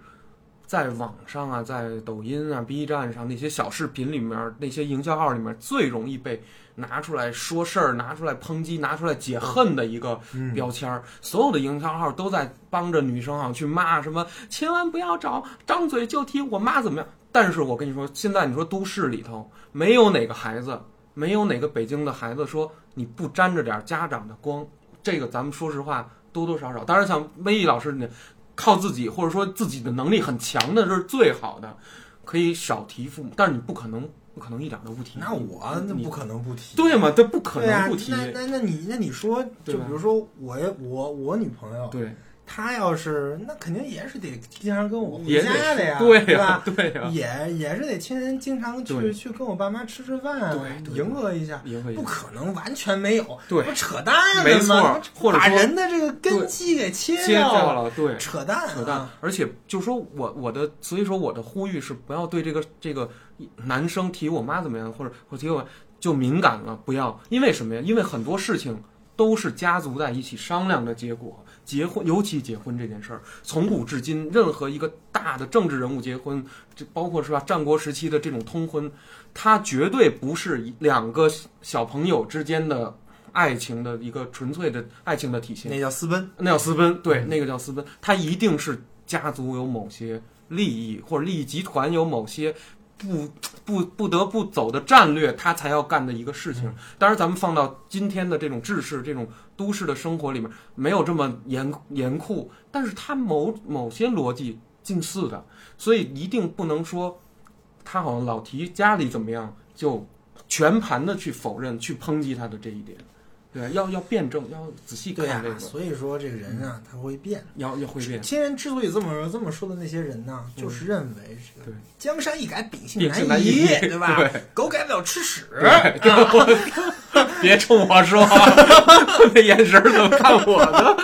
[SPEAKER 2] 在网上啊，在抖音啊、B 站上那些小视频里面，那些营销号里面最容易被拿出来说事儿、拿出来抨击、拿出来解恨的一个
[SPEAKER 1] 嗯
[SPEAKER 2] 标签儿，所有的营销号都在帮着女生啊去骂什么，千万不要找，张嘴就踢我妈怎么样？但是我跟你说，现在你说都市里头，没有哪个孩子，没有哪个北京的孩子说你不沾着点儿家长的光，这个咱们说实话多多少少。当然，像威毅老师你靠自己或者说自己的能力很强的，这是最好的，可以少提父母，但是你不可能不可能一点都不提。
[SPEAKER 1] 那我那
[SPEAKER 2] 你
[SPEAKER 1] 不可能不提，
[SPEAKER 2] 对吗？这不可
[SPEAKER 1] 对啊
[SPEAKER 2] 能不提。
[SPEAKER 1] 那那那你那你说，
[SPEAKER 2] 对
[SPEAKER 1] 就
[SPEAKER 2] 啊吧
[SPEAKER 1] 比如说我我我女朋友，
[SPEAKER 2] 对，
[SPEAKER 1] 她要是那肯定也是得经常跟我回
[SPEAKER 2] 也
[SPEAKER 1] 家的
[SPEAKER 2] 得
[SPEAKER 1] 呀，
[SPEAKER 2] 对啊
[SPEAKER 1] 吧？
[SPEAKER 2] 对呀，
[SPEAKER 1] 也也是得亲经常
[SPEAKER 2] 对
[SPEAKER 1] 去去跟我爸妈吃吃饭啊
[SPEAKER 2] 对，对
[SPEAKER 1] 迎合一下，
[SPEAKER 2] 也会
[SPEAKER 1] 不可能完全没有，
[SPEAKER 2] 对
[SPEAKER 1] 不扯淡呢
[SPEAKER 2] 没错
[SPEAKER 1] 吗
[SPEAKER 2] 或者
[SPEAKER 1] 把
[SPEAKER 2] 说
[SPEAKER 1] 人的这个根基给切
[SPEAKER 2] 切掉
[SPEAKER 1] 了，
[SPEAKER 2] 了， 对，
[SPEAKER 1] 扯淡啊
[SPEAKER 2] 扯淡。而且就是说我我的，所以说我的呼吁是不要对这个这个男生提我妈怎么样，或者或者提我就敏感了，不要，因为什么呀？因为很多事情都是家族在一起商量的结果。结婚，尤其结婚这件事儿，从古至今，任何一个大的政治人物结婚，这包括是吧？战国时期的这种通婚，它绝对不是一两个小朋友之间的爱情的一个纯粹的爱情的体现。
[SPEAKER 1] 那叫私奔，
[SPEAKER 2] 那叫私奔，对，那个叫私奔，他一定是家族有某些利益，或者利益集团有某些不不不得不走的战略，他才要干的一个事情。当然，咱们放到今天的这种制式、这种都市的生活里面，没有这么严严酷，但是他某某些逻辑近似的，所以一定不能说他好像老提家里怎么样，就全盘的去否认、去抨击他的这一点。对，要要辩证，要仔细
[SPEAKER 1] 对啊
[SPEAKER 2] 看
[SPEAKER 1] 呀
[SPEAKER 2] 这个。。
[SPEAKER 1] 所以说这个人
[SPEAKER 2] 嗯
[SPEAKER 1] 啊，他会变。
[SPEAKER 2] 要要会变，
[SPEAKER 1] 今人之所以这么说这么说的那些人呢，
[SPEAKER 2] 嗯
[SPEAKER 1] 就是认为这
[SPEAKER 2] 对
[SPEAKER 1] 个江山易改，秉性
[SPEAKER 2] 秉性
[SPEAKER 1] 难
[SPEAKER 2] 难移
[SPEAKER 1] 移，对吧？
[SPEAKER 2] 对
[SPEAKER 1] 狗改不了吃屎。
[SPEAKER 2] 别冲我说，那眼神怎么看我呢？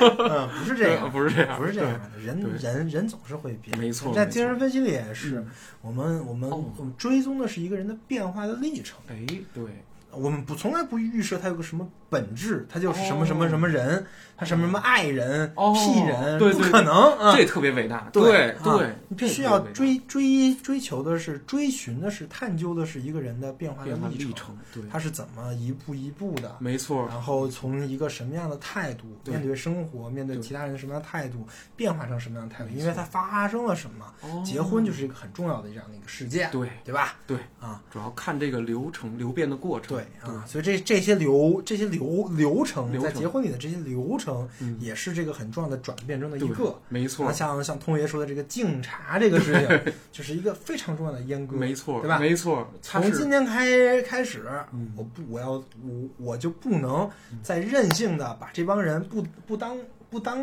[SPEAKER 1] 嗯，不是这样，
[SPEAKER 2] 不是这样，
[SPEAKER 1] 不是这样的，人
[SPEAKER 2] 对
[SPEAKER 1] 人人总是会变。
[SPEAKER 2] 没错
[SPEAKER 1] 在
[SPEAKER 2] 没错
[SPEAKER 1] 精神分析里也是
[SPEAKER 2] 嗯，
[SPEAKER 1] 我们我们
[SPEAKER 2] 哦
[SPEAKER 1] 我们追踪的是一个人的变化的历程。
[SPEAKER 2] 对。哎，对，
[SPEAKER 1] 我们不从来不预设他有个什么本质，他就是什么
[SPEAKER 2] 哦
[SPEAKER 1] 什么什么人，他什么什么爱人、
[SPEAKER 2] 哦
[SPEAKER 1] 屁人，
[SPEAKER 2] 对对
[SPEAKER 1] 不可能啊！
[SPEAKER 2] 这特别伟大，
[SPEAKER 1] 对
[SPEAKER 2] 嗯对嗯
[SPEAKER 1] 啊
[SPEAKER 2] 对，
[SPEAKER 1] 你必须
[SPEAKER 2] 这
[SPEAKER 1] 要
[SPEAKER 2] 特别伟大
[SPEAKER 1] 追追追求的是、追寻的是、探究的是一个人的变化的
[SPEAKER 2] 变化
[SPEAKER 1] 历
[SPEAKER 2] 历
[SPEAKER 1] 程，
[SPEAKER 2] 程，对，
[SPEAKER 1] 他是怎么一步一步的，
[SPEAKER 2] 没错，
[SPEAKER 1] 然后从一个什么样的态度
[SPEAKER 2] 对
[SPEAKER 1] 面对生活、面对
[SPEAKER 2] 对
[SPEAKER 1] 其他人什么样的态度，变化成什么样的态度，
[SPEAKER 2] 没
[SPEAKER 1] 因为
[SPEAKER 2] 错
[SPEAKER 1] 它发生了什么。
[SPEAKER 2] 哦
[SPEAKER 1] 结婚就是一个很重要的这样的一个事件，
[SPEAKER 2] 对
[SPEAKER 1] 对吧？
[SPEAKER 2] 对
[SPEAKER 1] 啊，
[SPEAKER 2] 主要看这个流程流变的过程，
[SPEAKER 1] 对啊，所以这这些流这些流流程
[SPEAKER 2] 流
[SPEAKER 1] 在
[SPEAKER 2] 程
[SPEAKER 1] 结婚里的这些流程
[SPEAKER 2] 嗯，
[SPEAKER 1] 也是这个很重要的转变中的一
[SPEAKER 2] 对
[SPEAKER 1] 个。
[SPEAKER 2] 没
[SPEAKER 1] 啊
[SPEAKER 2] 错，
[SPEAKER 1] 像像通爷说的这个敬茶这个事 情，就是一个非常重要的阉割。
[SPEAKER 2] 没错，
[SPEAKER 1] 对吧
[SPEAKER 2] 没错，他
[SPEAKER 1] 从今
[SPEAKER 2] 是
[SPEAKER 1] 天开开始，
[SPEAKER 2] 嗯
[SPEAKER 1] 我不我要我我就不能再任性的把这帮人不不当不当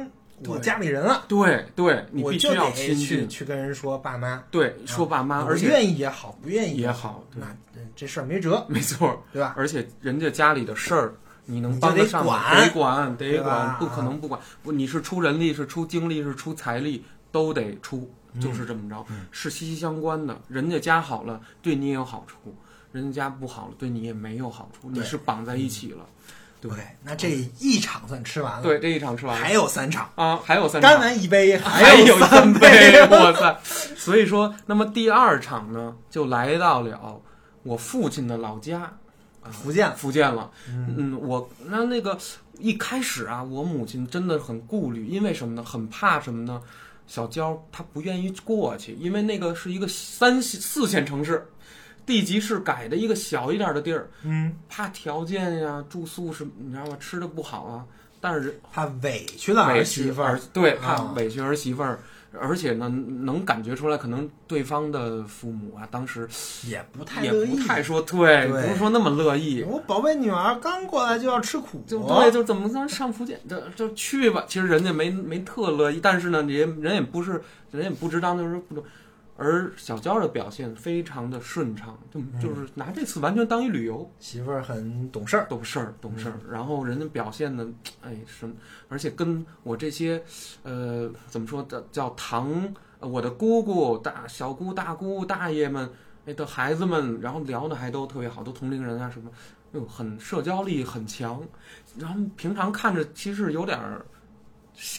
[SPEAKER 1] 我
[SPEAKER 2] 对
[SPEAKER 1] 家里人了，
[SPEAKER 2] 对对，你
[SPEAKER 1] 我
[SPEAKER 2] 必须
[SPEAKER 1] 就
[SPEAKER 2] 要
[SPEAKER 1] 得
[SPEAKER 2] 亲
[SPEAKER 1] 去
[SPEAKER 2] 近，
[SPEAKER 1] 去跟人说爸妈，
[SPEAKER 2] 对，说爸妈，
[SPEAKER 1] 我
[SPEAKER 2] 而且
[SPEAKER 1] 愿意也好，不愿意
[SPEAKER 2] 也好，对
[SPEAKER 1] 那，嗯这事儿没辙，
[SPEAKER 2] 没错，
[SPEAKER 1] 对吧？
[SPEAKER 2] 而且人家家里的事儿，你能
[SPEAKER 1] 你
[SPEAKER 2] 帮
[SPEAKER 1] 就得
[SPEAKER 2] 得上吗？
[SPEAKER 1] 管
[SPEAKER 2] 得管，
[SPEAKER 1] 对
[SPEAKER 2] 得
[SPEAKER 1] 吧
[SPEAKER 2] 管，不可能不管。不，你是出人力，是出精力，是出财力，都得出，
[SPEAKER 1] 嗯
[SPEAKER 2] 就是这么着，是息息相关的。人家家好了，对你也有好处；人家家不好了，对你也没有好处。
[SPEAKER 1] 对
[SPEAKER 2] 你是绑在一起了。对
[SPEAKER 1] OK，那这一场算吃完了，
[SPEAKER 2] 对，这一场吃完
[SPEAKER 1] 嗯
[SPEAKER 2] 了
[SPEAKER 1] 还有三场，
[SPEAKER 2] 啊，还有三场
[SPEAKER 1] 干完一杯
[SPEAKER 2] 还有
[SPEAKER 1] 三
[SPEAKER 2] 三杯，我操！所以说，那么第二场呢，就来到了我父亲的老家，啊，
[SPEAKER 1] 福建了
[SPEAKER 2] 福建了。
[SPEAKER 1] 嗯
[SPEAKER 2] 嗯，我那那个一开始啊，我母亲真的很顾虑，因为什么呢？很怕什么呢？小娇她不愿意过去，因为那个是一个三线四线城市，地级市改的一个小一点的地儿，
[SPEAKER 1] 嗯，
[SPEAKER 2] 怕条件呀、住宿是，你知道吗？吃的不好啊。但是
[SPEAKER 1] 怕委屈了儿
[SPEAKER 2] 委
[SPEAKER 1] 媳
[SPEAKER 2] 屈
[SPEAKER 1] 妇
[SPEAKER 2] 儿
[SPEAKER 1] 儿，，
[SPEAKER 2] 对，怕
[SPEAKER 1] 啊
[SPEAKER 2] 委屈儿媳妇儿，而且呢，能感觉出来，可能对方的父母啊，当时
[SPEAKER 1] 也不太
[SPEAKER 2] 也
[SPEAKER 1] 乐
[SPEAKER 2] 不
[SPEAKER 1] 意。
[SPEAKER 2] 太说对，不
[SPEAKER 1] 对
[SPEAKER 2] 是说那么乐意。
[SPEAKER 1] 我宝贝女儿刚过来就要吃苦，
[SPEAKER 2] 就对，就怎么能上福建，就就去吧。其实人家没没特乐意，但是呢，也人也不是，人也不知道，就是不懂。而小娇的表现非常的顺畅，就就是拿这次完全当一旅游，
[SPEAKER 1] 媳妇儿很懂事儿，
[SPEAKER 2] 懂事儿，懂事儿。然后人家表现的，哎，什么？而且跟我这些，呃，怎么说的，叫堂，呃我的姑姑、大小姑、大姑、大爷们，哎的孩子们，然后聊的还都特别好，都同龄人啊什么，哟，很社交力很强。然后平常看着其实有点儿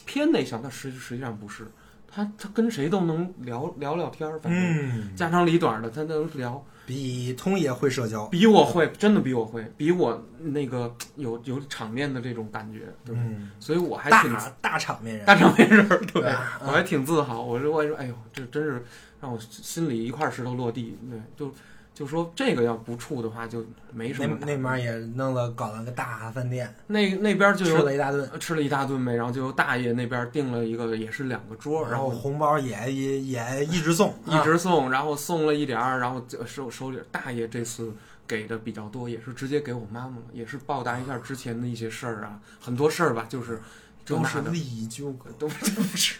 [SPEAKER 2] 偏内向，但实实际上不是，他他跟谁都能聊聊聊天儿，反正
[SPEAKER 1] 嗯，
[SPEAKER 2] 家长里短的他能聊。
[SPEAKER 1] 比通爷会社交，
[SPEAKER 2] 比我会，真的比我会，比我那个有有场面的这种感觉，对吧，
[SPEAKER 1] 嗯，
[SPEAKER 2] 所以我还挺
[SPEAKER 1] 大大场面人，
[SPEAKER 2] 大场面人儿，对，
[SPEAKER 1] 对啊
[SPEAKER 2] 我还挺自豪。我说我说，哎呦，这真是让我心里一块石头落地，对，就就说这个要不处的话，就没什
[SPEAKER 1] 那
[SPEAKER 2] 么
[SPEAKER 1] 那
[SPEAKER 2] 大。
[SPEAKER 1] 边也弄了搞了个大饭店，
[SPEAKER 2] 那那边就
[SPEAKER 1] 吃
[SPEAKER 2] 有
[SPEAKER 1] 了一大顿，
[SPEAKER 2] 吃了一大顿呗，然后就由大爷那边订了一个，也是两个桌，
[SPEAKER 1] 然
[SPEAKER 2] 然
[SPEAKER 1] 后
[SPEAKER 2] 后
[SPEAKER 1] 红包也也也一直送，
[SPEAKER 2] 一直送，然后送了一点儿，然后就手手里大爷这次给的比较多，也是直接给我妈妈了，也是报答一下之前的一些事儿啊，很多事儿吧，就是这
[SPEAKER 1] 都
[SPEAKER 2] 那
[SPEAKER 1] 是
[SPEAKER 2] 的
[SPEAKER 1] 利益纠葛。
[SPEAKER 2] 都是都是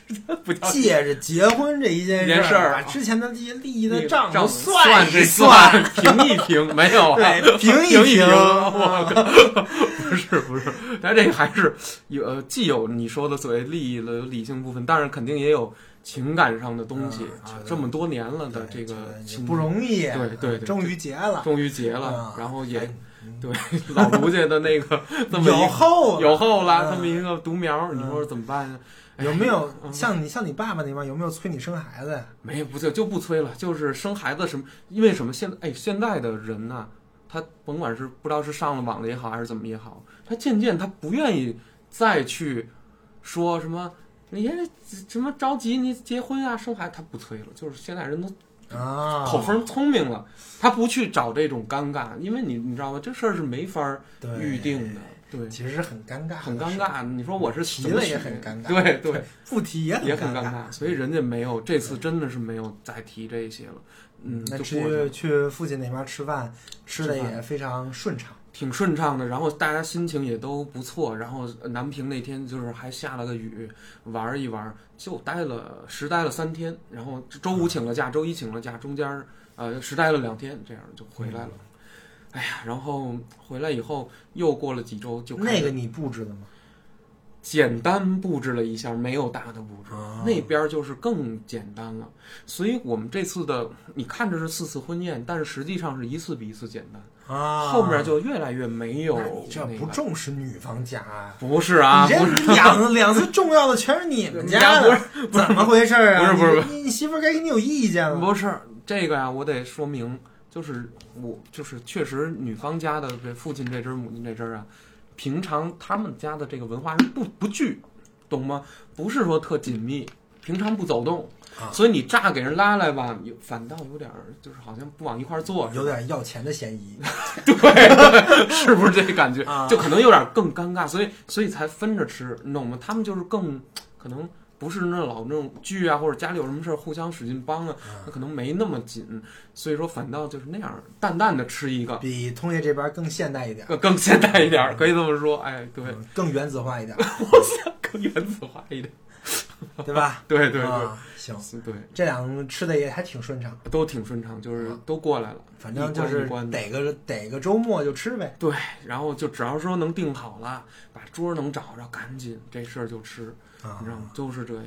[SPEAKER 2] 不叫
[SPEAKER 1] 借着结婚这一件
[SPEAKER 2] 一件
[SPEAKER 1] 事
[SPEAKER 2] 事儿
[SPEAKER 1] 把之前的这些利益的账
[SPEAKER 2] 账
[SPEAKER 1] 都
[SPEAKER 2] 算
[SPEAKER 1] 一
[SPEAKER 2] 算，平一平，没有 啊
[SPEAKER 1] 对，平一
[SPEAKER 2] 平
[SPEAKER 1] 平
[SPEAKER 2] 我靠， 不是不是，但这个还是有呃，既有你说的所谓利益的理性部分，但是肯定也有情感上的东西
[SPEAKER 1] 嗯觉
[SPEAKER 2] 啊
[SPEAKER 1] 得，
[SPEAKER 2] 这么多年了的
[SPEAKER 1] 对
[SPEAKER 2] 这个
[SPEAKER 1] 也
[SPEAKER 2] 亲
[SPEAKER 1] 不容易，啊
[SPEAKER 2] 对对对
[SPEAKER 1] 终于结了，
[SPEAKER 2] 终于结了
[SPEAKER 1] 啊，
[SPEAKER 2] 然后也
[SPEAKER 1] 哎
[SPEAKER 2] 对 老卢家的那 个这么
[SPEAKER 1] 有
[SPEAKER 2] 一
[SPEAKER 1] 后
[SPEAKER 2] 有后
[SPEAKER 1] 嗯
[SPEAKER 2] 了，这么一个独苗，
[SPEAKER 1] 嗯
[SPEAKER 2] 你说怎么办呀？哎
[SPEAKER 1] 有没有
[SPEAKER 2] 嗯
[SPEAKER 1] 像你像你爸爸那边有没有催你生孩子呀？
[SPEAKER 2] 没有不就就不催了？就是生孩子什么？因为什么？现在哎，现在的人呐，他甭管是不知道是上了网了也好，还是怎么也好，他渐渐他不愿意再去说什么。你哎什么着急？你结婚啊，生孩子？他不催了，就是现在人都
[SPEAKER 1] 啊，
[SPEAKER 2] 口风聪明了，他不去找这种尴尬，因为你你知道吗？这事儿是没法儿
[SPEAKER 1] 对
[SPEAKER 2] 预定的，对，
[SPEAKER 1] 其实是很尴尬的事，
[SPEAKER 2] 很尴尬。你说我是
[SPEAKER 1] 提
[SPEAKER 2] 怎么
[SPEAKER 1] 了也
[SPEAKER 2] 去
[SPEAKER 1] 很尴尬
[SPEAKER 2] 对对，
[SPEAKER 1] 不提也很
[SPEAKER 2] 也很
[SPEAKER 1] 尴
[SPEAKER 2] 尴
[SPEAKER 1] 尬。
[SPEAKER 2] 尬。所以人家没有这次真的是没有再提这些了，嗯，
[SPEAKER 1] 那
[SPEAKER 2] 就过去了
[SPEAKER 1] 去去父亲那边吃饭，吃的也非常顺畅。
[SPEAKER 2] 挺顺畅的。然后大家心情也都不错。然后南平那天就是还下了个雨，玩一玩，就待了实待了三天。然后周
[SPEAKER 1] 嗯
[SPEAKER 2] 五请了假，周一请了假，中间儿呃实待了两天，这样就回来了。
[SPEAKER 1] 嗯
[SPEAKER 2] 哎呀，然后回来以后又过了几周，就开始
[SPEAKER 1] 那个你布置的吗？
[SPEAKER 2] 简单布置了一下，没有大的布置。
[SPEAKER 1] 啊
[SPEAKER 2] 那边儿就是更简单了，所以我们这次的你看着是四次婚宴，但是实际上是一次比一次简单。
[SPEAKER 1] 啊，
[SPEAKER 2] 后面就越来越没有
[SPEAKER 1] 那你这
[SPEAKER 2] 那
[SPEAKER 1] 不
[SPEAKER 2] 个
[SPEAKER 1] 重视女方家啊？
[SPEAKER 2] 不是啊，
[SPEAKER 1] 你这
[SPEAKER 2] 不是
[SPEAKER 1] 两两次重要的全是你们家的，怎么回事啊？
[SPEAKER 2] 不是不是
[SPEAKER 1] 你你你媳妇儿该给你有意见了。
[SPEAKER 2] 不是这个呀、我得说明，就是我就是确实女方家的这父亲这支儿母亲这支儿啊，平常他们家的这个文化是不不聚，懂吗？不是说特紧密，平常不走动，
[SPEAKER 1] 啊
[SPEAKER 2] 所以你乍给人拉来吧，有反倒有点儿就是好像不往一块儿坐似的，
[SPEAKER 1] 有点要钱的嫌疑，
[SPEAKER 2] 对 对，是不是这感觉？
[SPEAKER 1] 啊
[SPEAKER 2] 就可能有点更尴尬，所以所以才分着吃，你懂吗？他们就是更可能不是那老那种聚啊，或者家里有什么事儿互相使劲帮啊，
[SPEAKER 1] 嗯
[SPEAKER 2] 那可能没那么紧，所以说反倒就是那样淡淡的吃一个，
[SPEAKER 1] 比通爷这边更现代一点，
[SPEAKER 2] 更更现代一点儿，可以这么说，哎，对，
[SPEAKER 1] 嗯更原子化一 点，
[SPEAKER 2] 更原子化一点，
[SPEAKER 1] 对吧？
[SPEAKER 2] 对对
[SPEAKER 1] 啊，行，
[SPEAKER 2] 对，对
[SPEAKER 1] 这两个吃的也还挺顺畅，
[SPEAKER 2] 都挺顺畅，就是都过来了，
[SPEAKER 1] 啊反正就是
[SPEAKER 2] 一关一关的
[SPEAKER 1] 逮个逮个周末就吃呗。
[SPEAKER 2] 对，然后就只要说能定好了，把桌儿能找着，赶紧这事儿就吃，
[SPEAKER 1] 啊
[SPEAKER 2] 你知道吗？都是这样。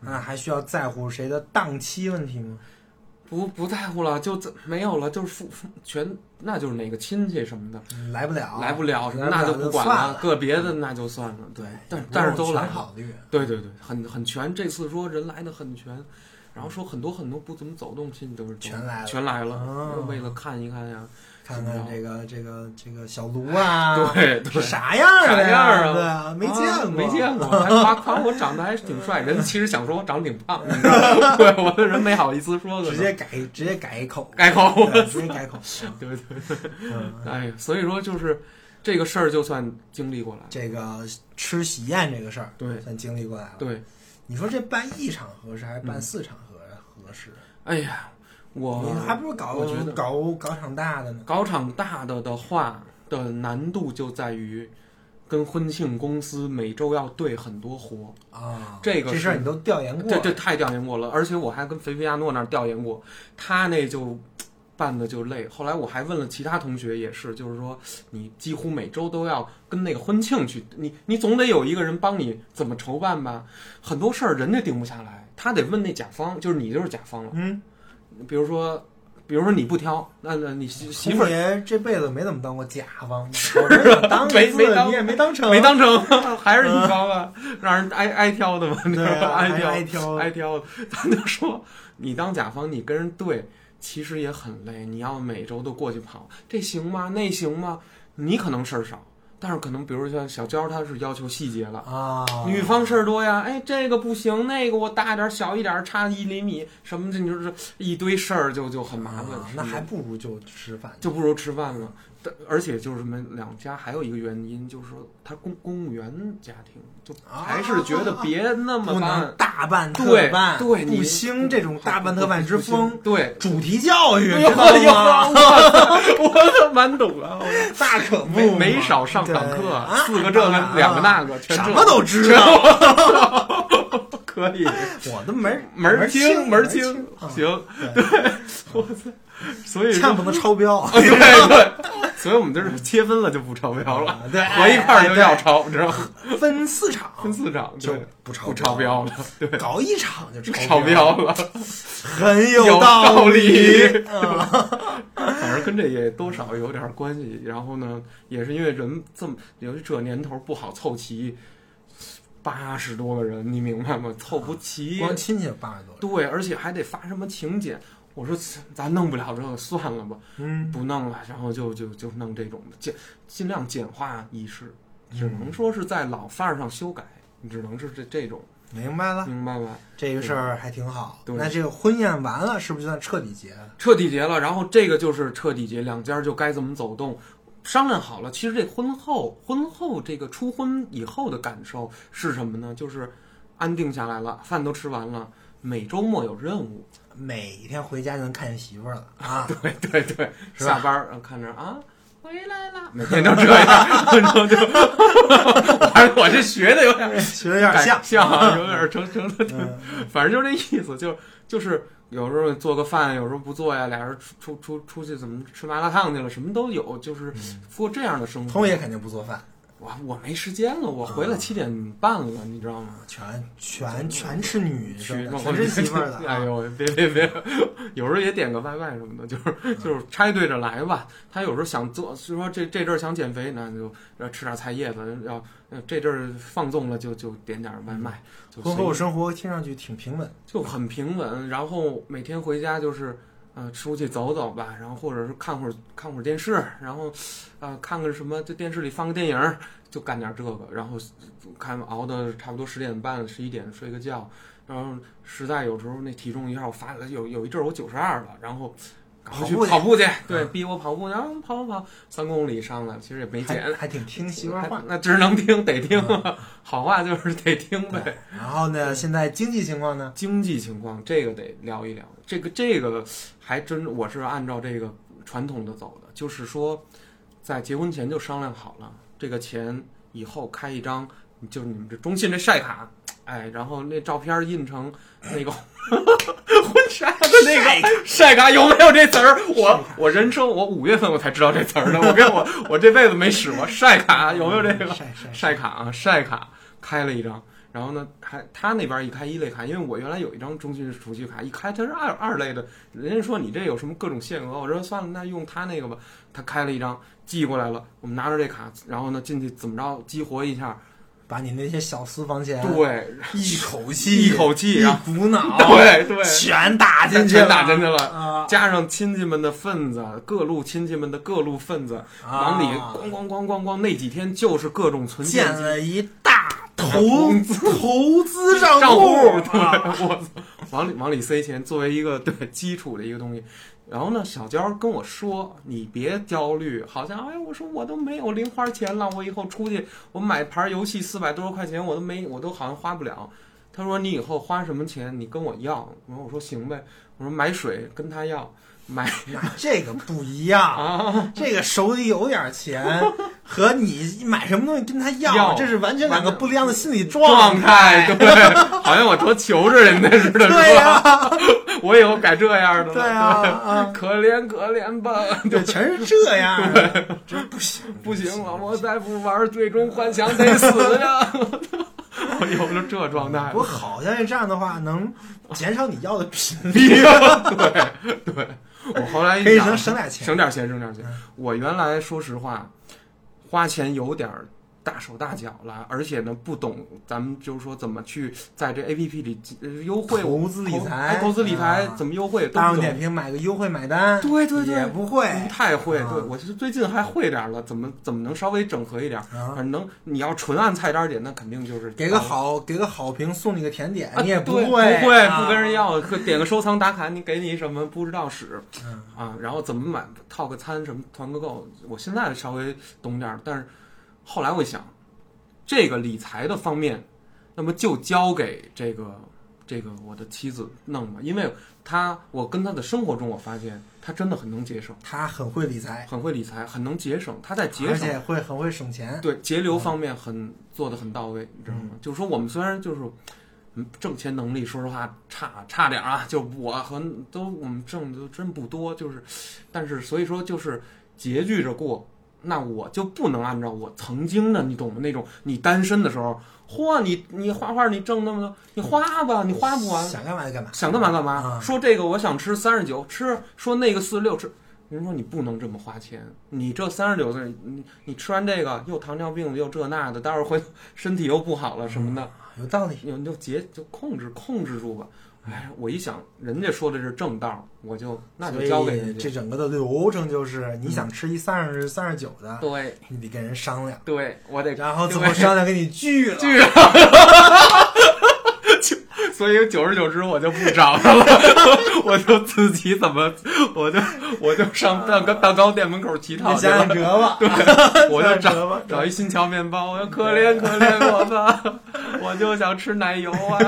[SPEAKER 1] 那还需要在乎谁的档期问题吗？
[SPEAKER 2] 不不在乎了，就这没有了，就是父父全，那就是哪个亲戚什么的，
[SPEAKER 1] 嗯来不了，
[SPEAKER 2] 来不了什么
[SPEAKER 1] 来不
[SPEAKER 2] 那
[SPEAKER 1] 了
[SPEAKER 2] 就
[SPEAKER 1] 就
[SPEAKER 2] 不管
[SPEAKER 1] 算
[SPEAKER 2] 了，个别的那就算了，对，但
[SPEAKER 1] 不
[SPEAKER 2] 但是
[SPEAKER 1] 用
[SPEAKER 2] 都
[SPEAKER 1] 全
[SPEAKER 2] 来了，
[SPEAKER 1] 考虑。
[SPEAKER 2] 对对对，很很全，这次说人来的很全，然后说很多很多不怎么走动亲戚都是
[SPEAKER 1] 全来了
[SPEAKER 2] 全来
[SPEAKER 1] 哦
[SPEAKER 2] 了，为了看一看呀，
[SPEAKER 1] 看
[SPEAKER 2] 怎
[SPEAKER 1] 看
[SPEAKER 2] 么着
[SPEAKER 1] 这个这个这个小卢啊，
[SPEAKER 2] 对对。
[SPEAKER 1] 啥样啊？
[SPEAKER 2] 啥样啊？
[SPEAKER 1] 对啊，没见
[SPEAKER 2] 啊
[SPEAKER 1] 过，
[SPEAKER 2] 没见过，还夸夸我长得还挺帅，人家其实想说我长得挺胖，你知道吗 对，我的人没好意思说的，
[SPEAKER 1] 直接改直接改一口，
[SPEAKER 2] 改口，
[SPEAKER 1] 对直接改口。
[SPEAKER 2] 对对对。
[SPEAKER 1] 嗯，
[SPEAKER 2] 哎，所以说就是这个事儿，就算经历过来，
[SPEAKER 1] 这个吃喜宴这个事儿，
[SPEAKER 2] 对
[SPEAKER 1] 算经历过来了。
[SPEAKER 2] 对，
[SPEAKER 1] 你说这办一场合适还是办四场合合适？
[SPEAKER 2] 哎呀，
[SPEAKER 1] 你还
[SPEAKER 2] 我
[SPEAKER 1] 不如搞
[SPEAKER 2] 我觉得
[SPEAKER 1] 搞搞场大的呢。
[SPEAKER 2] 搞场大的的话的难度就在于。跟婚庆公司每周要对很多活，
[SPEAKER 1] 啊，
[SPEAKER 2] 这个
[SPEAKER 1] 这
[SPEAKER 2] 是
[SPEAKER 1] 事儿你都调研过，
[SPEAKER 2] 这这太调研过了，而且我还跟菲菲亚诺那儿调研过，他那就办的就累。后来我还问了其他同学，也是，就是说你几乎每周都要跟那个婚庆去，你你总得有一个人帮你怎么筹办吧，很多事儿人家定不下来，他得问那甲方，就是你就是甲方了。
[SPEAKER 1] 嗯，
[SPEAKER 2] 比如说，比如说你不挑，那那你媳媳妇
[SPEAKER 1] 童
[SPEAKER 2] 儿
[SPEAKER 1] 爷这辈子没怎么当过甲方，我这想当一次
[SPEAKER 2] 没没当
[SPEAKER 1] 你也没当成，
[SPEAKER 2] 没当 成，还是乙方啊，让人挨挨挑的嘛，你知
[SPEAKER 1] 对
[SPEAKER 2] 道
[SPEAKER 1] 啊，
[SPEAKER 2] 吧 挨
[SPEAKER 1] 挨
[SPEAKER 2] 挑
[SPEAKER 1] 挑
[SPEAKER 2] 挨挑的，咱就说你当甲方，你跟人对，其实也很累，你要每周都过去跑，这行吗？那行吗？你可能事儿少，但是可能比如像小娇，她是要求细节了。
[SPEAKER 1] 啊，
[SPEAKER 2] 女方事儿多呀，哎，这个不行，那个我大一点儿，小一点儿，差一厘米，什么这你就是一堆事儿，就就很麻烦
[SPEAKER 1] 啊。
[SPEAKER 2] 是
[SPEAKER 1] 那
[SPEAKER 2] 吗
[SPEAKER 1] 还不如就吃饭
[SPEAKER 2] 就不如吃饭了。但而且就是什么，两家还有一个原因，就是说他公公务员家庭，就还是觉得别那么
[SPEAKER 1] 啊不能
[SPEAKER 2] 办，
[SPEAKER 1] 大办特
[SPEAKER 2] 对
[SPEAKER 1] 办，
[SPEAKER 2] 对，
[SPEAKER 1] 不
[SPEAKER 2] 你
[SPEAKER 1] 兴这种大办特办之
[SPEAKER 2] 不
[SPEAKER 1] 风
[SPEAKER 2] 行。对，
[SPEAKER 1] 主题教育，
[SPEAKER 2] 哎呦
[SPEAKER 1] 知道
[SPEAKER 2] 哎呦
[SPEAKER 1] 吗？
[SPEAKER 2] 我 我可蛮懂啊，我
[SPEAKER 1] 大可不
[SPEAKER 2] 没
[SPEAKER 1] 嘛
[SPEAKER 2] 没少上
[SPEAKER 1] 对
[SPEAKER 2] 党课
[SPEAKER 1] 啊，
[SPEAKER 2] 四个这个
[SPEAKER 1] 啊
[SPEAKER 2] 两个那个，全
[SPEAKER 1] 什
[SPEAKER 2] 这
[SPEAKER 1] 么都知道，
[SPEAKER 2] 可以，
[SPEAKER 1] 我都门儿
[SPEAKER 2] 门儿
[SPEAKER 1] 清
[SPEAKER 2] 清门儿
[SPEAKER 1] 清
[SPEAKER 2] 清，，
[SPEAKER 1] 啊
[SPEAKER 2] 行，
[SPEAKER 1] 对
[SPEAKER 2] 所以说
[SPEAKER 1] 千万不能超标。
[SPEAKER 2] 啊 对对，所以我们就是切分了就不超标了，
[SPEAKER 1] 啊对，
[SPEAKER 2] 合一块儿就要
[SPEAKER 1] 哎
[SPEAKER 2] 超，知道吗？
[SPEAKER 1] 对分四场，
[SPEAKER 2] 分四场
[SPEAKER 1] 就
[SPEAKER 2] 对
[SPEAKER 1] 不超
[SPEAKER 2] 不超标了，对。
[SPEAKER 1] 搞一场就
[SPEAKER 2] 超
[SPEAKER 1] 标，
[SPEAKER 2] 标了，
[SPEAKER 1] 很
[SPEAKER 2] 有
[SPEAKER 1] 道
[SPEAKER 2] 道理
[SPEAKER 1] 啊
[SPEAKER 2] 反正跟这也多少有点关系。然后呢，也是因为人这么，由于这年头不好凑齐，八十多个人，你明白吗？凑不齐，
[SPEAKER 1] 啊光亲戚八十多人，
[SPEAKER 2] 对，而且还得发什么请柬。我说咱弄不了这个，算了吧，
[SPEAKER 1] 嗯，
[SPEAKER 2] 不弄了。然后就就就弄这种的，简尽量简化仪式，只
[SPEAKER 1] 嗯
[SPEAKER 2] 能说是在老范儿上修改，只能是这这种，
[SPEAKER 1] 明白了，
[SPEAKER 2] 明白吧？
[SPEAKER 1] 这个事儿还挺好。
[SPEAKER 2] 对
[SPEAKER 1] 那这个婚宴完了，是不是就算彻底结了？
[SPEAKER 2] 彻底结了，然后这个就是彻底结，两家就该怎么走动，商量好了。其实这婚后，婚后这个初婚以后的感受是什么呢？就是安定下来了，饭都吃完了，每周末有任务。
[SPEAKER 1] 每天回家就能看见媳妇儿了啊！
[SPEAKER 2] 对对对，
[SPEAKER 1] 是吧
[SPEAKER 2] 下班儿然后看着啊。回来了，每天都这样， 然后就，我还我这学的有点
[SPEAKER 1] 学的有点像，
[SPEAKER 2] 像啊，有点成成成
[SPEAKER 1] 嗯，
[SPEAKER 2] 反正就这意思，就就是有时候做个饭，有时候不做呀，俩人出
[SPEAKER 1] 嗯
[SPEAKER 2] 出出出去怎么吃麻辣烫去了，什么都有，就是过这样的生活。
[SPEAKER 1] 通爷肯定不做饭，
[SPEAKER 2] 我我没时间了，我
[SPEAKER 1] 啊
[SPEAKER 2] 回来七点半了，你知道吗？
[SPEAKER 1] 全全全吃女
[SPEAKER 2] 去
[SPEAKER 1] 的，全吃媳妇 儿的。啊
[SPEAKER 2] 哎呦喂，别别别，有时候也点个外卖什么的，
[SPEAKER 1] 嗯
[SPEAKER 2] 就是就是拆对着来吧。他有时候想做，就说这这阵儿想减肥，那就要吃点菜叶子；要呃这阵儿放纵了，就就点点外卖。就
[SPEAKER 1] 婚
[SPEAKER 2] 随
[SPEAKER 1] 后生活听上去挺平稳，
[SPEAKER 2] 就很平稳，然后每天回家就是，呃，出去走走吧，然后或者是看会儿看会儿电视，然后，呃，看看什么，这电视里放个电影儿，就干点这个，然后看熬到差不多十点半、十一点睡个觉，然后实在有时候那体重一下我发有有一阵儿我九十二了，然后赶快去
[SPEAKER 1] 跑步去
[SPEAKER 2] 跑步去，对，
[SPEAKER 1] 嗯
[SPEAKER 2] 逼我跑步，然后跑跑跑三公里上来，其实也没哎减
[SPEAKER 1] 还，还挺听媳妇儿话。
[SPEAKER 2] 那只能听得听， 好话就是得听呗。
[SPEAKER 1] 然后呢，现在经济情况呢？
[SPEAKER 2] 经济情况，这个得聊一聊。这个这个还真我是按照这个传统的走的，就是说，在结婚前就商量好了，这个钱以后开一张，就是你们这中信这晒卡，哎，然后那照片印成那个 婚纱的
[SPEAKER 1] 晒
[SPEAKER 2] 哎那个晒卡，有没有这词儿？我我人生我五月份我才知道这词儿呢，我跟我 我这辈子没使过晒卡， 有没有这个？
[SPEAKER 1] 晒晒晒？
[SPEAKER 2] 晒卡啊，晒卡开了一张，然后呢，还他那边一开一类卡，因为我原来有一张中信储蓄卡，一开它是二二类的，人家说你这有什么各种限额，我说算了，那用他那个吧，他开了一张寄过来了，我们拿着这卡，然后呢进去怎么着激活一下，
[SPEAKER 1] 把你那些小私房钱，
[SPEAKER 2] 对，
[SPEAKER 1] 一口气
[SPEAKER 2] 一口气，
[SPEAKER 1] 一
[SPEAKER 2] 然后
[SPEAKER 1] 股脑，
[SPEAKER 2] 对对。
[SPEAKER 1] 全打进去了，
[SPEAKER 2] 全打进去了
[SPEAKER 1] 啊
[SPEAKER 2] 加上亲戚们的份子，各路亲戚们的各路份子，
[SPEAKER 1] 啊
[SPEAKER 2] 往里咣咣咣咣咣，那几天就是各种存
[SPEAKER 1] 建
[SPEAKER 2] 钱
[SPEAKER 1] 了一大投
[SPEAKER 2] 投
[SPEAKER 1] 投资账
[SPEAKER 2] 账户， 对，
[SPEAKER 1] 啊
[SPEAKER 2] 我操，往里往里塞钱，作为一个对基础的一个东西。然后呢，小娇跟我说：“你别焦虑，好像哎呦，我说我都没有零花钱了，我以后出去我买盘游戏四百多块钱，我都没，我都好像花不了。”他说：“你以后花什么钱，你跟我要。”然后我说：“行呗。”我说：“买水跟他要， 买
[SPEAKER 1] 那这个不一样，
[SPEAKER 2] 啊，
[SPEAKER 1] 这个手里有点 钱，和你买什么东西跟他要，
[SPEAKER 2] 要
[SPEAKER 1] 这是完全两个不一样的心理
[SPEAKER 2] 状态
[SPEAKER 1] 态。
[SPEAKER 2] 对，好像我多求着人家似的，
[SPEAKER 1] 对
[SPEAKER 2] 是吧？
[SPEAKER 1] 呀，
[SPEAKER 2] 我以后改这样的了，
[SPEAKER 1] 对呀，啊，
[SPEAKER 2] 可怜可怜吧。”
[SPEAKER 1] 对，全是这样的，真不行，
[SPEAKER 2] 不行了，我再不玩《最终幻想》得死呀！我 有了这状态
[SPEAKER 1] 不过好像是这样的话，能减少你要的频率，
[SPEAKER 2] 对对，我后来一
[SPEAKER 1] 可以
[SPEAKER 2] 想
[SPEAKER 1] 能省点钱。
[SPEAKER 2] 哎
[SPEAKER 1] 嗯
[SPEAKER 2] 省点钱，省点钱。我原来说实话，花钱有点儿大手大脚了，而且呢不懂，咱们就是说怎么去在这 A P P 里呃优惠
[SPEAKER 1] 投资理财
[SPEAKER 2] 哎投资理财
[SPEAKER 1] 啊
[SPEAKER 2] 怎么优惠都
[SPEAKER 1] 大
[SPEAKER 2] 不
[SPEAKER 1] 众点
[SPEAKER 2] 懂。
[SPEAKER 1] 评买个优惠买单，
[SPEAKER 2] 对对嗯对
[SPEAKER 1] 也不会。
[SPEAKER 2] 不太会，
[SPEAKER 1] 啊
[SPEAKER 2] 对我就是最近还会点儿了，怎么怎么能稍微整合一点儿？
[SPEAKER 1] 啊
[SPEAKER 2] 反正能你要纯按菜单点，那肯定就是
[SPEAKER 1] 给个
[SPEAKER 2] 好。
[SPEAKER 1] 好给个好评，送你个甜点
[SPEAKER 2] 啊，
[SPEAKER 1] 你也
[SPEAKER 2] 对
[SPEAKER 1] 会啊
[SPEAKER 2] 不
[SPEAKER 1] 不会
[SPEAKER 2] 不跟人。要，可点个收藏打卡，你给你什么不知道使
[SPEAKER 1] 嗯
[SPEAKER 2] 啊？然后怎么买套个餐什么团个购，我现在稍微懂点儿，但是后来我一想，这个理财的方面，那么就交给这个这个我的妻子弄吧，因为她我跟她的生活中我发现她真的很能节省，
[SPEAKER 1] 他很会理财，
[SPEAKER 2] 很会理财，很能节省，她在节
[SPEAKER 1] 而
[SPEAKER 2] 省
[SPEAKER 1] 且会很会省钱。
[SPEAKER 2] 对节流方面很做的很到位，你知道吗？就是说我们虽然就是，嗯，挣钱能力说实话差差点儿啊，就我和都我们挣的都真不多，就是，但是所以说就是拮据着过，那我就不能按照我曾经的你懂吗？那种你单身的时候，嚯，你你画画你挣那么多，你花吧，你花不完，
[SPEAKER 1] 想干嘛就干嘛，
[SPEAKER 2] 想干嘛干嘛。
[SPEAKER 1] 啊
[SPEAKER 2] 说这个我想吃三十九吃，说那个四十六吃。人说你不能这么花钱，你这三十九岁，你你吃完这个又糖尿病又这那的，待会儿回头身体又不好了什么的，
[SPEAKER 1] 有道理。
[SPEAKER 2] 你你就节就控制控制住吧。哎，我一想，人家说的是正道，我就那就交给
[SPEAKER 1] 所以
[SPEAKER 2] 人家。
[SPEAKER 1] 这整个的流程就是，你想吃一三十三十九的，
[SPEAKER 2] 对
[SPEAKER 1] 你得跟人商量，
[SPEAKER 2] 对，我得
[SPEAKER 1] 然后最
[SPEAKER 2] 对
[SPEAKER 1] 后商量给你拒了。
[SPEAKER 2] 巨了。 所以久而久之我就不找他了， 我就自己怎么，我就我就上蛋糕蛋糕店门口乞讨
[SPEAKER 1] 你
[SPEAKER 2] 去
[SPEAKER 1] 想想
[SPEAKER 2] 了，
[SPEAKER 1] 辙 吧，
[SPEAKER 2] 我就
[SPEAKER 1] 想辙
[SPEAKER 2] 找
[SPEAKER 1] 吧
[SPEAKER 2] 找一新桥面 包，我说可怜可怜我吧，我就想吃奶油啊，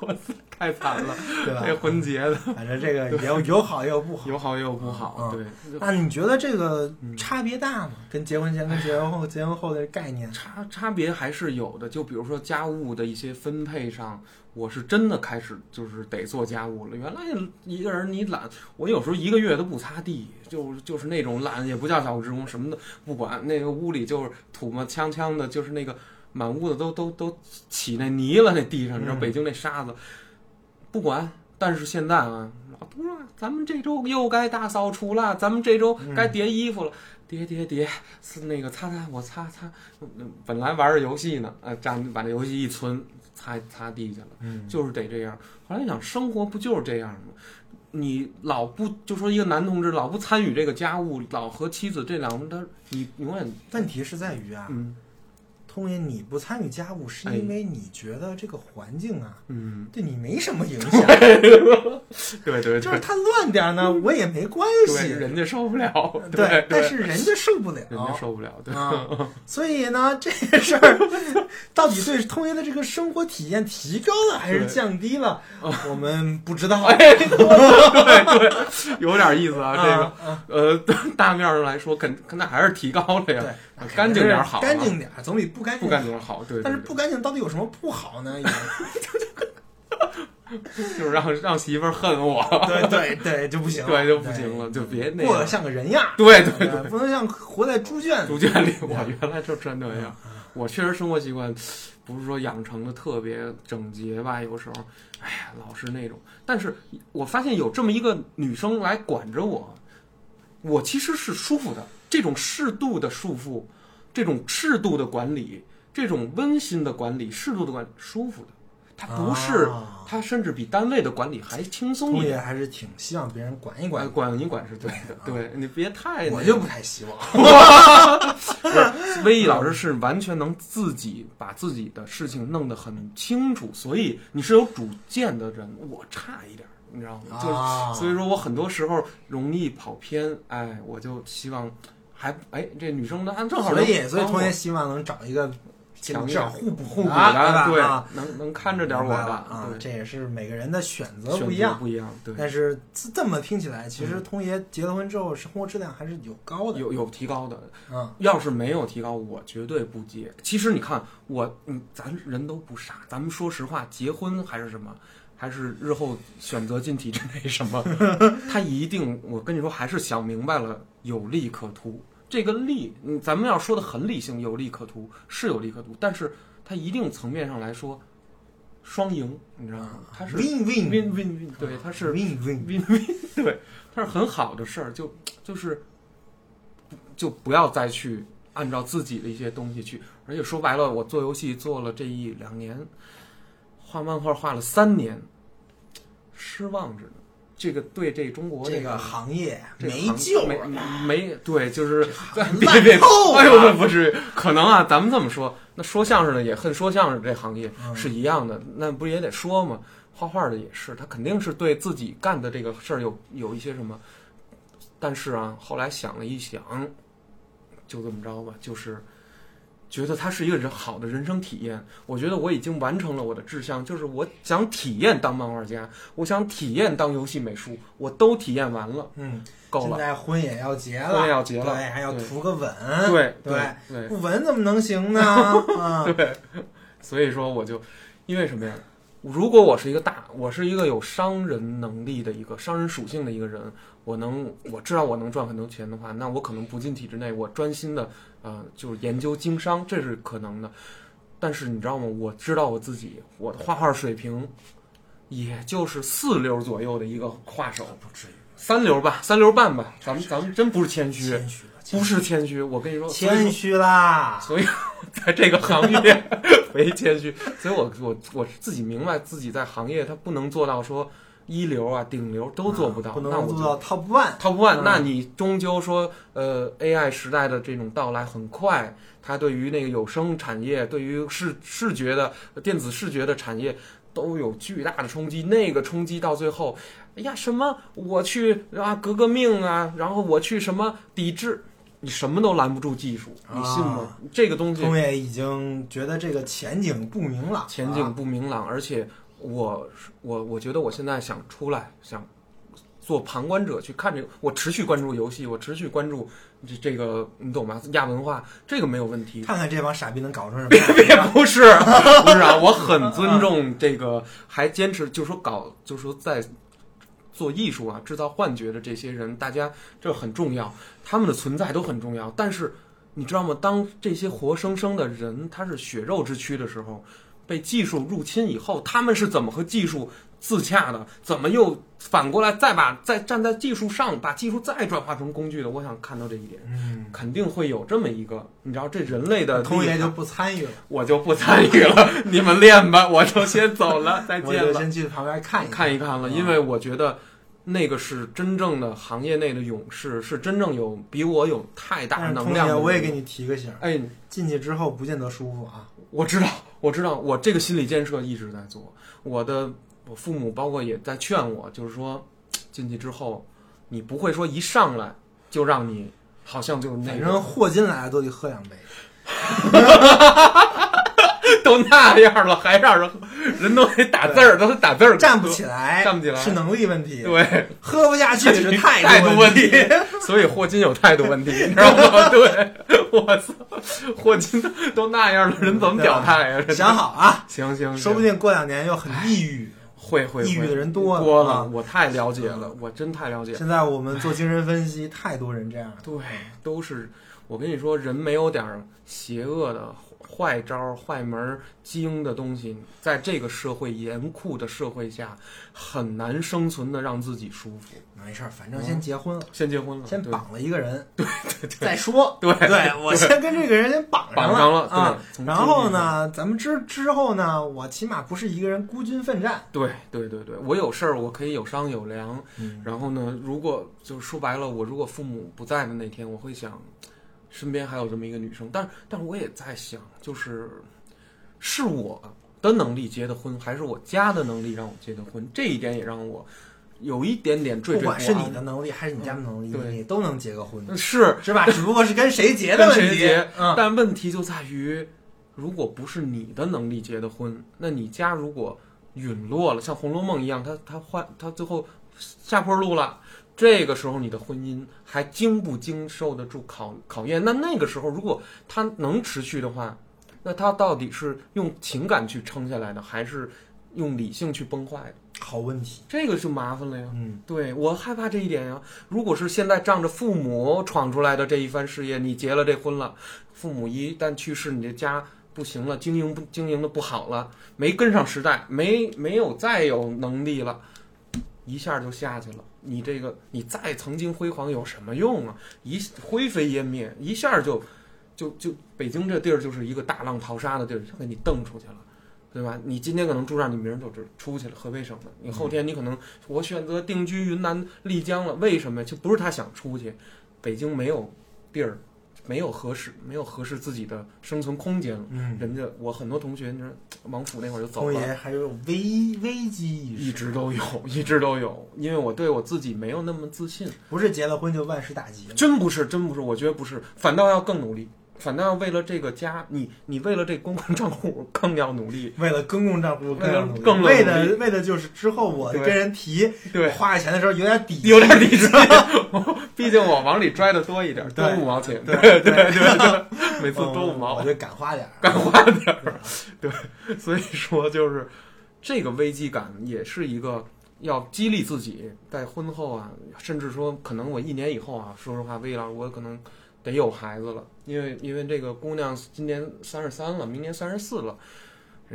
[SPEAKER 2] 我操，太惨了，
[SPEAKER 1] 对吧？
[SPEAKER 2] 这婚结的
[SPEAKER 1] 反正这个也 有有好也有不好。
[SPEAKER 2] 有好也有不好，
[SPEAKER 1] 嗯
[SPEAKER 2] 对，
[SPEAKER 1] 那你觉得这个
[SPEAKER 2] 嗯
[SPEAKER 1] 差别大吗？跟结婚前跟结婚后、结婚后的概念？
[SPEAKER 2] 差差别还是有的。就比如说家务的一些分配上，我是真的开始就是得做家务了。原来一个人你懒，我有时候一个月都不擦地，就就是那种懒，也不叫小职工什么的，不管那个屋里就是土嘛呛呛的，就是那个满屋子都都都起那泥了，那地上，你知道
[SPEAKER 1] 嗯
[SPEAKER 2] 北京那沙子，不管。但是现在啊，老头说咱们这周又该大扫除了，咱们这周
[SPEAKER 1] 嗯
[SPEAKER 2] 该叠衣服了，叠叠叠，是那个擦擦，我擦擦，嗯本来玩着游戏呢，呃，站把这游戏一存，擦擦地去了，
[SPEAKER 1] 嗯，
[SPEAKER 2] 就是得这样。后来想，生活不就是这样吗？你老不就说一个男同志老不参与这个家务，老和妻子这两他你永远
[SPEAKER 1] 问题是在于啊，
[SPEAKER 2] 嗯
[SPEAKER 1] 通爷你不参与家务，是
[SPEAKER 2] 哎
[SPEAKER 1] 因为你觉得这个环境啊、
[SPEAKER 2] 嗯，
[SPEAKER 1] 对你没什么影 响，
[SPEAKER 2] 对对
[SPEAKER 1] 就是
[SPEAKER 2] 对
[SPEAKER 1] 它乱点儿呢， 我也没关
[SPEAKER 2] 对，
[SPEAKER 1] 系。
[SPEAKER 2] 人家受不了，
[SPEAKER 1] 对
[SPEAKER 2] 对，，
[SPEAKER 1] 但是人家受不
[SPEAKER 2] 人家
[SPEAKER 1] 了。
[SPEAKER 2] 受不了，对，
[SPEAKER 1] 啊，所以呢，这个事儿到底对通爷的这个生活体验提高了还是
[SPEAKER 2] 对哦哎
[SPEAKER 1] 降低了，我们不知道。啊
[SPEAKER 2] 有点意思啊，这个。
[SPEAKER 1] 啊
[SPEAKER 2] 呃，大面上来说，肯肯那还是提高了呀，
[SPEAKER 1] 对，
[SPEAKER 2] 干净点儿好啊
[SPEAKER 1] 干净点儿总比不干
[SPEAKER 2] 不
[SPEAKER 1] 净
[SPEAKER 2] 干净好，对，对
[SPEAKER 1] 但是
[SPEAKER 2] 对
[SPEAKER 1] 不干净到底有什么不好呢？也
[SPEAKER 2] 就是让让媳妇儿恨我，
[SPEAKER 1] 对对对，就不行了，
[SPEAKER 2] 对就不行了，就别那
[SPEAKER 1] 对，过得
[SPEAKER 2] 样。
[SPEAKER 1] 像个人样儿，
[SPEAKER 2] 对对对，
[SPEAKER 1] 呃不能像活在猪 圈
[SPEAKER 2] 猪
[SPEAKER 1] 里。
[SPEAKER 2] 圈里我原来就穿这样，
[SPEAKER 1] 嗯
[SPEAKER 2] 我确实生活习惯不是说养成的特别整洁吧，有时候，哎呀，老是那种。但是我发现有这么一个女生来管着我，我其实是舒服的。这种适度的束缚，这种适度的管理，这种温馨的管理，适度的管理，舒服的。它不是，
[SPEAKER 1] 啊
[SPEAKER 2] 它甚至比单位的管理还轻松一
[SPEAKER 1] 通
[SPEAKER 2] 点。
[SPEAKER 1] 爷还是挺希望别人管一
[SPEAKER 2] 管
[SPEAKER 1] 管，
[SPEAKER 2] 管你管是对的，对你别太那
[SPEAKER 1] 啊我
[SPEAKER 2] 个
[SPEAKER 1] 就不太希 望。
[SPEAKER 2] 不是威毅老师是完全能自己把自己的事情弄得很清楚，所以你是有主见的人，我差一点儿，你知道吗？就是
[SPEAKER 1] 啊，
[SPEAKER 2] 所以说我很多时候容易跑偏，哎，我就希望还哎这女生呢，啊正好
[SPEAKER 1] 所
[SPEAKER 2] 能
[SPEAKER 1] 以所以
[SPEAKER 2] 帮
[SPEAKER 1] 通
[SPEAKER 2] 我
[SPEAKER 1] 爷希望能找一个
[SPEAKER 2] 强
[SPEAKER 1] 至
[SPEAKER 2] 一
[SPEAKER 1] 少
[SPEAKER 2] 点
[SPEAKER 1] 互补
[SPEAKER 2] 互补
[SPEAKER 1] 的啊
[SPEAKER 2] 的，
[SPEAKER 1] 对吧，
[SPEAKER 2] 对，能能看着点儿我
[SPEAKER 1] 的
[SPEAKER 2] 的
[SPEAKER 1] 啊，
[SPEAKER 2] 对
[SPEAKER 1] 这也是每个人的选择
[SPEAKER 2] 选
[SPEAKER 1] 不
[SPEAKER 2] 择
[SPEAKER 1] 一样。
[SPEAKER 2] 不一样，对，嗯
[SPEAKER 1] 但是这这么听起来，其实通爷结了婚之后，生活质量还是有高的。
[SPEAKER 2] 有有提高的，
[SPEAKER 1] 嗯，
[SPEAKER 2] 要是没有提高，我绝对不结。其实你看，我嗯，咱人都不傻，咱们说实话，结婚还是什么，还是日后选择进体制内什么， 他一定，我跟你说，还是想明白了，有利可图。这个利，嗯，咱们要说的很理性，有利可图是有利可图，但是它一定层面上来说，双赢，你知道吗？它啊是
[SPEAKER 1] win win
[SPEAKER 2] win win win，对，它是
[SPEAKER 1] win win。
[SPEAKER 2] win win，对， 它是很好的事儿，就就是就不要再去按照自己的一些东西去，而且说白了，我做游戏做了这一两年，画漫画画了三年，失望着呢。这个对这中国
[SPEAKER 1] 这
[SPEAKER 2] 个
[SPEAKER 1] 个行业
[SPEAKER 2] 这个
[SPEAKER 1] 没
[SPEAKER 2] 行
[SPEAKER 1] 救
[SPEAKER 2] 没
[SPEAKER 1] 了，
[SPEAKER 2] 没对，就是
[SPEAKER 1] 行
[SPEAKER 2] 别
[SPEAKER 1] 烂
[SPEAKER 2] 别，
[SPEAKER 1] 透了
[SPEAKER 2] 哎呦，这不至于，可能啊，咱们这么说，那说相声的也恨说相声这行业
[SPEAKER 1] 嗯
[SPEAKER 2] 是一样的，那不也得说吗？画画的也是，他肯定是对自己干的这个事儿有有一些什么，但是啊，后来想了一想，就这么着吧，就是觉得它是一个人好的人生体验。我觉得我已经完成了我的志向，就是我想体验当漫画家，我想体验当游戏美术，我都体验完了，
[SPEAKER 1] 嗯，
[SPEAKER 2] 够
[SPEAKER 1] 现
[SPEAKER 2] 了，
[SPEAKER 1] 在婚也要结了，
[SPEAKER 2] 婚也要结了
[SPEAKER 1] 对，还要
[SPEAKER 2] 对
[SPEAKER 1] 图个稳，
[SPEAKER 2] 对
[SPEAKER 1] 对
[SPEAKER 2] 对。
[SPEAKER 1] 不稳怎么能 行呢？啊，
[SPEAKER 2] 所以说我就，因为什么呀？如果我是一个大，我是一个有商人能力的一个商人属性的一个人，我能我知道我能赚很多钱的话，那我可能不进体制内，我专心的呃就是研究经商，这是可能的。但是你知道吗？我知道我自己，我的画画水平，也就是四流左右的一个画手，
[SPEAKER 1] 不至于，
[SPEAKER 2] 三流吧，三流半吧。咱们咱们真不是谦虚，
[SPEAKER 1] 谦虚了，谦
[SPEAKER 2] 不是谦虚。我跟你说，所以说
[SPEAKER 1] 谦虚啦。
[SPEAKER 2] 所以我在这个行 业为谦虚，所以我我我自己明白自己在行业它不能做到说一流啊顶流都做不到，
[SPEAKER 1] 啊不
[SPEAKER 2] 那
[SPEAKER 1] 能
[SPEAKER 2] 我
[SPEAKER 1] 做
[SPEAKER 2] 就。
[SPEAKER 1] 到 top one。
[SPEAKER 2] top one，、
[SPEAKER 1] 嗯
[SPEAKER 2] 那你终究说，呃，AI 时代的这种到来很快，它对于那个有声产业，对于视视觉的电子视觉的产业都有巨大的冲击。那个冲击到最后，哎呀，什么我去啊革个命啊，然后我去什么抵制，你什么都拦不住技术，你信
[SPEAKER 1] 啊
[SPEAKER 2] 吗？这个东西
[SPEAKER 1] 通也已经觉得这个前景不明朗了，啊
[SPEAKER 2] 前景不明朗，而且我是我我觉得我现在想出来，想做旁观者去看这个，我持续关注游戏，我持续关注这这个，你懂吗？亚文化这个没有问题。
[SPEAKER 1] 看看这帮傻逼能搞成什么
[SPEAKER 2] 别
[SPEAKER 1] 样。
[SPEAKER 2] 别不是不是啊，我很尊重这个，还坚持就说搞，就说在做艺术啊，制造幻觉的这些人，大家这很重要，他们的存在都很重要。但是你知道吗？当这些活生生的人他是血肉之躯的时候，被技术入侵以后，他们是怎么和技术自洽的？怎么又反过来再把再站在技术上，把技术再转化成工具的？我想看到这一点，
[SPEAKER 1] 嗯，
[SPEAKER 2] 肯定会有这么一个，你知道，这人类 的
[SPEAKER 1] 通
[SPEAKER 2] 力
[SPEAKER 1] 爷
[SPEAKER 2] 量
[SPEAKER 1] 就不参与了，
[SPEAKER 2] 我就不参与了， 你们练吧，我就先走 了，再
[SPEAKER 1] 我
[SPEAKER 2] 见
[SPEAKER 1] 就
[SPEAKER 2] 了，
[SPEAKER 1] 先嗯去旁边看一看。
[SPEAKER 2] 看一看了，因为我觉得那个是真正的行业内的勇士，是真正有比我有太大
[SPEAKER 1] 但是
[SPEAKER 2] 能
[SPEAKER 1] 通
[SPEAKER 2] 量
[SPEAKER 1] 爷，
[SPEAKER 2] 的。
[SPEAKER 1] 我也给，你提个醒儿，
[SPEAKER 2] 哎，
[SPEAKER 1] 进去之后不见得舒服啊。
[SPEAKER 2] 我知道，我知道，我这个心理建设一直在做。我的我父母包括也在劝我，就是说进去之后，你不会说一上来就让你好像就是那
[SPEAKER 1] 反
[SPEAKER 2] 个
[SPEAKER 1] 正霍金来了都得喝两杯，
[SPEAKER 2] 都那样了，还让人人都得打字儿，都得打字儿，
[SPEAKER 1] 站不起来，
[SPEAKER 2] 站不起来
[SPEAKER 1] 是能力问题，
[SPEAKER 2] 对。
[SPEAKER 1] 喝不下去是态
[SPEAKER 2] 态
[SPEAKER 1] 度
[SPEAKER 2] 度
[SPEAKER 1] 问
[SPEAKER 2] 问题， 所以霍金有态度问题，你知 道吗？对，我操，霍金都那样了，人怎么表态呀、
[SPEAKER 1] 想好啊，
[SPEAKER 2] 行行，
[SPEAKER 1] 说不
[SPEAKER 2] 定
[SPEAKER 1] 定过两年又很抑郁。
[SPEAKER 2] 会会
[SPEAKER 1] 抑郁
[SPEAKER 2] 会
[SPEAKER 1] 的人多了
[SPEAKER 2] 多
[SPEAKER 1] 啊嗯
[SPEAKER 2] 了，我太了解了，我真太了解。
[SPEAKER 1] 现在我们
[SPEAKER 2] 哎
[SPEAKER 1] 做精神分析，太多人这样了。
[SPEAKER 2] 对，都是我跟你说，人没有点儿邪恶的坏招儿、坏门儿、精的东西，在这个社会严酷的社会下，很难生存的让自己舒服。
[SPEAKER 1] 没事儿，反
[SPEAKER 2] 嗯
[SPEAKER 1] 正先结婚啊了，
[SPEAKER 2] 先结婚了，
[SPEAKER 1] 先
[SPEAKER 2] 嗯对
[SPEAKER 1] 绑了一个人，对对对，再说。
[SPEAKER 2] 对
[SPEAKER 1] 对我先跟这个人先绑
[SPEAKER 2] 绑
[SPEAKER 1] 上
[SPEAKER 2] 上了，
[SPEAKER 1] 啊。
[SPEAKER 2] 对，从
[SPEAKER 1] 然
[SPEAKER 2] 经济
[SPEAKER 1] 后
[SPEAKER 2] 上
[SPEAKER 1] 呢，咱们之之后呢，我起码不是一个人孤军奋战。
[SPEAKER 2] 对对对对，我有事儿，我可以有商有量。然后呢，如果就说白了，我如果父母不在的那天，我会想，身边还有这么一个女生。但但我也在想，就是是我的能力结的婚，还是我家的能力让我结的婚？这一点也让我有一点点惴惴
[SPEAKER 1] 不
[SPEAKER 2] 不
[SPEAKER 1] 管
[SPEAKER 2] 安。
[SPEAKER 1] 是你的能力还是你家的能力，
[SPEAKER 2] 嗯对
[SPEAKER 1] 你都能结个婚，
[SPEAKER 2] 是，
[SPEAKER 1] 是吧？只不过是跟谁结的
[SPEAKER 2] 跟
[SPEAKER 1] 问
[SPEAKER 2] 谁
[SPEAKER 1] 题
[SPEAKER 2] 结。
[SPEAKER 1] 嗯，
[SPEAKER 2] 但问题就在于，如果不是你的能力结的婚，那你家如果陨落了，像《红楼梦》一样，他他换他最后下坡路了，这个时候你的婚姻还经不经受得住考考验？那那个时候如果他能持续的话，那他到底是用情感去撑下来的，还是用理性去崩坏的？
[SPEAKER 1] 好问题。
[SPEAKER 2] 这个就麻烦了哎呀。
[SPEAKER 1] 嗯，
[SPEAKER 2] 对我害怕这一点呀、啊如果是现在仗着父母闯出来的这一番事业，你结了这婚了，父母一旦去世，你这家不行了，经营不经营的不好了，没跟上时代，没没有再有能力了，一下就下去了。你这个你再曾经辉煌有什么用啊？一灰飞烟灭，一下就就就北京这地儿就是一个大浪淘沙的地儿，就给你蹬出去了。对吧？你今天可能住这儿，你明儿就这出去了，河北省的。你后天你可能我选择定居云南丽江了，为什么呀？就不是他想出去，北京没有地儿，没有合适，没有合适自己的生存空间了。
[SPEAKER 1] 嗯，
[SPEAKER 2] 人家我很多同学，你说王府那会儿就走
[SPEAKER 1] 通
[SPEAKER 2] 了，
[SPEAKER 1] 爷还有危危机意
[SPEAKER 2] 一
[SPEAKER 1] 识，
[SPEAKER 2] 直都有，一直都有，因为我对我自己没有那么自信。
[SPEAKER 1] 不是结了婚就万事大吉了。
[SPEAKER 2] 真不是，真不是，我觉得不是，反倒要更努力，反倒要为了这个家，你你为了这公共 账户更要努力。
[SPEAKER 1] 为了公共账户
[SPEAKER 2] 为了
[SPEAKER 1] 更
[SPEAKER 2] 更
[SPEAKER 1] 为
[SPEAKER 2] 努
[SPEAKER 1] 的
[SPEAKER 2] 力
[SPEAKER 1] 为的就是之后我
[SPEAKER 2] 对
[SPEAKER 1] 跟人提
[SPEAKER 2] 对，
[SPEAKER 1] 花钱的时候有点底气
[SPEAKER 2] 有点理智， 毕竟我往里拽的多一点，多
[SPEAKER 1] 对
[SPEAKER 2] 五毛钱，
[SPEAKER 1] 对
[SPEAKER 2] 对对对， 每次
[SPEAKER 1] 嗯
[SPEAKER 2] 多五毛
[SPEAKER 1] 我，就敢花点儿。
[SPEAKER 2] 敢花点儿。对， 所以说就是这个危机感也是一个要激励自己，在婚后啊，甚至说可能我一年以后啊，说实话，魏老师，我可能得有孩子了，因为因为这个姑娘今年三十三了，明年三十四了。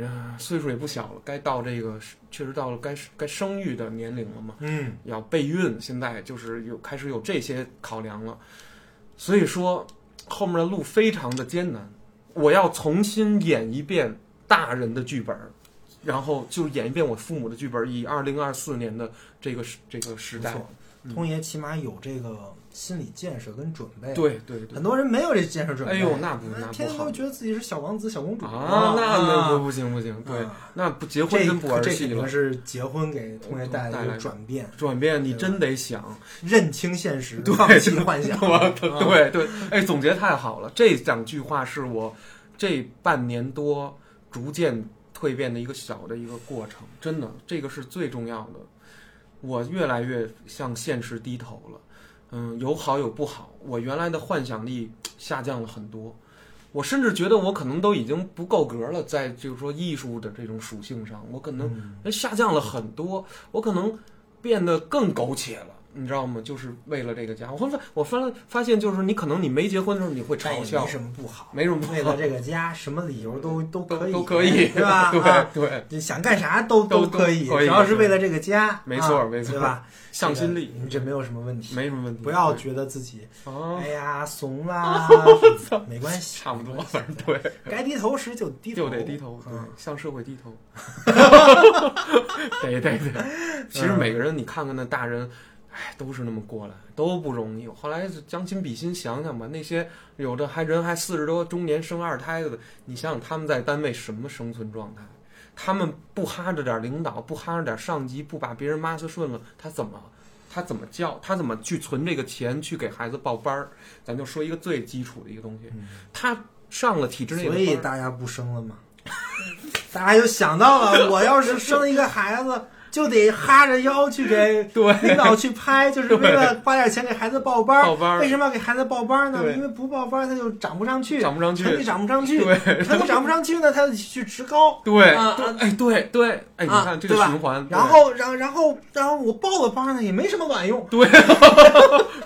[SPEAKER 2] 嗯，岁数也不小了，该到这个确实到了该该生育的年龄了嘛。
[SPEAKER 1] 嗯，
[SPEAKER 2] 要备孕，现在就是有开始有这些考量了，所以说后面的路非常的艰难。我要重新演一遍大人的剧本儿，然后就演一遍我父母的剧本儿，以二零二四年的这个时这个时代
[SPEAKER 1] 不，错通爷起码有这个心理建设跟准备。，
[SPEAKER 2] 对对对
[SPEAKER 1] 很，多人没有这建设准备。
[SPEAKER 2] 哎呦，那不
[SPEAKER 1] 那
[SPEAKER 2] 那
[SPEAKER 1] 啊
[SPEAKER 2] 不
[SPEAKER 1] 天天
[SPEAKER 2] 好
[SPEAKER 1] 都觉得自己是小王子、小公主
[SPEAKER 2] 啊，那那
[SPEAKER 1] 啊
[SPEAKER 2] 不不行不行，对
[SPEAKER 1] 啊，
[SPEAKER 2] 那不结婚
[SPEAKER 1] 这
[SPEAKER 2] 真不玩
[SPEAKER 1] 这
[SPEAKER 2] 戏
[SPEAKER 1] 肯
[SPEAKER 2] 了
[SPEAKER 1] 定。是结婚给通爷带来
[SPEAKER 2] 带
[SPEAKER 1] 的一
[SPEAKER 2] 来
[SPEAKER 1] 个
[SPEAKER 2] 的
[SPEAKER 1] 转变，
[SPEAKER 2] 转变你真得想，
[SPEAKER 1] 认清现实，
[SPEAKER 2] 对
[SPEAKER 1] 放弃幻想。
[SPEAKER 2] 我
[SPEAKER 1] 啊
[SPEAKER 2] 对对，哎，总结太好了，这两句话是我这半年多逐渐蜕变的一个小的一个过程，真的，这个是最重要的。我越来越向现实低头了，嗯，有好有不好。我原来的幻想力下降了很多，我甚至觉得我可能都已经不够格了，在就是说艺术的这种属性上，我可能
[SPEAKER 1] 嗯
[SPEAKER 2] 哎下降了很多，我可能变得更苟且了。你知道吗？就是为了这个家，我后来我发发现，就是你可能你没结婚的时候，你会
[SPEAKER 1] 但也
[SPEAKER 2] 嘲笑
[SPEAKER 1] 没，什么不好。
[SPEAKER 2] 没什么不
[SPEAKER 1] 为
[SPEAKER 2] 好
[SPEAKER 1] 了，这个家，什么理由都都可以，
[SPEAKER 2] 都可以，
[SPEAKER 1] 对吧？
[SPEAKER 2] 对
[SPEAKER 1] 啊，
[SPEAKER 2] 对，
[SPEAKER 1] 你想干啥都
[SPEAKER 2] 都
[SPEAKER 1] 可以，
[SPEAKER 2] 都可
[SPEAKER 1] 只
[SPEAKER 2] 以
[SPEAKER 1] 要是为了这个家，
[SPEAKER 2] 没错
[SPEAKER 1] 啊
[SPEAKER 2] 没错
[SPEAKER 1] 对吧？
[SPEAKER 2] 向心力
[SPEAKER 1] 这个，你这没有什么问题，
[SPEAKER 2] 没什么问题，
[SPEAKER 1] 不要
[SPEAKER 2] 对
[SPEAKER 1] 觉得自己
[SPEAKER 2] 啊，
[SPEAKER 1] 哎呀怂 啦，没关系，
[SPEAKER 2] 差不多，反正对，
[SPEAKER 1] 该低头时就低头，
[SPEAKER 2] 就得低头，对
[SPEAKER 1] 嗯，，
[SPEAKER 2] 向社会低 头，对对嗯对。 其实每个人，你看看那大人，哎，都是那么过来，都不容易。我后来就将心比心，想想吧，那些有的还人还四十多中年生二胎的，你想想他们在单位什么生存状态？他们不哈着点领导，不哈着点上级，不把别人 m a 顺了，他怎么？他怎么教？他怎么去存这个钱去给孩子报班儿？咱就说一个最基础的一个东西，他上了体制内的
[SPEAKER 1] 所
[SPEAKER 2] 班儿，
[SPEAKER 1] 以大家不生了嘛。 大家就想到 了，我要是生一个孩子，就得哈着腰去给
[SPEAKER 2] 对
[SPEAKER 1] 领导去拍， 就是为了花点钱给孩子报班儿。
[SPEAKER 2] 报班儿
[SPEAKER 1] 为什么要给孩子报班儿呢？
[SPEAKER 2] 对
[SPEAKER 1] 因为不报班儿他就长不上去，
[SPEAKER 2] 涨不上去，
[SPEAKER 1] 成绩长不上去，
[SPEAKER 2] 对
[SPEAKER 1] 成绩长不上去呢，他就去职高。
[SPEAKER 2] 对，
[SPEAKER 1] 啊
[SPEAKER 2] 对
[SPEAKER 1] 啊
[SPEAKER 2] 哎，对对， 哎，你
[SPEAKER 1] 啊
[SPEAKER 2] 看这个
[SPEAKER 1] 对吧
[SPEAKER 2] 循环，对
[SPEAKER 1] 然后，然后然后，然后我报了班儿呢，也没什么卵用；
[SPEAKER 2] 对，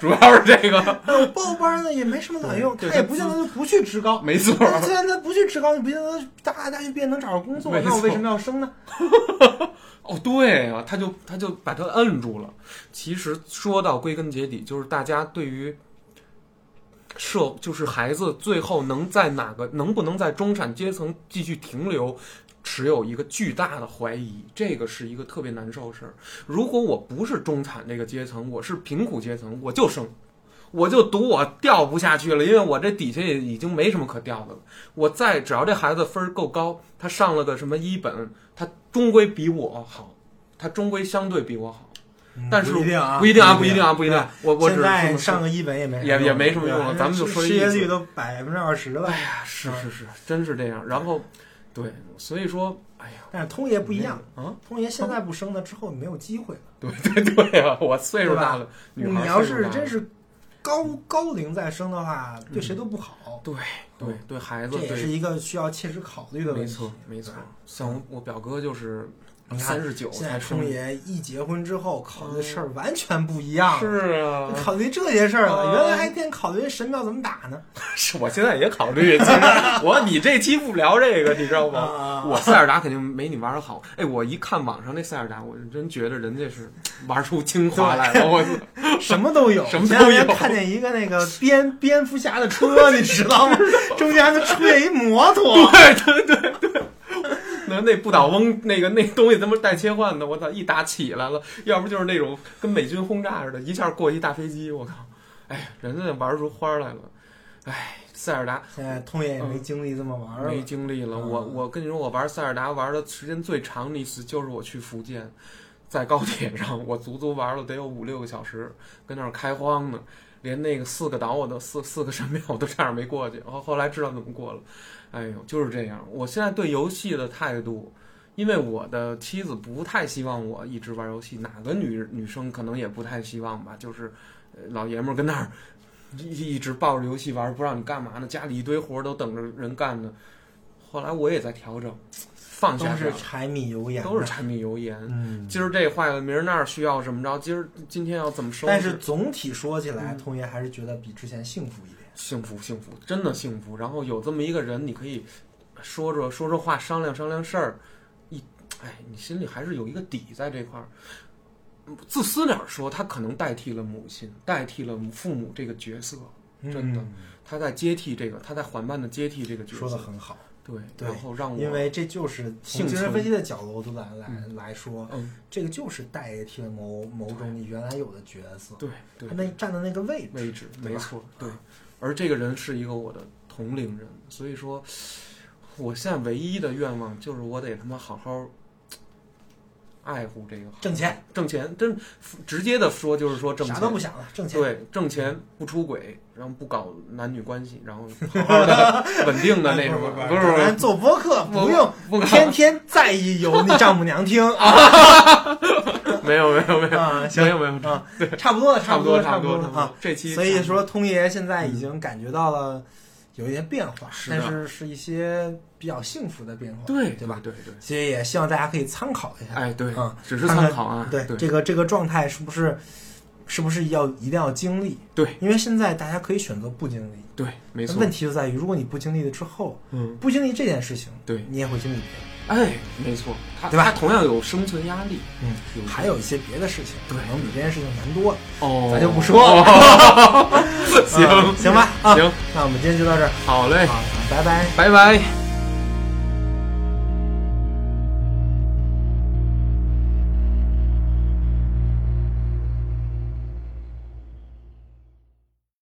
[SPEAKER 2] 主要是这个，
[SPEAKER 1] 但我报班儿呢，也没什么卵用。他
[SPEAKER 2] 对
[SPEAKER 1] 也
[SPEAKER 2] 他
[SPEAKER 1] 不见得就不去职高，
[SPEAKER 2] 没错，
[SPEAKER 1] 那既然他不去职高，你不见得大大学毕业能找着工作，
[SPEAKER 2] 没
[SPEAKER 1] 那我为
[SPEAKER 2] 错
[SPEAKER 1] 什么要生呢？
[SPEAKER 2] 哦，对啊，他就他就把他摁住了。其实说到归根结底，就是大家对于社，就是孩子最后能在哪个能不能在中产阶层继续停留，持有一个巨大的怀疑，这个是一个特别难受的事儿。如果我不是中产这个阶层，我是贫苦阶层，我就生。我就赌我掉不下去了，因为我这底下也已经没什么可掉的了。我再只要这孩子分儿够高，他上了个什么一本，他终归比我好，他终归相对比我好。但是
[SPEAKER 1] 不一定啊，
[SPEAKER 2] 不一定啊，不
[SPEAKER 1] 不
[SPEAKER 2] 一定啊，不一定啊。我我只
[SPEAKER 1] 现
[SPEAKER 2] 是这
[SPEAKER 1] 在
[SPEAKER 2] 么说
[SPEAKER 1] 上个一本也没啥
[SPEAKER 2] 也
[SPEAKER 1] 用
[SPEAKER 2] 也没什么
[SPEAKER 1] 对吧
[SPEAKER 2] 用了咱们就说
[SPEAKER 1] 失业
[SPEAKER 2] 意思
[SPEAKER 1] 率都百分之二十了
[SPEAKER 2] 哎。呀，是是是，真是这样。然后，对，所以说，哎呀，
[SPEAKER 1] 但是通爷不一样，
[SPEAKER 2] 啊，
[SPEAKER 1] 通爷现在不生了之后没有机会了。
[SPEAKER 2] 对对对啊，我岁数
[SPEAKER 1] 对吧
[SPEAKER 2] 大了，女
[SPEAKER 1] 你
[SPEAKER 2] 孩
[SPEAKER 1] 要
[SPEAKER 2] 岁数
[SPEAKER 1] 是
[SPEAKER 2] 大了
[SPEAKER 1] 真是高高龄再生的话，对谁都不好。
[SPEAKER 2] 对对对孩
[SPEAKER 1] 嗯
[SPEAKER 2] 子
[SPEAKER 1] 这也
[SPEAKER 2] 对
[SPEAKER 1] 是一个需要切实考虑的问
[SPEAKER 2] 没
[SPEAKER 1] 题
[SPEAKER 2] 错。没错
[SPEAKER 1] 对。
[SPEAKER 2] 像我我表哥就是
[SPEAKER 1] 你看
[SPEAKER 2] 三十九
[SPEAKER 1] 现在
[SPEAKER 2] 才
[SPEAKER 1] 通
[SPEAKER 2] 生，
[SPEAKER 1] 爷一结婚之后考虑的事儿完全不一样了，
[SPEAKER 2] 是啊，
[SPEAKER 1] 考虑这些事儿了。
[SPEAKER 2] 啊
[SPEAKER 1] 原来还天考虑神庙怎么打呢，
[SPEAKER 2] 是 我现在也考虑，其实我你这期不聊这个，你知道
[SPEAKER 1] 啊
[SPEAKER 2] 吗？我塞尔达肯定没你玩的好。哎，我一看网上那塞尔达，我真觉得人家是玩出精华来了。我
[SPEAKER 1] 什么都有。
[SPEAKER 2] 什么都
[SPEAKER 1] 前两天
[SPEAKER 2] 有
[SPEAKER 1] 看见一个那 个蝙蝙蝠侠的车，你知道吗？中间还能出现一摩托。
[SPEAKER 2] 那那不倒翁那个那东西他妈带切换的，我操，一打起来了，要不就是那种跟美军轰炸似的，一下过一大飞机，我靠！哎呀，人家玩出花来了。哎，塞尔达
[SPEAKER 1] 现在通爷也没精力这么玩儿
[SPEAKER 2] 没
[SPEAKER 1] 了。
[SPEAKER 2] 经历了。
[SPEAKER 1] 嗯
[SPEAKER 2] 我我跟你说，我玩塞尔达玩的时间最长的一次就是我去福建，在高铁上，我足足玩了得有五六个小时，跟那儿开荒呢，连那个四个岛我都四四个神庙我都差点没过去。后后来知道怎么过了，哎呦，就是这样。我现在对游戏的态度。因为我的妻子不太希望我一直玩游戏，哪个女女生可能也不太希望吧，就是呃老爷们儿跟那儿一一直抱着游戏玩，不让你干嘛呢？家里一堆活儿都等着人干呢。后来我也在调整，放
[SPEAKER 1] 都
[SPEAKER 2] 下
[SPEAKER 1] 是
[SPEAKER 2] 点儿
[SPEAKER 1] 柴米油盐，
[SPEAKER 2] 都是。柴米油盐。
[SPEAKER 1] 嗯，
[SPEAKER 2] 今儿这坏了，明儿那儿需要怎么着？今儿今天要怎么收拾？嗯
[SPEAKER 1] 但是总体说起来，通爷还是觉得比之前幸福一点。
[SPEAKER 2] 幸福，幸福，真的幸福。然后有这么一个人，你可以说说说说话，商量商量事儿，一哎，你心里还是有一个底在这块儿。嗯自私点儿说，他可能代替了母亲，代替了父母这个角色，真的，
[SPEAKER 1] 嗯
[SPEAKER 2] 他在接替这个，他在缓慢的接替这个角色。
[SPEAKER 1] 说的很好，
[SPEAKER 2] 对，
[SPEAKER 1] 对
[SPEAKER 2] 然后让我
[SPEAKER 1] 因为这就是从
[SPEAKER 2] 幸存
[SPEAKER 1] 精神分析的角度来来来说，
[SPEAKER 2] 嗯，
[SPEAKER 1] 这个就是代替了某某种你原来有的角色，
[SPEAKER 2] 对对
[SPEAKER 1] 他，那站的那个位置。
[SPEAKER 2] 位置
[SPEAKER 1] 对吧
[SPEAKER 2] 没错，对。而这个人是一个我的同龄人，所以说，我现在唯一的愿望就是我得他妈好好爱护这个行业
[SPEAKER 1] 挣钱，
[SPEAKER 2] 挣钱，真直接的说就是说挣钱
[SPEAKER 1] 啥都不想了，挣钱。
[SPEAKER 2] 对，挣钱不出轨，然后不搞男女关系，然后好好的稳定的 那种，不
[SPEAKER 1] 哎不
[SPEAKER 2] 是不
[SPEAKER 1] 咱
[SPEAKER 2] 是，
[SPEAKER 1] 做播客
[SPEAKER 2] 我
[SPEAKER 1] 不用
[SPEAKER 2] 不搞，
[SPEAKER 1] 天天在意有你丈母娘听啊
[SPEAKER 2] 没有没有没有
[SPEAKER 1] 啊，
[SPEAKER 2] 没
[SPEAKER 1] 行
[SPEAKER 2] 有没有，
[SPEAKER 1] 啊，差不多了，
[SPEAKER 2] 差
[SPEAKER 1] 不
[SPEAKER 2] 多
[SPEAKER 1] 了，差
[SPEAKER 2] 不
[SPEAKER 1] 多
[SPEAKER 2] 差
[SPEAKER 1] 了
[SPEAKER 2] 不
[SPEAKER 1] 啊。
[SPEAKER 2] 多，这期
[SPEAKER 1] 所以说，通爷现在已经感觉到了有一些变化，
[SPEAKER 2] 是的
[SPEAKER 1] 但是是一些比较幸福的变化，
[SPEAKER 2] 对
[SPEAKER 1] 对吧？
[SPEAKER 2] 对对，
[SPEAKER 1] 所以也希望大家可以参考一下，
[SPEAKER 2] 哎对
[SPEAKER 1] 嗯，
[SPEAKER 2] 只是
[SPEAKER 1] 看
[SPEAKER 2] 参
[SPEAKER 1] 看
[SPEAKER 2] 考啊，
[SPEAKER 1] 对
[SPEAKER 2] 对
[SPEAKER 1] 这个这个状态是不是是不是要一定要经历？
[SPEAKER 2] 对，
[SPEAKER 1] 因为现在大家可以选择不经历，
[SPEAKER 2] 对，没错
[SPEAKER 1] 问，题就在于如果你不经历了之后，
[SPEAKER 2] 嗯，
[SPEAKER 1] 不经历这件事情，
[SPEAKER 2] 对，
[SPEAKER 1] 你也会经历别的。
[SPEAKER 2] 哎，没错，他
[SPEAKER 1] 对吧
[SPEAKER 2] 他同样有生存压力，
[SPEAKER 1] 嗯，
[SPEAKER 2] 有
[SPEAKER 1] 还有一些别的事情，可
[SPEAKER 2] 对
[SPEAKER 1] 能比这件事情难多了。
[SPEAKER 2] 哦，
[SPEAKER 1] 咱就不说了
[SPEAKER 2] 了，行
[SPEAKER 1] 嗯行吧，啊，
[SPEAKER 2] 行，
[SPEAKER 1] 那我们今天就到这儿，
[SPEAKER 2] 好嘞，
[SPEAKER 1] 好，拜拜。
[SPEAKER 2] 拜拜。